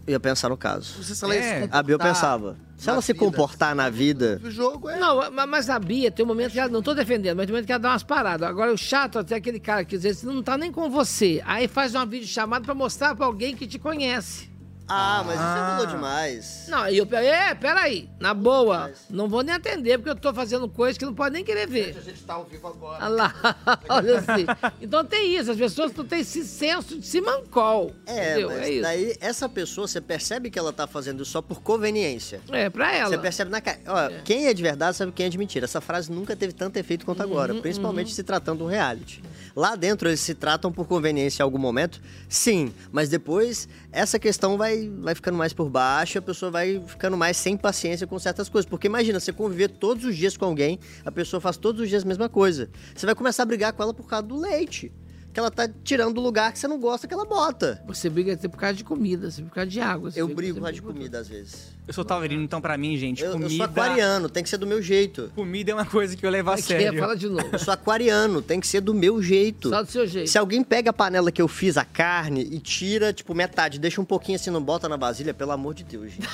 Speaker 5: eu ia pensar no caso.
Speaker 4: Você se ela ia se
Speaker 3: É.
Speaker 4: comportar
Speaker 5: A Bia, eu Ah, pensava. Se ela se comportar na vida,
Speaker 4: O jogo é.
Speaker 2: Não, ma- mas a Bia tem um momento que ela. Não tô defendendo, mas tem um momento que ela dá umas paradas. Agora, o chato é até aquele cara que às vezes não tá nem com você. Aí faz uma videochamada pra mostrar pra alguém que te conhece.
Speaker 5: Ah, mas isso mudou demais.
Speaker 2: Não, e eu. É, peraí. Na boa, não vou nem atender, porque eu tô fazendo coisa que não pode nem querer ver.
Speaker 4: A gente tá ao vivo agora.
Speaker 2: Olha lá, olha assim. Então tem isso, as pessoas não têm esse senso de se mancol.
Speaker 5: É,
Speaker 2: entendeu?
Speaker 5: mas
Speaker 2: é isso.
Speaker 5: daí essa pessoa, você percebe que ela tá fazendo isso só por conveniência.
Speaker 2: É, pra ela.
Speaker 5: Você percebe na cara. Ó, quem é de verdade sabe quem é de mentira. Essa frase nunca teve tanto efeito quanto agora, principalmente se tratando de um reality. Lá dentro eles se tratam por conveniência em algum momento, sim, mas depois essa questão vai, vai ficando mais por baixo, a pessoa vai ficando mais sem paciência com certas coisas. Porque imagina, você conviver todos os dias com alguém, a pessoa faz todos os dias a mesma coisa. Você vai começar a brigar com ela por causa do leite. Que ela tá tirando do lugar que você não gosta que ela bota.
Speaker 2: Você briga até por causa de comida, você briga por causa de água.
Speaker 5: Eu brigo por causa de comida às vezes.
Speaker 3: Eu sou taurino, então pra mim, gente,
Speaker 5: Eu, eu
Speaker 3: comida...
Speaker 5: sou aquariano, tem que ser do meu jeito.
Speaker 3: Comida é uma coisa que eu levo a
Speaker 5: é?
Speaker 3: Tá sério.
Speaker 5: Eu sou aquariano, tem que ser do meu jeito.
Speaker 2: Só do seu jeito.
Speaker 5: Se alguém pega a panela que eu fiz a carne e tira, tipo, metade, deixa um pouquinho assim, não bota na vasilha, pelo amor de Deus, gente.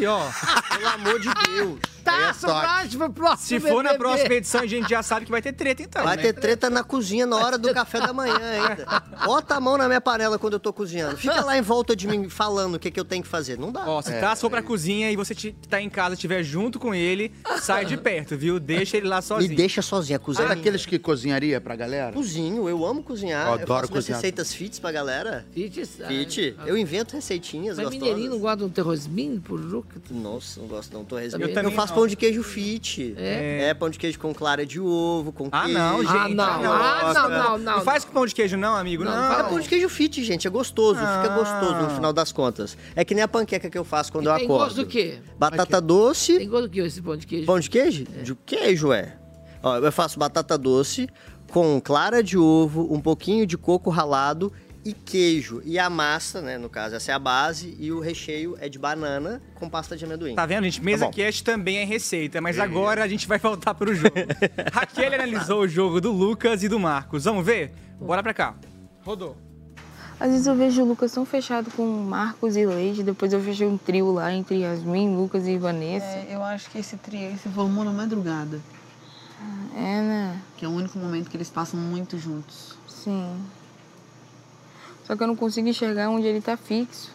Speaker 3: Ih, ó.
Speaker 5: Pelo amor de Deus.
Speaker 2: Taço Braz Tá, pro próximo
Speaker 3: É Se for na
Speaker 2: BBB.
Speaker 3: próxima edição, a gente já sabe que vai ter treta, então.
Speaker 5: Vai
Speaker 2: é
Speaker 5: ter treta na cozinha na hora do café da manhã ainda. Bota a mão na minha panela quando eu tô cozinhando. Fica lá em volta de mim falando o que, que eu tenho que fazer. Não dá.
Speaker 3: Ó,
Speaker 4: É.
Speaker 3: se Tasso for pra cozinha e você te- tá em casa, estiver junto com ele, sai de perto, viu? Deixa ele lá sozinho.
Speaker 5: Me deixa sozinha, cozinha.
Speaker 4: Você é
Speaker 3: Ah.
Speaker 4: daqueles que cozinharia pra galera?
Speaker 5: Cozinho, eu amo cozinhar.
Speaker 4: Eu
Speaker 5: Eu,
Speaker 4: adoro
Speaker 5: faço minhas
Speaker 4: cozinhar.
Speaker 5: receitas fits pra galera.
Speaker 2: Fits?
Speaker 5: Fit. Eu invento receitinhas
Speaker 2: ah, Mas
Speaker 5: gostosas.
Speaker 2: mineirinho não gosta de um terrosminho, pururuca?
Speaker 5: Nossa, não gosto não. Tô resmungando.
Speaker 2: Também
Speaker 5: Eu,
Speaker 2: não.
Speaker 5: faço pão de queijo fit.
Speaker 2: É?
Speaker 5: É. pão de queijo com clara de ovo, com
Speaker 3: Ah,
Speaker 5: queijo.
Speaker 3: não, gente.
Speaker 5: nossa.
Speaker 3: Não faz com pão de queijo, não, amigo. Não,
Speaker 5: É pão de queijo fit, gente. É gostoso.
Speaker 2: Ah.
Speaker 5: Fica gostoso no final das contas. É que nem a panqueca que eu faço quando eu
Speaker 2: Tem
Speaker 5: acordo.
Speaker 2: gosto do quê?
Speaker 5: Batata doce.
Speaker 2: Tem gosto do quê esse pão de queijo?
Speaker 5: Pão de queijo? De queijo, é. Ó, eu faço batata doce com clara de ovo, um pouquinho de coco ralado e queijo. E a massa, né, no caso, essa é a base. E o recheio é de banana com pasta de amendoim.
Speaker 3: Tá vendo, gente? Mesa
Speaker 5: bom.
Speaker 3: Cast também é receita, mas agora a gente vai voltar pro jogo. Raquel analisou o jogo do Lucas e do Marcos. Vamos ver? Bora pra cá. Rodou.
Speaker 13: Às vezes eu vejo o Lucas tão fechado com o Marcos e Leide, depois eu vejo um trio lá entre Yasmin, Lucas e Vanessa.
Speaker 6: É, eu acho que esse trio aí se formou na madrugada. É, né? Que é o único momento que eles passam muito juntos.
Speaker 13: Sim. Só que eu não consigo enxergar onde ele tá fixo.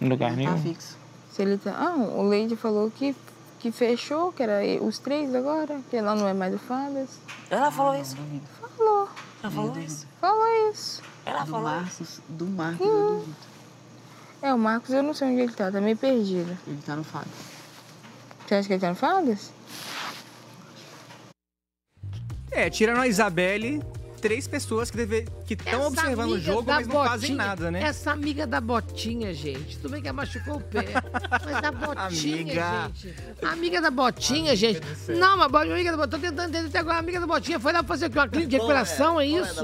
Speaker 22: Em lugar
Speaker 6: Tá
Speaker 22: nenhum.
Speaker 6: fixo.
Speaker 13: Se ele tá. Ah, o Leide falou que, que fechou, que era e- os três agora, que ela não é mais do Fadas.
Speaker 6: Ela falou isso?
Speaker 13: Falou.
Speaker 6: Ela falou isso?
Speaker 13: Falou isso.
Speaker 6: Ela do falou Marcos, Do Marcos, eu duvido.
Speaker 13: É, o Marcos, eu não sei onde ele tá, tá meio perdido.
Speaker 6: Ele tá no Fadas.
Speaker 13: Você acha que ele tá no Fadas?
Speaker 3: É, tirando a Isabelle, três pessoas que deve- que estão
Speaker 2: Essa
Speaker 3: observando o
Speaker 2: amiga
Speaker 3: jogo,
Speaker 2: da
Speaker 3: mas não fazem
Speaker 2: botinha,
Speaker 3: nada, né?
Speaker 2: Essa amiga da botinha, gente. Tudo bem que ela machucou o pé, mas da botinha,
Speaker 3: Amiga.
Speaker 2: gente. A Amiga da botinha, gente. Não, mas bo- amiga da botinha. Tô tentando entender até agora. A amiga da botinha foi lá fazer o quê? Uma clínica de recuperação, é, isso?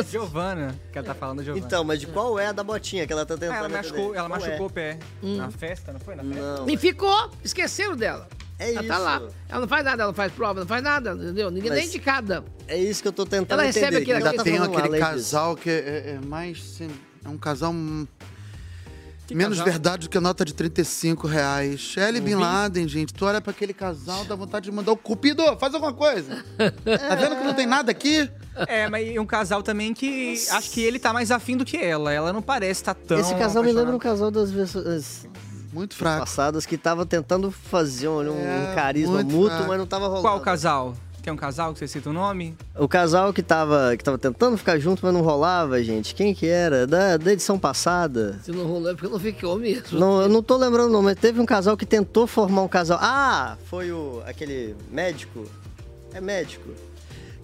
Speaker 3: Giovana, que ela tá falando da Giovana. Ah,
Speaker 5: Então, mas de qual é a da botinha que ela tá tentando
Speaker 3: ela
Speaker 5: entender?
Speaker 3: machucou, ela
Speaker 5: Qual
Speaker 3: machucou
Speaker 5: é?
Speaker 3: o pé. Na festa, não foi? Na festa?
Speaker 5: Não.
Speaker 2: E ficou. Esqueceram dela.
Speaker 5: É
Speaker 2: ela tá
Speaker 5: isso.
Speaker 2: lá. Ela não faz nada, ela não faz prova, não faz nada, entendeu? Ninguém
Speaker 4: Mas
Speaker 2: nem indicada.
Speaker 5: É isso que eu tô tentando
Speaker 2: Ela recebe
Speaker 5: entender,
Speaker 2: aquele
Speaker 5: que ela
Speaker 4: Ainda
Speaker 5: tá
Speaker 4: tem
Speaker 5: falando lá,
Speaker 4: aquele
Speaker 5: além disso.
Speaker 4: casal que é, é- é mais. sim, É um casal. hum,
Speaker 5: Que
Speaker 4: menos
Speaker 5: casal?
Speaker 4: verdade do que a nota de 35 reais. Ellie
Speaker 3: Uhum.
Speaker 4: Bin Laden, gente. Tu olha pra aquele casal, dá vontade de mandar o Cupido, faz alguma coisa. Tá vendo que não tem nada aqui?
Speaker 3: É, mas é um casal também que acho que ele tá mais afim do que ela. Ela não parece estar tão.
Speaker 5: Esse casal me lembra um casal
Speaker 3: apaixonada.
Speaker 5: das pessoas
Speaker 4: muito fraco.
Speaker 5: passadas que tava tentando fazer um, um
Speaker 3: É,
Speaker 5: carisma
Speaker 3: muito
Speaker 5: mútuo,
Speaker 3: fraco.
Speaker 5: mas não tava rolando.
Speaker 3: Qual casal? Tem um casal que você cita o nome?
Speaker 5: O casal que tava, que tava tentando ficar junto, mas não rolava, gente. Quem que era? Da, da edição passada.
Speaker 2: Se não rolou é porque não ficou mesmo.
Speaker 5: Não, eu não tô lembrando o nome, mas teve um casal que tentou formar um casal. Ah, foi o aquele médico. É médico.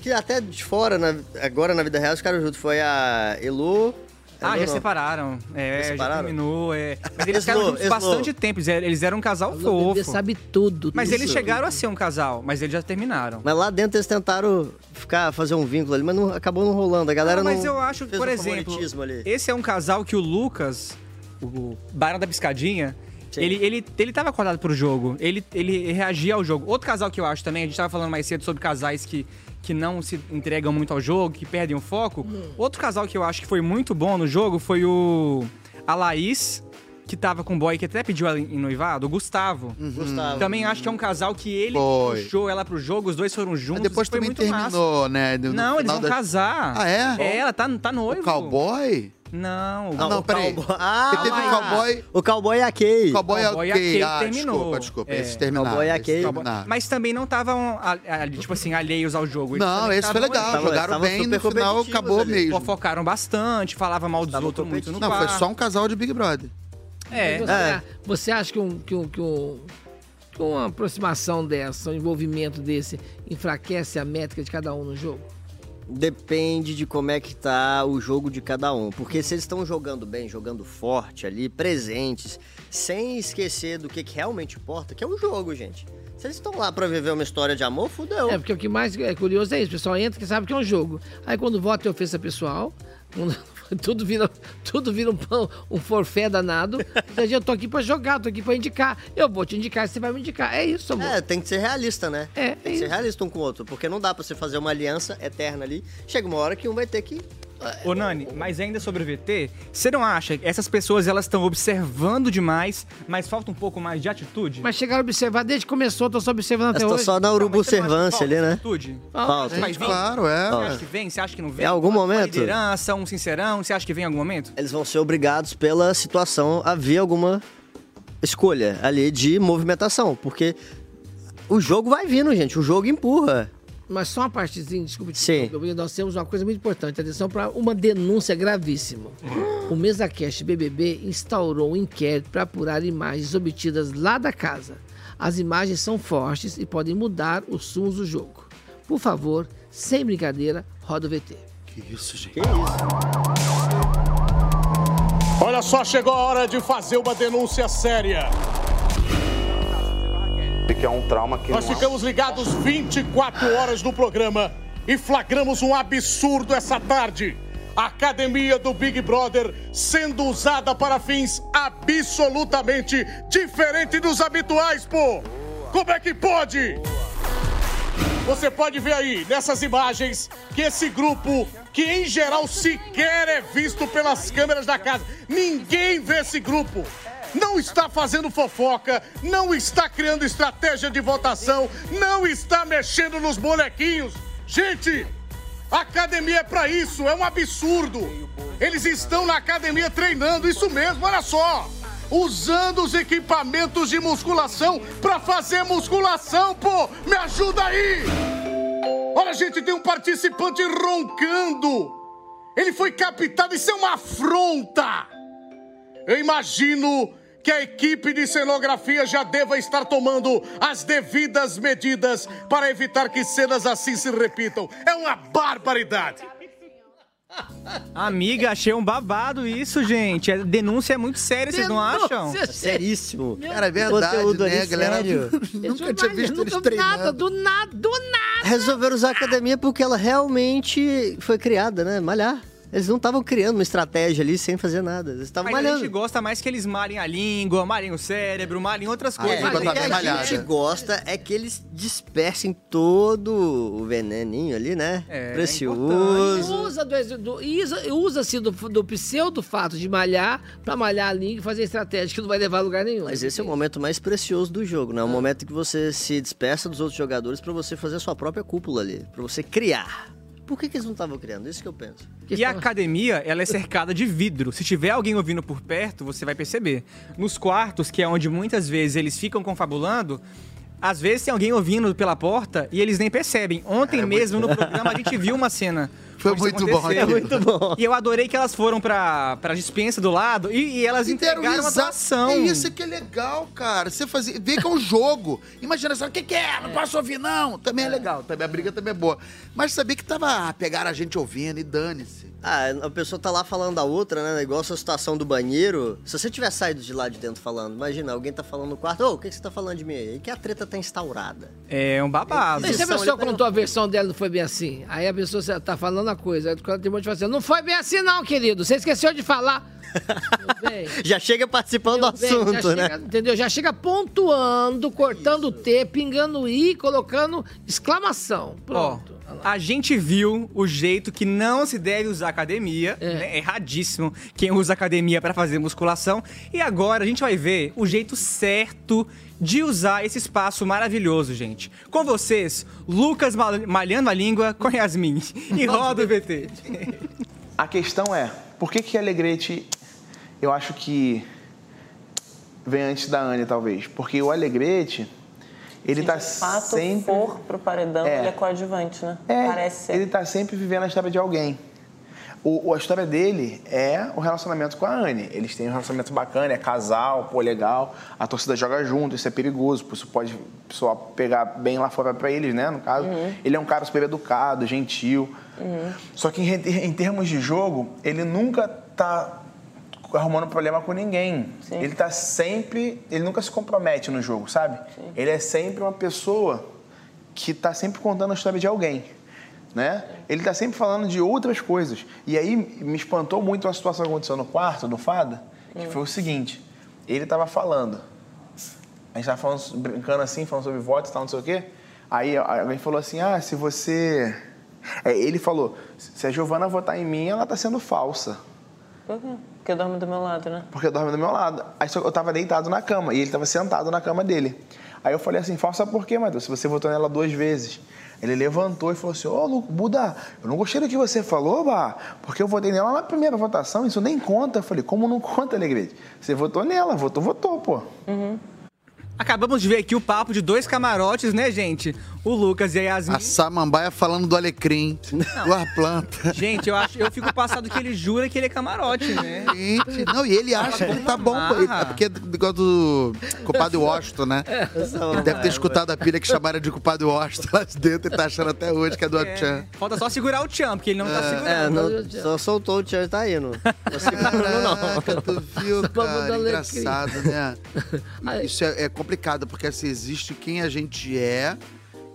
Speaker 5: Que até de fora, na- agora na vida real, os caras juntos. Foi a Elo.
Speaker 3: Ah,
Speaker 5: Elo
Speaker 3: já
Speaker 5: não.
Speaker 3: separaram. É, já,
Speaker 5: separaram?
Speaker 3: terminou. É. Mas eles ficaram
Speaker 5: Eslô,
Speaker 3: juntos
Speaker 5: Eslô.
Speaker 3: bastante tempo. eles eram- Eles eram um casal
Speaker 2: O bebê
Speaker 3: fofo.
Speaker 2: sabe tudo.
Speaker 3: Mas
Speaker 2: tudo.
Speaker 3: eles chegaram a ser um casal, mas eles já terminaram.
Speaker 5: Mas lá dentro eles tentaram ficar, fazer um vínculo ali, mas não, acabou não rolando. A galera
Speaker 3: Ah,
Speaker 5: não.
Speaker 3: mas eu acho,
Speaker 5: fez
Speaker 3: por
Speaker 5: um
Speaker 3: exemplo,
Speaker 5: favoritismo ali.
Speaker 3: esse é um casal que o Lucas, o Barão da Piscadinha, ele, ele, ele tava acordado pro jogo. Ele, ele reagia ao jogo. Outro casal que eu acho também, a gente tava falando mais cedo sobre casais que, que não se entregam muito ao jogo, que perdem o foco.
Speaker 5: Uhum.
Speaker 3: Outro casal que eu acho que foi muito bom no jogo foi o. A Laís. Que tava com o boy que até pediu ela em noivado, o Gustavo.
Speaker 5: Uhum.
Speaker 4: Gustavo.
Speaker 3: Também acho que é um casal que ele
Speaker 4: Foi.
Speaker 3: puxou ela pro jogo, os dois foram juntos.
Speaker 4: depois
Speaker 3: isso foi
Speaker 4: também
Speaker 3: muito
Speaker 4: terminou,
Speaker 3: massa.
Speaker 4: né? No- no
Speaker 3: Não, eles
Speaker 4: final
Speaker 3: vão
Speaker 4: da-
Speaker 3: casar.
Speaker 4: Ah, é?
Speaker 3: É, ela tá, tá noivo.
Speaker 4: O cowboy?
Speaker 3: Não.
Speaker 4: Ah, não, peraí.
Speaker 5: Ah,
Speaker 3: um
Speaker 4: Porque teve o cowboy.
Speaker 5: O cowboy é a Kay.
Speaker 4: Cowboy é o
Speaker 3: Cowboy é
Speaker 4: Kay.
Speaker 3: aquele
Speaker 4: Ah,
Speaker 3: que terminou.
Speaker 4: desculpa, desculpa.
Speaker 3: É.
Speaker 4: Esses terminaram.
Speaker 5: Cowboy é
Speaker 4: esses
Speaker 5: aquele-
Speaker 4: terminaram.
Speaker 3: Mas também não estavam, a- a- tipo assim, alheios ao jogo. Eles
Speaker 4: Não,
Speaker 3: também
Speaker 4: esse foi
Speaker 3: estavam-
Speaker 4: legal. Tava- Jogaram tava bem, super no final competitivos acabou ali. mesmo.
Speaker 3: Fofocaram bastante, falava mal dos outros muito no
Speaker 4: Não,
Speaker 3: quarto.
Speaker 4: foi só um casal de Big Brother.
Speaker 3: É.
Speaker 2: Você,
Speaker 3: É.
Speaker 2: você acha que, um, que, um, que, um, que uma aproximação dessa, um envolvimento desse, enfraquece a métrica de cada um no jogo?
Speaker 5: Depende de como é que tá o jogo de cada um. Porque se eles estão jogando bem, jogando forte ali, presentes, sem esquecer do que, que realmente importa, que é o jogo, gente. Se eles estão lá pra viver uma história de amor, fudeu.
Speaker 2: É, porque o que mais é curioso é isso. O pessoal entra que sabe que é um jogo. Aí quando vota tem ofensa pessoal, quando- tudo vira, tudo vira um, pão, um forfé danado. Quer dizer, eu tô aqui pra jogar, tô aqui pra indicar. Eu vou te indicar, você vai me indicar. É isso, amor.
Speaker 5: É, tem que ser realista, né?
Speaker 2: É,
Speaker 5: tem que ser realista um com o outro, porque não dá pra você fazer uma aliança eterna ali. Chega uma hora que um vai ter que
Speaker 3: Ô Nani, mas ainda sobre o VT, você não acha que essas pessoas elas estão observando demais, mas falta um pouco mais de atitude?
Speaker 2: Mas chegaram a observar desde que começou, tô só observando até
Speaker 5: Mas tô
Speaker 2: hoje. Ah,
Speaker 5: só na urubu-servância ali, né?
Speaker 3: Atitude?
Speaker 5: Falta.
Speaker 3: Mas vem?
Speaker 5: Claro, é.
Speaker 3: Você acha que vem? Você acha que não vem?
Speaker 5: Em algum
Speaker 3: Uma
Speaker 5: momento.
Speaker 3: liderança, um sincerão, você acha que vem em algum momento?
Speaker 5: Eles vão ser obrigados pela situação a ver alguma escolha ali de movimentação, porque o jogo vai vindo, gente, o jogo empurra.
Speaker 2: Mas só uma partezinha, desculpa. te
Speaker 5: Sim.
Speaker 2: interromper, Nós temos uma coisa muito importante. Atenção para uma denúncia gravíssima. O MesaCast BBB instaurou um inquérito para apurar imagens obtidas lá da casa. As imagens são fortes e podem mudar os sumos do jogo. Por favor, sem brincadeira, roda o VT.
Speaker 4: Que isso, gente?
Speaker 22: Olha só, chegou a hora de fazer uma denúncia séria.
Speaker 16: Que é um trauma que
Speaker 22: Nós
Speaker 16: não é-
Speaker 22: ficamos ligados 24 horas no programa e flagramos um absurdo essa tarde. A academia do Big Brother sendo usada para fins absolutamente diferentes dos habituais, pô! Como é que pode? Você pode ver aí nessas imagens que esse grupo, que em geral sequer é visto pelas câmeras da casa, ninguém vê esse grupo. Não está fazendo fofoca, não está criando estratégia de votação, não está mexendo nos bonequinhos. Gente, a academia é pra isso, é um absurdo. Eles estão na academia treinando, isso mesmo, olha só. Usando os equipamentos de musculação pra fazer musculação, pô! Me ajuda aí! Olha, gente, tem um participante roncando. Ele foi captado, isso é uma afronta. Eu imagino que a equipe de cenografia já deva estar tomando as devidas medidas para evitar que cenas assim se repitam. É uma barbaridade.
Speaker 3: Amiga, achei um babado isso, gente. A denúncia é muito séria, vocês não acham?
Speaker 2: Denúncia séria.
Speaker 5: Seríssimo.
Speaker 4: Cara, é verdade,
Speaker 5: Conteúdo
Speaker 4: né,
Speaker 5: ali
Speaker 4: galera?
Speaker 5: sério.
Speaker 4: Nunca tinha visto
Speaker 2: nunca
Speaker 4: eles
Speaker 2: vi nada,
Speaker 4: treinando.
Speaker 2: do nada, do nada.
Speaker 5: Resolveram usar a academia porque ela realmente foi criada, né? Malhar. Eles não estavam criando uma estratégia ali sem fazer nada. Eles
Speaker 4: Tá
Speaker 5: estavam
Speaker 3: Mas a
Speaker 5: malhando.
Speaker 3: gente gosta mais que eles malhem a língua, malhem o cérebro, malhem outras
Speaker 5: Ah, é,
Speaker 3: coisas.
Speaker 5: o que a gente gosta é que eles dispersem todo o veneninho ali, né?
Speaker 2: É,
Speaker 5: Precioso.
Speaker 2: Usa do, do- isa- usa-se do, do pseudo fato de malhar pra malhar a língua e fazer estratégia que não vai levar a lugar nenhum.
Speaker 5: Mas esse é o momento mais precioso do jogo,
Speaker 2: Ah.
Speaker 5: né? O momento que você se dispersa dos outros jogadores pra você fazer a sua própria cúpula ali, Pra você criar. Por que, que eles não estavam criando? Isso que eu penso.
Speaker 3: E a academia, ela é cercada de vidro. Se tiver alguém ouvindo por perto, você vai perceber. Nos quartos, que é onde muitas vezes eles ficam confabulando, às vezes tem alguém ouvindo pela porta e eles nem percebem. Ontem mesmo no programa a gente viu uma cena.
Speaker 4: Foi
Speaker 3: onde isso
Speaker 4: muito bom
Speaker 3: aconteceu.
Speaker 4: aquilo. É muito
Speaker 5: bom.
Speaker 3: E eu adorei que elas foram pra, pra dispensa do lado e, e elas entregaram uma atuação.
Speaker 4: É isso que é legal, cara. Você fazer. Vê que é um jogo. Imagina só, o que, que é? Não posso ouvir, não. Também é legal. Também, a briga também é boa. Mas saber que tava. ah, Pegaram a gente ouvindo e dane-se.
Speaker 5: Ah, a pessoa tá lá falando da outra, né? Igual essa situação do banheiro. Se você tiver saído de lá de dentro falando, imagina, alguém tá falando no quarto, ô, o que, que você tá falando de mim aí? Que a treta tá instaurada.
Speaker 3: É um babado.
Speaker 2: Mas se a pessoa contou a versão dela não foi bem assim, aí a pessoa cê- tá falando a coisa, aí quando tem um monte de assim, não foi bem assim não, querido, você esqueceu de falar.
Speaker 5: Já chega participando do
Speaker 2: Bem, já
Speaker 5: assunto, né?
Speaker 2: chega, entendeu? Já chega pontuando, cortando o T, pingando o I, colocando exclamação.
Speaker 3: Ó,
Speaker 2: Pronto.
Speaker 3: a gente viu o jeito que não se deve usar academia. né? É. Erradíssimo quem usa academia pra fazer musculação. E agora a gente vai ver o jeito certo de usar esse espaço maravilhoso, gente. Com vocês, Lucas mal- malhando a língua com Yasmin. E roda o VT.
Speaker 11: A questão é, por que que a Alegrete, eu acho que vem antes da Anne, talvez? Porque o Alegrete, ele tá
Speaker 10: fato
Speaker 11: sempre...
Speaker 10: for pro paredão,
Speaker 11: É.
Speaker 10: ele é coadjuvante, né?
Speaker 11: É,
Speaker 10: Parece ser.
Speaker 11: ele tá sempre vivendo a história de alguém. O, o- a história dele é o relacionamento com a Anne. Eles têm um relacionamento bacana, é casal, pô, legal. A torcida joga junto, isso é perigoso, pô, isso pode só pegar bem lá fora pra eles, né? No caso,
Speaker 10: Uhum.
Speaker 11: ele é um cara super educado, gentil.
Speaker 10: Uhum.
Speaker 11: Só que em, re- em termos de jogo, ele nunca tá arrumando problema com ninguém. Ele tá sempre. Ele nunca se compromete no jogo, sabe? Ele é sempre uma pessoa que tá sempre contando a história de alguém. Né? Ele tá sempre falando de outras coisas. E aí me espantou muito uma situação que aconteceu no quarto do Fada, que
Speaker 10: Hum.
Speaker 11: foi o seguinte: ele tava falando. A gente tava falando, brincando assim, falando sobre votos e tal, não sei o quê. Aí alguém falou assim: ah, se você É, ele falou: se a Giovana votar em mim, ela tá sendo falsa.
Speaker 10: Por quê? Porque dorme do meu lado, né?
Speaker 11: Porque dorme do meu lado. Aí só que eu tava deitado na cama e ele tava sentado na cama dele. Aí eu falei assim, falsa por quê, Matheus? Se você votou nela duas vezes. Ele levantou e falou assim, ô Lu- Buda, eu não gostei do que você falou, Bah, porque eu votei nela na primeira votação, isso nem conta. Eu falei, como não conta, Alegrete? Você votou nela, votou, votou, pô.
Speaker 3: Acabamos de ver aqui o papo de dois camarotes, né, gente? O Lucas e a Yasmin.
Speaker 4: A samambaia falando do alecrim. Do ar planta.
Speaker 3: Gente, eu, acho, eu fico passado que ele jura que ele é camarote, né?
Speaker 4: Gente, não, e ele acha que ele tá bom. pô. Ele- É porque é do- igual do culpado Washington, né? Ele
Speaker 2: assim,
Speaker 4: deve ter escutado a pilha que chamaram de culpado Washington lá de dentro e tá achando até hoje que é do Atchan.
Speaker 3: Falta só segurar o tchan, porque ele não tá segurando.
Speaker 5: É, não, só soltou o tchan e tá indo. Não segurando, não.
Speaker 4: Tu viu,
Speaker 5: do
Speaker 4: cara?
Speaker 5: alecrim.
Speaker 4: Engraçado, né? Isso é, é complicado, porque assim, existe quem a gente é,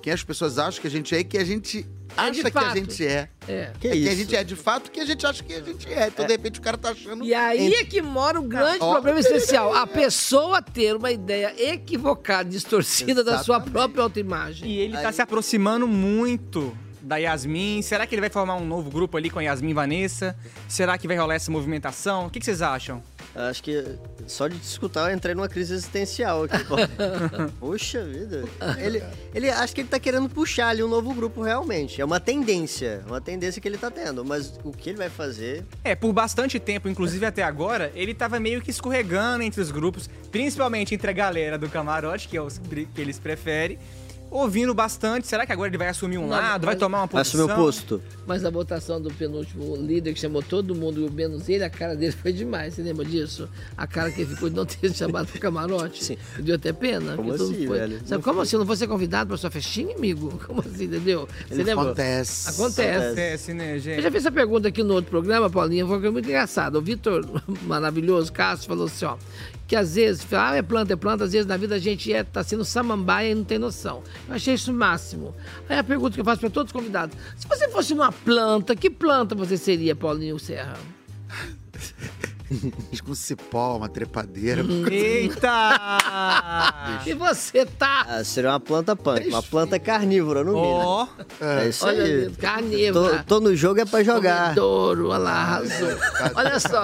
Speaker 4: quem as pessoas acham que a gente é e quem a gente
Speaker 2: de
Speaker 4: acha que a
Speaker 2: fato.
Speaker 4: gente é.
Speaker 2: É.
Speaker 4: Que
Speaker 2: isso?
Speaker 4: Quem a gente é de fato, que a gente acha que a gente é. Então, de repente, o cara tá achando...
Speaker 2: E aí é que mora o grande
Speaker 4: Ó.
Speaker 2: problema essencial. A pessoa ter uma ideia equivocada, distorcida da sua própria autoimagem.
Speaker 3: E ele tá se aproximando muito da Yasmin. Será que ele vai formar um novo grupo ali com a Yasmin e Vanessa? Será que vai rolar essa movimentação? O que, que vocês acham?
Speaker 5: Acho que só de te escutar eu entrei numa crise existencial aqui. pô. Poxa vida. Ele, ele acho que ele tá querendo puxar ali um novo grupo realmente. É uma tendência, uma tendência que ele tá tendo. Mas o que ele vai fazer?
Speaker 3: É, por bastante tempo, inclusive até agora, ele tava meio que escorregando entre os grupos, principalmente entre a galera do camarote, que é os pri- que eles preferem, ouvindo bastante. Será que agora ele vai assumir um
Speaker 2: Não,
Speaker 3: lado, vai
Speaker 2: mas-
Speaker 3: tomar uma posição?
Speaker 2: Mas a votação do penúltimo líder que chamou todo mundo, menos ele, a cara dele foi demais. Você lembra disso? A cara que ele ficou de não ter chamado pro camarote. Sim. Deu até pena.
Speaker 5: Como
Speaker 2: porque todo
Speaker 5: assim,
Speaker 2: mundo foi.
Speaker 5: velho?
Speaker 2: Sabe, como assim? Eu não vou ser convidado pra sua festinha, amigo? Como assim, entendeu? Você
Speaker 3: Ele
Speaker 2: lembra?
Speaker 3: acontece.
Speaker 2: Acontece.
Speaker 3: Acontece, né, gente?
Speaker 2: Eu já fiz essa pergunta aqui no outro programa, Paulinha, foi muito engraçado. O Vitor, maravilhoso, Cássio, falou assim, ó, que às vezes, fala, ah, é planta, é planta, às vezes na vida a gente é, tá sendo samambaia e não tem noção. Eu achei isso o máximo. Aí a pergunta que eu faço para todos os convidados, se você fosse uma planta, que planta você seria, Paulinho Serra?
Speaker 4: Mas com um cipó, uma trepadeira.
Speaker 2: Uhum.
Speaker 3: Eita!
Speaker 2: e você tá...
Speaker 5: Ah, seria uma planta punk, uma planta carnívora, no mínimo.
Speaker 3: Ó.
Speaker 5: É isso
Speaker 2: Oh. Olha,
Speaker 5: aí.
Speaker 2: Deus, carnívora.
Speaker 5: Tô, tô no jogo é pra jogar.
Speaker 2: Comedouro, olha lá, arrasou. Olha só,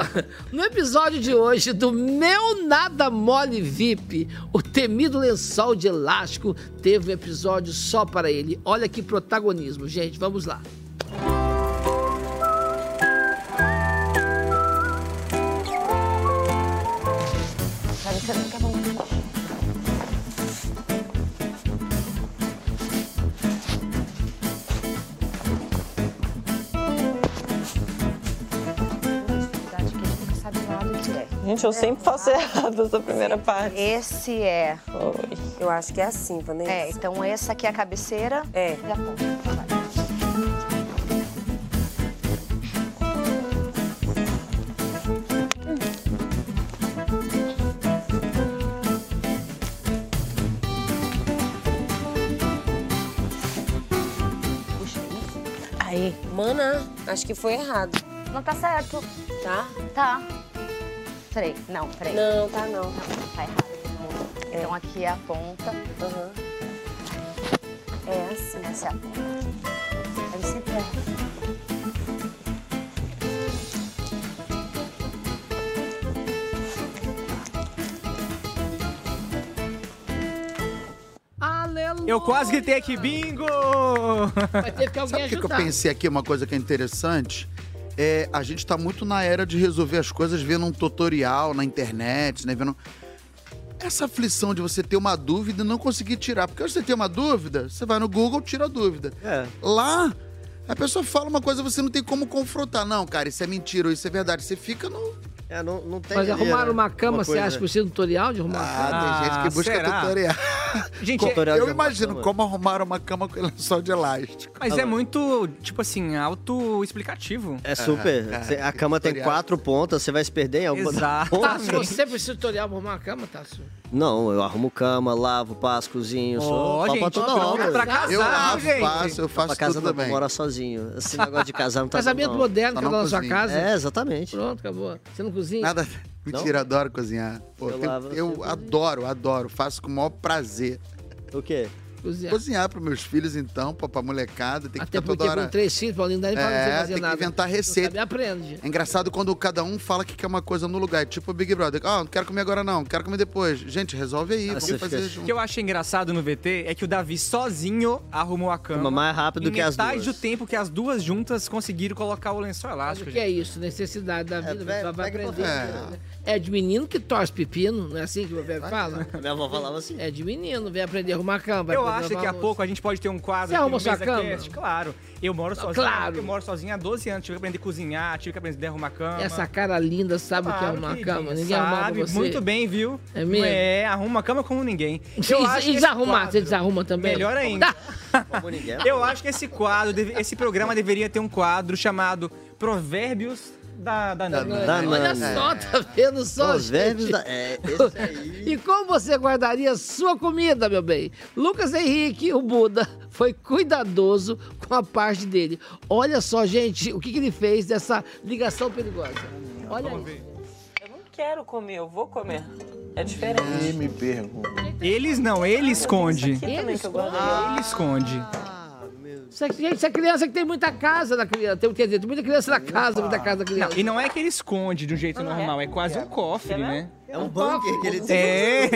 Speaker 2: no episódio de hoje do Meu Nada Mole VIP, o temido lençol de elástico teve um episódio só para ele. Olha que protagonismo, gente, vamos lá.
Speaker 15: Sabe, você não quer bom.
Speaker 10: Gente, eu sempre faço errado essa primeira parte.
Speaker 15: Ah, Esse é.
Speaker 10: Eu acho que é assim, Vanessa.
Speaker 15: É, então essa aqui é a cabeceira. É. E a ponta.
Speaker 10: Aí. Mana, acho que foi errado.
Speaker 15: Não tá certo.
Speaker 10: Tá?
Speaker 15: Tá. Peraí, não, peraí.
Speaker 10: Não, tá não.
Speaker 15: Tá errado. Então aqui é a ponta. É assim. Essa é a ponta. Aí você pega.
Speaker 2: Aleluia!
Speaker 3: Eu quase gritei aqui, bingo!
Speaker 2: Vai ter que alguém
Speaker 4: Sabe o que, que eu
Speaker 2: ajudar.
Speaker 4: pensei aqui? Uma coisa que é interessante. É, a gente tá muito na era de resolver as coisas vendo um tutorial na internet, né? Vendo. Essa aflição de você ter uma dúvida e não conseguir tirar. Porque hoje você tem uma dúvida, você vai no Google, tira a dúvida.
Speaker 5: É,
Speaker 4: Lá, a pessoa fala uma coisa você não tem como confrontar. Não, cara, isso é mentira ou isso é verdade. Você fica no.
Speaker 5: É, não, não tem
Speaker 2: Mas
Speaker 5: ali,
Speaker 2: arrumaram
Speaker 5: né,
Speaker 2: uma cama,
Speaker 5: uma
Speaker 2: você
Speaker 5: coisa.
Speaker 2: acha que precisa de um tutorial de arrumar uma cama?
Speaker 4: Ah, tem gente que busca
Speaker 3: será?
Speaker 4: tutorial.
Speaker 3: Gente,
Speaker 4: Tutorial
Speaker 3: é-
Speaker 4: eu imagino como arrumaram uma cama com lençol de elástico.
Speaker 3: Mas é muito, tipo assim, auto-explicativo.
Speaker 5: É super.
Speaker 4: Ah,
Speaker 5: Cê- a cama tem quatro pontas, você vai se perder em alguma
Speaker 3: Exato.
Speaker 5: ponta?
Speaker 2: Tássio, você precisa de tutorial pra arrumar a cama,
Speaker 4: Tá
Speaker 2: Tássio?
Speaker 5: Não, eu arrumo cama, lavo, passo, cozinho,
Speaker 2: Ó,
Speaker 5: sou papo
Speaker 2: gente,
Speaker 5: toda
Speaker 2: pronto
Speaker 5: hora.
Speaker 2: pra casar, Eu lavo, gente. faço, eu
Speaker 5: Pra
Speaker 2: faço
Speaker 5: casa
Speaker 2: tudo
Speaker 5: não,
Speaker 2: também.
Speaker 5: morar sozinho. Esse negócio de casar não tá
Speaker 2: Casamento
Speaker 5: bom, não.
Speaker 2: moderno,
Speaker 5: Só
Speaker 2: cada um
Speaker 5: não
Speaker 2: na sua
Speaker 5: cozinho.
Speaker 2: casa.
Speaker 5: É, exatamente.
Speaker 2: Pronto, acabou. Você não cozinha?
Speaker 4: Nada. Mentira, adoro cozinhar. Pô,
Speaker 5: Eu
Speaker 4: tem-
Speaker 5: lavo,
Speaker 4: eu adoro, adoro. Faço com o maior prazer.
Speaker 5: O quê?
Speaker 2: Cozinhar.
Speaker 4: Cozinhar. para meus filhos, então, pra, pra molecada. Tem que
Speaker 2: É. Até
Speaker 4: ficar toda
Speaker 2: porque
Speaker 4: hora.
Speaker 2: com três filhos, Paulinho, não dá nem pra você
Speaker 4: É,
Speaker 2: fazer
Speaker 4: tem
Speaker 2: nada.
Speaker 4: que inventar
Speaker 2: Não
Speaker 4: receita.
Speaker 2: sabe, aprende.
Speaker 4: É engraçado quando cada um fala que quer uma coisa no lugar. É Tipo o Big Brother. Ah, não quero comer agora não, quero comer depois. Gente, resolve aí, vamos fazer
Speaker 3: O
Speaker 4: junto.
Speaker 3: que eu achei engraçado no VT é que o Davi sozinho arrumou a cama.
Speaker 5: Uma mais rápido
Speaker 3: em
Speaker 5: que as
Speaker 3: metade
Speaker 5: duas.
Speaker 3: do tempo que as duas juntas conseguiram colocar o lençol
Speaker 2: O
Speaker 3: elástico.
Speaker 2: que
Speaker 3: gente.
Speaker 2: é isso? Necessidade da vida.
Speaker 5: pega-
Speaker 2: vai-
Speaker 3: é
Speaker 2: vai
Speaker 5: pega e
Speaker 2: aprender.
Speaker 5: bota.
Speaker 2: né? É. de menino que torce pepino, não é assim que o velho fala?
Speaker 5: Minha avó falava assim.
Speaker 2: É de menino, vem aprender a arrumar cama. vai
Speaker 3: Eu
Speaker 2: aprender
Speaker 3: acho que
Speaker 2: lavar
Speaker 3: a pouco a gente pode ter um quadro
Speaker 2: Você
Speaker 3: aqui no
Speaker 2: arrumou sua
Speaker 3: MesaCast,
Speaker 2: cama?
Speaker 3: Claro. Eu moro sozinho.
Speaker 2: claro.
Speaker 3: Eu moro sozinho há 12 anos. Tive que aprender a cozinhar, tive que aprender a arrumar cama.
Speaker 2: Essa cara linda sabe o que é
Speaker 3: Claro,
Speaker 2: arrumar a
Speaker 3: queridinha,
Speaker 2: cama. Ninguém
Speaker 3: sabe,
Speaker 2: arrumava você.
Speaker 3: Muito bem, viu?
Speaker 2: É mesmo?
Speaker 3: É, arruma a cama como ninguém.
Speaker 2: E,
Speaker 3: Eu
Speaker 2: e-
Speaker 3: acho
Speaker 2: e
Speaker 3: que
Speaker 2: desarrumar,
Speaker 3: esse
Speaker 2: você desarruma também?
Speaker 3: Melhor ainda.
Speaker 5: Como ninguém.
Speaker 3: Eu acho que esse quadro, deve- esse programa deveria ter um quadro chamado Provérbios da, da, Nana.
Speaker 5: Da
Speaker 2: Olha
Speaker 5: Nana.
Speaker 2: só, tá vendo só,
Speaker 5: Provérbios
Speaker 2: gente?
Speaker 5: da- é, esse
Speaker 2: E como você guardaria sua comida, meu bem? Lucas Henrique, o Buda, foi cuidadoso com a parte dele. Olha só, gente, o que, que ele fez dessa ligação perigosa. Olha aí.
Speaker 15: Quero comer, eu vou comer. É diferente.
Speaker 3: E me pergunto. Eles não, ele esconde.
Speaker 2: Eles,
Speaker 3: é Ele esconde.
Speaker 5: Ah,
Speaker 2: Isso é- gente, isso é criança que tem muita casa da criança. Tem, quer dizer, tem muita criança na casa, muita casa da criança.
Speaker 3: Não, e não é que ele esconde de um jeito normal, é quase um cofre, né?
Speaker 5: É um bunker que ele tem.
Speaker 3: É.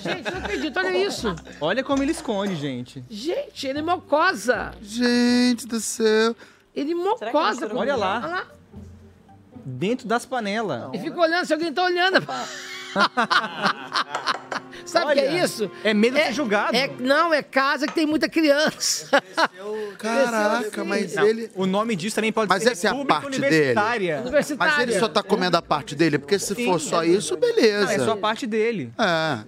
Speaker 2: Gente, não acredito, olha isso.
Speaker 3: Olha como ele esconde, gente.
Speaker 2: Gente, ele é mocosa.
Speaker 4: Gente do céu.
Speaker 2: Ele mocosa.
Speaker 3: misturou com nada? Dentro das panelas.
Speaker 2: E fica olhando se alguém tá olhando. Sabe o que é
Speaker 3: Olha,
Speaker 2: isso?
Speaker 3: é medo de ser julgado.
Speaker 2: é- não, é casa que tem muita criança.
Speaker 4: Caraca, mas
Speaker 3: Não,
Speaker 4: ele.
Speaker 3: O nome disso também pode
Speaker 4: Mas
Speaker 3: ser
Speaker 4: essa é a
Speaker 3: República
Speaker 4: parte dele.
Speaker 3: Universitária. Universitária.
Speaker 4: Mas ele só tá comendo a parte dele, porque se
Speaker 3: Sim.
Speaker 4: for só isso, beleza.
Speaker 3: Não, é só a parte dele.
Speaker 4: É.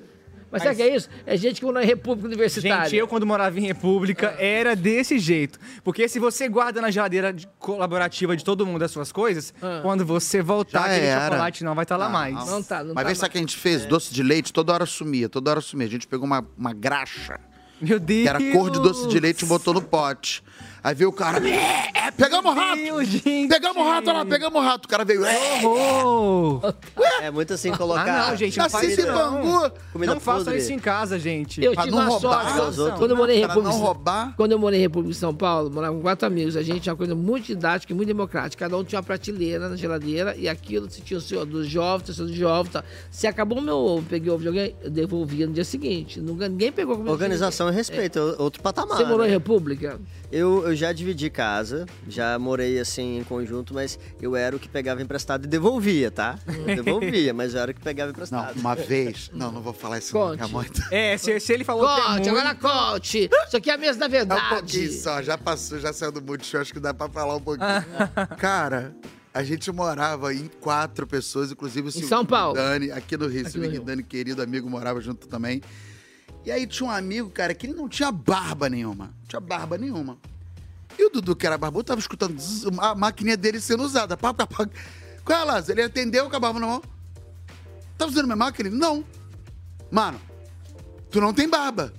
Speaker 2: Mas sabe o que é isso? É gente que mora em República Universitária.
Speaker 3: Gente, eu quando morava em República
Speaker 2: Ah.
Speaker 3: era desse jeito. Porque se você guarda na geladeira de- colaborativa de todo mundo as suas coisas,
Speaker 2: Ah.
Speaker 3: quando você voltar,
Speaker 4: Já
Speaker 3: aquele
Speaker 4: era.
Speaker 3: chocolate não vai estar lá mais.
Speaker 4: Não tá, Mas vê sabe o que a gente fez? Doce de leite, toda hora sumia, toda hora sumia. A gente pegou uma, uma graxa.
Speaker 3: Meu Deus!
Speaker 4: Que era cor de doce de leite e botou no pote. Aí veio o cara. "É, é, Pegamos o rato! Pegamos o rato olha lá, pegamos o rato. O cara veio. "É".
Speaker 5: É muito assim colocar.
Speaker 3: Oh! Ah, não, gente, não faz
Speaker 5: comida-
Speaker 3: isso não.
Speaker 5: Comida
Speaker 3: não façam
Speaker 5: podre.
Speaker 3: isso em casa, gente.
Speaker 2: Eu tive uma sogra. Quando É, eu morei em República,
Speaker 4: roubar.
Speaker 2: Quando eu morei em República de São Paulo, morava com quatro amigos. A gente tinha uma coisa muito didática e muito democrática. Cada um tinha uma prateleira na geladeira e aquilo se tinha o senhor do jovem, tinha o senhor do jovem. Tá. Se acabou o meu ovo, peguei o ovo de alguém, eu devolvia no dia seguinte. Nunca, ninguém pegou comigo.
Speaker 5: Organização e respeito, é outro patamar.
Speaker 2: É. Você morou em
Speaker 5: né?
Speaker 2: República?
Speaker 5: Eu, eu já dividi casa, já morei assim em conjunto, mas eu era o que pegava emprestado e devolvia, tá? Eu devolvia, mas eu era o que pegava emprestado.
Speaker 4: Não, uma vez. Não, não vou falar isso
Speaker 5: Conte.
Speaker 4: não, é muito.
Speaker 3: É, se, ele falou
Speaker 2: Conte, agora conte. Isso aqui é a mesa da
Speaker 4: Um pouquinho
Speaker 2: verdade.
Speaker 4: só, já passou, já saiu do Multishow, acho que dá pra falar um pouquinho. Cara, a gente morava em quatro pessoas, inclusive o Silvio
Speaker 2: São Paulo.
Speaker 4: Dani, aqui no Rio.
Speaker 2: Aqui
Speaker 4: Silvio
Speaker 2: no Rio.
Speaker 4: Dani, querido amigo, morava junto também. E aí tinha um amigo, cara, que ele não tinha barba nenhuma. Não tinha barba nenhuma. E o Dudu, que era barbudo, tava escutando zzz, a maquininha dele sendo usada. Pá, pá, pá. Qual é, Lázaro? Ele atendeu com a barba na mão. Tá usando minha máquina? Ele, Não. Mano, tu não tem barba.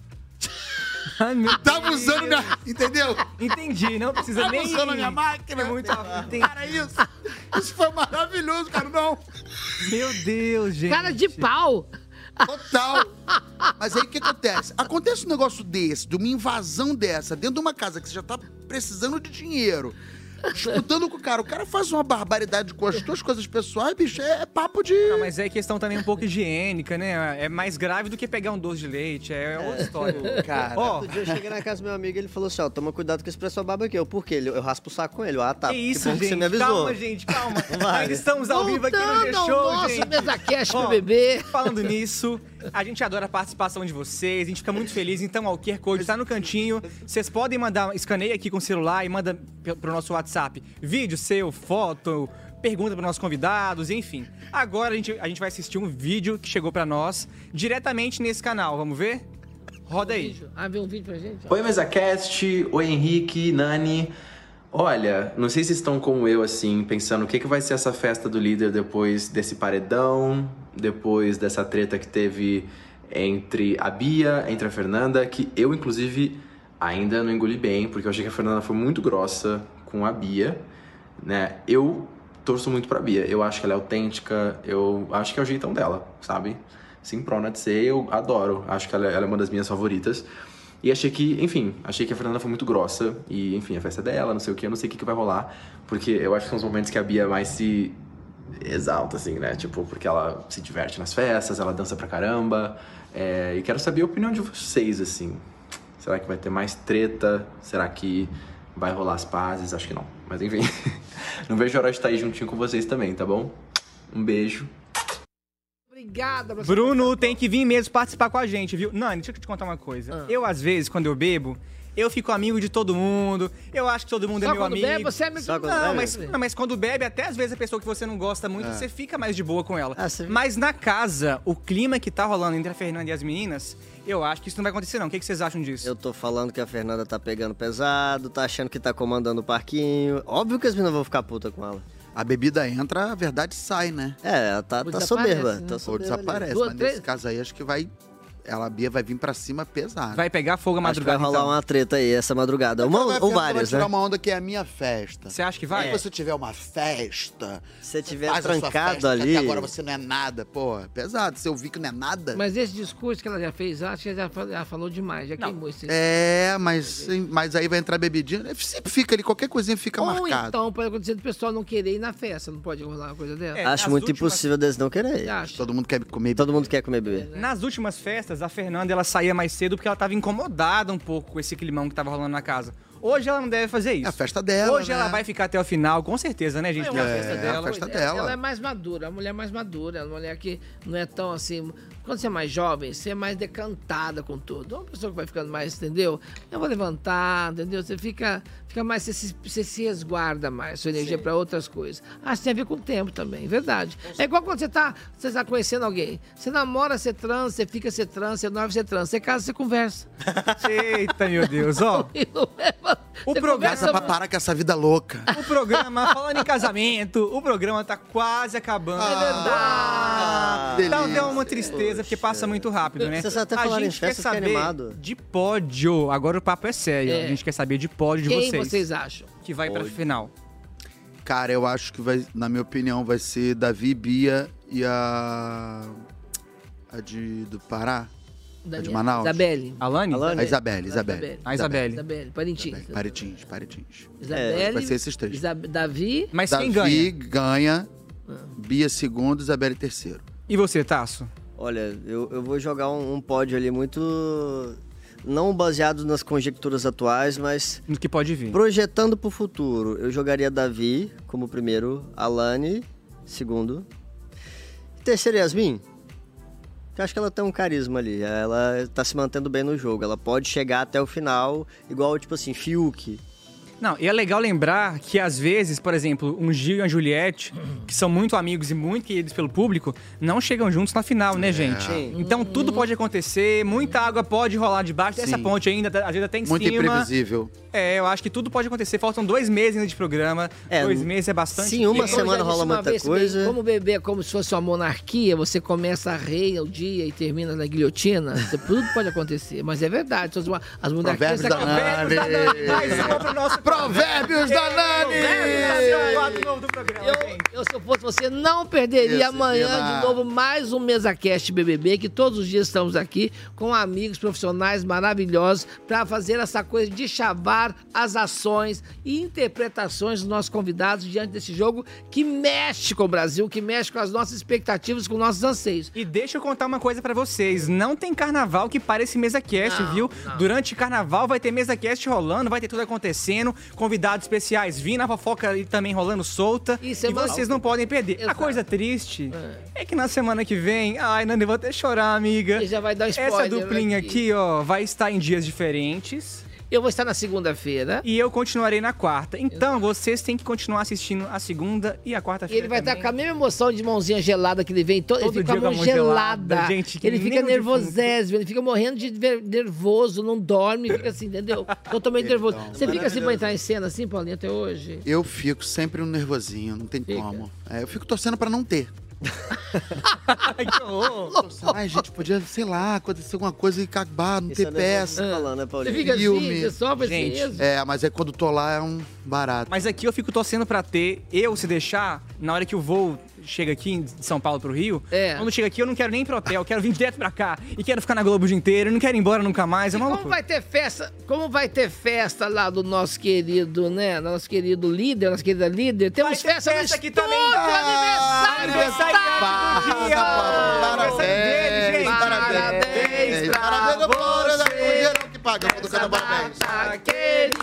Speaker 4: Tava usando minha. Entendeu?
Speaker 3: Entendi, não precisa
Speaker 4: Tava
Speaker 3: nem-
Speaker 4: usando Tá a minha máquina.
Speaker 3: É muito-
Speaker 4: Cara, isso. Isso foi maravilhoso, cara. Não.
Speaker 3: Meu Deus, gente.
Speaker 2: Cara de pau.
Speaker 4: Total. Mas aí o que acontece? Acontece um negócio desse, de uma invasão dessa, dentro de uma casa que você já tá precisando de dinheiro. Disputando com o cara. O cara faz uma barbaridade com as tuas coisas pessoais, bicho. É, é papo de.
Speaker 3: Não, mas é questão também um pouco higiênica, né? É mais grave do que pegar um doce de leite, é outra história.
Speaker 5: Cara,
Speaker 3: Ó,
Speaker 5: outro dia eu cheguei na casa do meu amigo e ele falou assim: ó, toma cuidado com esse pessoal barba aqui. Eu, por quê? Ele- Eu raspo o saco com ele. Eu, Ah, tá.
Speaker 3: que isso,
Speaker 5: bom que
Speaker 3: gente.
Speaker 5: você me avisou.
Speaker 3: Calma, gente, calma.
Speaker 5: Vai.
Speaker 3: Ainda estamos Tá ao vivo aqui no
Speaker 2: Voltando ao
Speaker 3: G-Show,
Speaker 2: nosso
Speaker 3: gente.
Speaker 2: MesaCast
Speaker 3: Ó,
Speaker 2: BBB.
Speaker 3: Falando nisso, a gente adora a participação de vocês, a gente fica muito feliz. Então, ó, o QR Code tá no cantinho. Vocês podem mandar, escaneia aqui com o celular e manda pe- pro nosso WhatsApp vídeo seu, foto, pergunta para nossos convidados, enfim. Agora a gente, a gente vai assistir um vídeo que chegou para nós diretamente nesse canal. Vamos ver? Roda aí.
Speaker 2: Ah, vê um vídeo pra gente?
Speaker 9: Oi, MesaCast, oi Henrique, Nani. Olha, não sei se estão como eu, assim, pensando o que, que vai ser essa festa do líder depois desse paredão, depois dessa treta que teve entre a Bia, entre a Fernanda, que eu, inclusive, ainda não engoli bem, porque eu achei que a Fernanda foi muito grossa com a Bia, né? Eu torço muito pra Bia, eu acho que ela é autêntica, eu acho que é o jeitão dela, sabe? Simprona de ser, eu adoro, acho que ela é ela é uma das minhas favoritas. E achei que, enfim, achei que a Fernanda foi muito grossa. E, enfim, a festa é dela, não sei o que, eu não sei o que, que vai rolar. Porque eu acho que são os momentos que a Bia mais se exalta, assim, né? Tipo, porque ela se diverte nas festas, ela dança pra caramba. É, e quero saber a opinião de vocês, assim. Será que vai ter mais treta? Será que vai rolar as pazes? Acho que não. Mas enfim, não vejo a hora de estar aí juntinho com vocês também, tá bom? Um beijo.
Speaker 2: Obrigada, Bruno.
Speaker 3: Bruno tem que vir mesmo participar com a gente, viu? Nani, deixa eu te contar uma
Speaker 2: Ah.
Speaker 3: coisa. Eu, às vezes, quando eu bebo, eu fico amigo de todo mundo. Eu acho que todo mundo
Speaker 2: Só
Speaker 3: é meu
Speaker 2: quando
Speaker 3: amigo.
Speaker 2: bebe, você é amigo de todo mundo.
Speaker 3: não,
Speaker 2: Só
Speaker 3: mas,
Speaker 2: quando bebe.
Speaker 3: não, mas quando bebe, até às vezes a pessoa que você não gosta muito,
Speaker 2: É.
Speaker 3: você fica mais de boa com ela. mas na casa, o clima que tá rolando entre a Fernanda e as meninas, eu acho que isso não vai acontecer, não. O que que vocês acham disso?
Speaker 5: Eu tô falando que a Fernanda tá pegando pesado, tá achando que tá comandando o parquinho. Óbvio que as meninas vão ficar puta com ela.
Speaker 4: A bebida entra, a verdade sai, né?
Speaker 5: É, ela tá,
Speaker 4: Ou
Speaker 5: tá
Speaker 4: desaparece,
Speaker 5: soberba.
Speaker 4: né?
Speaker 5: Tá
Speaker 4: Ou
Speaker 5: soberba ali.
Speaker 4: desaparece, mas nesse caso aí acho que vai. Ela, a Bia vai vir pra cima pesado.
Speaker 3: Vai pegar fogo a
Speaker 5: Acho que vai
Speaker 3: madrugada,
Speaker 5: rolar
Speaker 3: então.
Speaker 5: uma treta aí essa madrugada. Uma
Speaker 4: Vai,
Speaker 5: ou
Speaker 4: Fernanda, vai
Speaker 5: várias,
Speaker 4: tirar
Speaker 5: né?
Speaker 4: uma onda que é a minha festa.
Speaker 3: Você acha que
Speaker 5: vai?
Speaker 4: Se você tiver uma festa.
Speaker 5: Se É. tiver
Speaker 4: faz a sua
Speaker 5: trancado
Speaker 4: festa, que
Speaker 5: ali-
Speaker 4: Até agora você não é nada, pô. é Pesado. Se eu vi que não é nada.
Speaker 2: Mas esse discurso que ela já fez, acho que ela já falou, já falou demais, já queimou esse
Speaker 4: É, mas, mas aí vai entrar bebidinha. né, Sempre fica ali, qualquer coisinha fica
Speaker 2: Ou
Speaker 4: marcada.
Speaker 2: então pode acontecer do pessoal não querer ir na festa, não pode rolar uma coisa
Speaker 4: É,
Speaker 2: dela.
Speaker 3: É,
Speaker 5: Acho muito impossível deles não querer.
Speaker 2: Acho.
Speaker 4: Todo mundo quer comer
Speaker 5: Todo mundo quer comer bebê.
Speaker 3: Nas últimas festas, a Fernanda ela saía mais cedo porque ela tava incomodada um pouco com esse climão que tava rolando na casa. Hoje ela não deve fazer isso. É a
Speaker 4: festa dela,
Speaker 3: Hoje ela
Speaker 2: né?
Speaker 3: vai ficar até o final, com certeza, né, gente?
Speaker 2: É,
Speaker 3: Porque
Speaker 2: uma festa dela.
Speaker 4: festa
Speaker 2: Ela-
Speaker 4: dela.
Speaker 2: Ela é mais madura, a mulher mais madura, a mulher que não é tão assim. Quando você é mais jovem, você é mais decantada com tudo. É uma pessoa que vai ficando mais, entendeu? Eu vou levantar, entendeu? Você fica, fica mais, você se, você se resguarda mais, sua energia para outras coisas. Acho que tem a ver com o tempo também, verdade. É igual quando você tá, você tá conhecendo alguém. Você namora, você transa, você fica, você transa, você noiva, você transa. Você casa, você conversa.
Speaker 3: Eita, meu Deus, ó. o programa.
Speaker 4: Casa pra parar com essa vida louca.
Speaker 3: O programa, falando em casamento, o programa tá quase acabando. É verdade. Tá, deu uma tristeza, porque passa muito rápido, né?
Speaker 5: Vocês até
Speaker 3: a
Speaker 5: falaram em
Speaker 3: gente quer
Speaker 5: festa, eu fiquei
Speaker 3: saber
Speaker 5: animado.
Speaker 3: de pódio. Agora o papo é sério.
Speaker 2: É.
Speaker 3: A gente quer saber de pódio de
Speaker 2: Quem
Speaker 3: vocês.
Speaker 2: vocês acham?
Speaker 3: Que vai pra
Speaker 4: Pódio.
Speaker 3: final.
Speaker 4: Cara, eu acho que vai, na minha opinião, vai ser Davi, Bia e a. A de. do Pará? a É de
Speaker 2: Daniela.
Speaker 4: Manaus?
Speaker 2: Isabelle.
Speaker 3: Alane?
Speaker 4: A Isabelle, Isabelle.
Speaker 2: Isabelle, Parintins.
Speaker 4: Paretins, Paretins.
Speaker 2: Isabelle.
Speaker 4: É, Vai ser esses três.
Speaker 2: Isab- Davi.
Speaker 4: Davi ganha, Bia segundo, Isabelle terceiro.
Speaker 3: E você, Tasso?
Speaker 5: Olha, eu, eu vou jogar um, um pódio ali muito. Não baseado nas conjecturas atuais, mas.
Speaker 3: No que pode vir.
Speaker 5: Projetando pro futuro, eu jogaria Davi como primeiro, Alane, segundo. Terceiro, Yasmin. Eu acho que ela tem um carisma ali. Ela tá se mantendo bem no jogo. Ela pode chegar até o final, igual, tipo assim, Fiuk.
Speaker 3: Não, e é legal lembrar que às vezes, por exemplo, um Gil e uma Juliette, que são muito amigos e muito queridos pelo público, não chegam juntos na final, né, gente?
Speaker 4: É.
Speaker 5: Sim. Uhum.
Speaker 3: Então tudo pode acontecer, muita água pode rolar debaixo dessa
Speaker 4: Sim.
Speaker 3: ponte ainda, às vezes até em
Speaker 4: Muito
Speaker 3: cima.
Speaker 4: imprevisível.
Speaker 3: É, eu acho que tudo pode acontecer. Faltam dois meses ainda de programa. dois
Speaker 5: n-
Speaker 3: meses é bastante.
Speaker 5: se uma
Speaker 3: tempo.
Speaker 5: semana
Speaker 2: Disse
Speaker 5: rola
Speaker 2: então, uma
Speaker 5: muita
Speaker 2: vez que
Speaker 5: coisa.
Speaker 2: Como beber é como se fosse uma monarquia, você começa a rei o dia e termina na guilhotina. Você- Tudo pode acontecer, mas é verdade. todas uma- As monarquias
Speaker 4: Provérbios da Nani. Provérbios da Nani.
Speaker 2: Eu, eu, se eu fosse você, não perderia
Speaker 4: Isso,
Speaker 2: amanhã
Speaker 4: Vila.
Speaker 2: de novo mais um MesaCast BBB, que todos os dias estamos aqui com amigos profissionais maravilhosos para fazer essa coisa de chavar as ações e interpretações dos nossos convidados diante desse jogo que mexe com o Brasil, que mexe com as nossas expectativas, com os nossos anseios.
Speaker 3: E deixa eu contar uma coisa pra vocês. Não tem carnaval que pare esse mesa cast, viu? Durante carnaval vai ter mesa cast rolando, vai ter tudo acontecendo, convidados especiais vindo, a fofoca ali também rolando solta.
Speaker 2: é
Speaker 3: e vocês não podem perder. A coisa triste é. que na semana que vem, ai, Nani, vou até chorar, amiga.
Speaker 2: já vai dar um
Speaker 3: Essa
Speaker 2: spoiler
Speaker 3: duplinha aqui.
Speaker 2: aqui.
Speaker 3: ó, vai estar em dias diferentes.
Speaker 2: Eu vou estar na segunda-feira.
Speaker 3: E eu continuarei na quarta. Então, vocês têm que continuar assistindo a segunda e a
Speaker 2: E
Speaker 3: quarta-feira.
Speaker 2: ele vai estar
Speaker 3: também.
Speaker 2: com a mesma emoção de mãozinha gelada que ele vem. Todo,
Speaker 3: Todo
Speaker 2: ele fica
Speaker 3: dia
Speaker 2: com a mão gelada.
Speaker 3: gente, que
Speaker 2: ele
Speaker 3: nem
Speaker 2: fica
Speaker 3: o defunto.
Speaker 2: nervosésimo, ele fica morrendo de ver- nervoso, não dorme, fica assim, entendeu? Totalmente nervoso. Você fica assim pra entrar em cena assim, Paulinho, até hoje?
Speaker 4: Eu fico sempre um nervosinho, não tem como. É, eu fico torcendo pra não ter. Torcendo, Ai, gente, podia, sei lá, acontecer alguma coisa e acabar, não
Speaker 5: Esse é
Speaker 4: ter
Speaker 5: o negócio
Speaker 4: peça.
Speaker 5: que eu tô falando, né, Paulinho?
Speaker 3: Você fica assim, você sofre assim Gente. mesmo?
Speaker 4: É, mas é quando tô lá é um barato.
Speaker 3: Mas aqui eu fico torcendo pra ter, eu se deixar, na hora que o voo chega aqui de São Paulo pro Rio,
Speaker 2: É.
Speaker 3: quando chega aqui eu não quero nem ir pro hotel, eu quero vir direto pra cá e quero ficar na Globo o dia inteiro, eu não quero ir embora nunca mais, é uma
Speaker 2: Como
Speaker 3: loucura.
Speaker 2: vai ter festa? Como vai ter festa lá do nosso querido, né? Nosso querido líder, nossa querida líder. Temos festa, no aqui também. aniversário, é
Speaker 3: aniversário do dia.
Speaker 4: Parabéns,
Speaker 2: gente.
Speaker 4: Parabéns, parabéns. Agora da dinheiro que paga, eu vou tocando parabéns.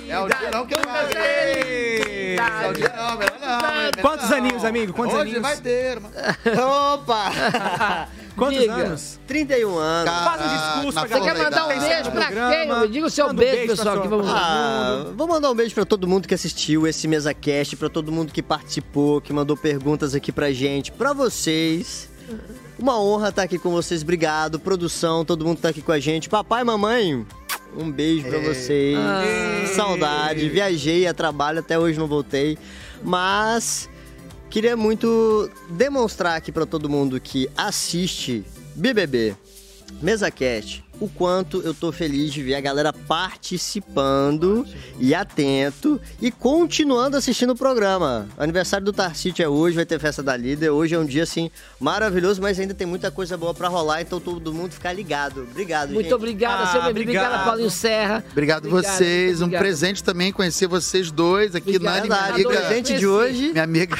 Speaker 4: É o dinheirão que eu pago. É o dinheirão, melhor não.
Speaker 3: Quantos aninhos, amigo? Quantos
Speaker 4: Hoje
Speaker 3: aninhos?
Speaker 4: vai ter. mano.
Speaker 5: Opa!
Speaker 3: Quantos
Speaker 5: Diga.
Speaker 3: anos?
Speaker 5: 31 anos.
Speaker 3: Faz um discurso pra
Speaker 2: Você quer mandar um beijo pra quem? Diga o seu
Speaker 5: Manda um
Speaker 2: beijo,
Speaker 5: beijo pra
Speaker 2: pessoal,
Speaker 5: sua-
Speaker 2: que vamos
Speaker 5: Ah, vou mandar um beijo pra todo mundo que assistiu esse MesaCast, pra todo mundo que participou, que mandou perguntas aqui pra gente, pra vocês. Uma honra estar aqui com vocês, obrigado. Produção, todo mundo tá aqui com a gente. Papai, mamãe, um beijo pra vocês. Saudade, viajei a trabalho, até hoje não voltei. Mas queria muito demonstrar aqui pra todo mundo que assiste BBB. MesaCast, o quanto eu tô feliz de ver a galera participando e atento e continuando assistindo o programa. Aniversário do Tarcísio é hoje, vai ter festa da líder. Hoje é um dia assim maravilhoso, mas ainda tem muita coisa boa pra rolar, então todo mundo ficar ligado. Obrigado,
Speaker 2: Muito
Speaker 5: gente.
Speaker 2: obrigado, seu bebê. Obrigada, Paulinho Serra.
Speaker 4: Obrigado, vocês. Um presente também conhecer vocês dois aqui.
Speaker 2: Obrigado.
Speaker 4: Nani, minha
Speaker 2: Verdade,
Speaker 4: amiga.
Speaker 2: adorei Presente de conhecer.
Speaker 4: Minha amiga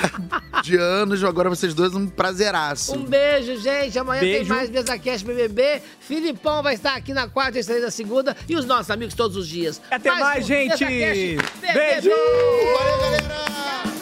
Speaker 4: de anos. Agora vocês dois, um prazeraço.
Speaker 2: Um beijo, gente. Amanhã tem
Speaker 4: Beijo.
Speaker 2: mais Mesa Cash BBB. Filipão vai estar aqui na quarta, estarei na segunda. E os nossos amigos todos os dias.
Speaker 3: Até mais,
Speaker 2: um
Speaker 3: gente.
Speaker 2: Mesa Cash BBB.
Speaker 3: Beijo.
Speaker 4: Valeu, galera.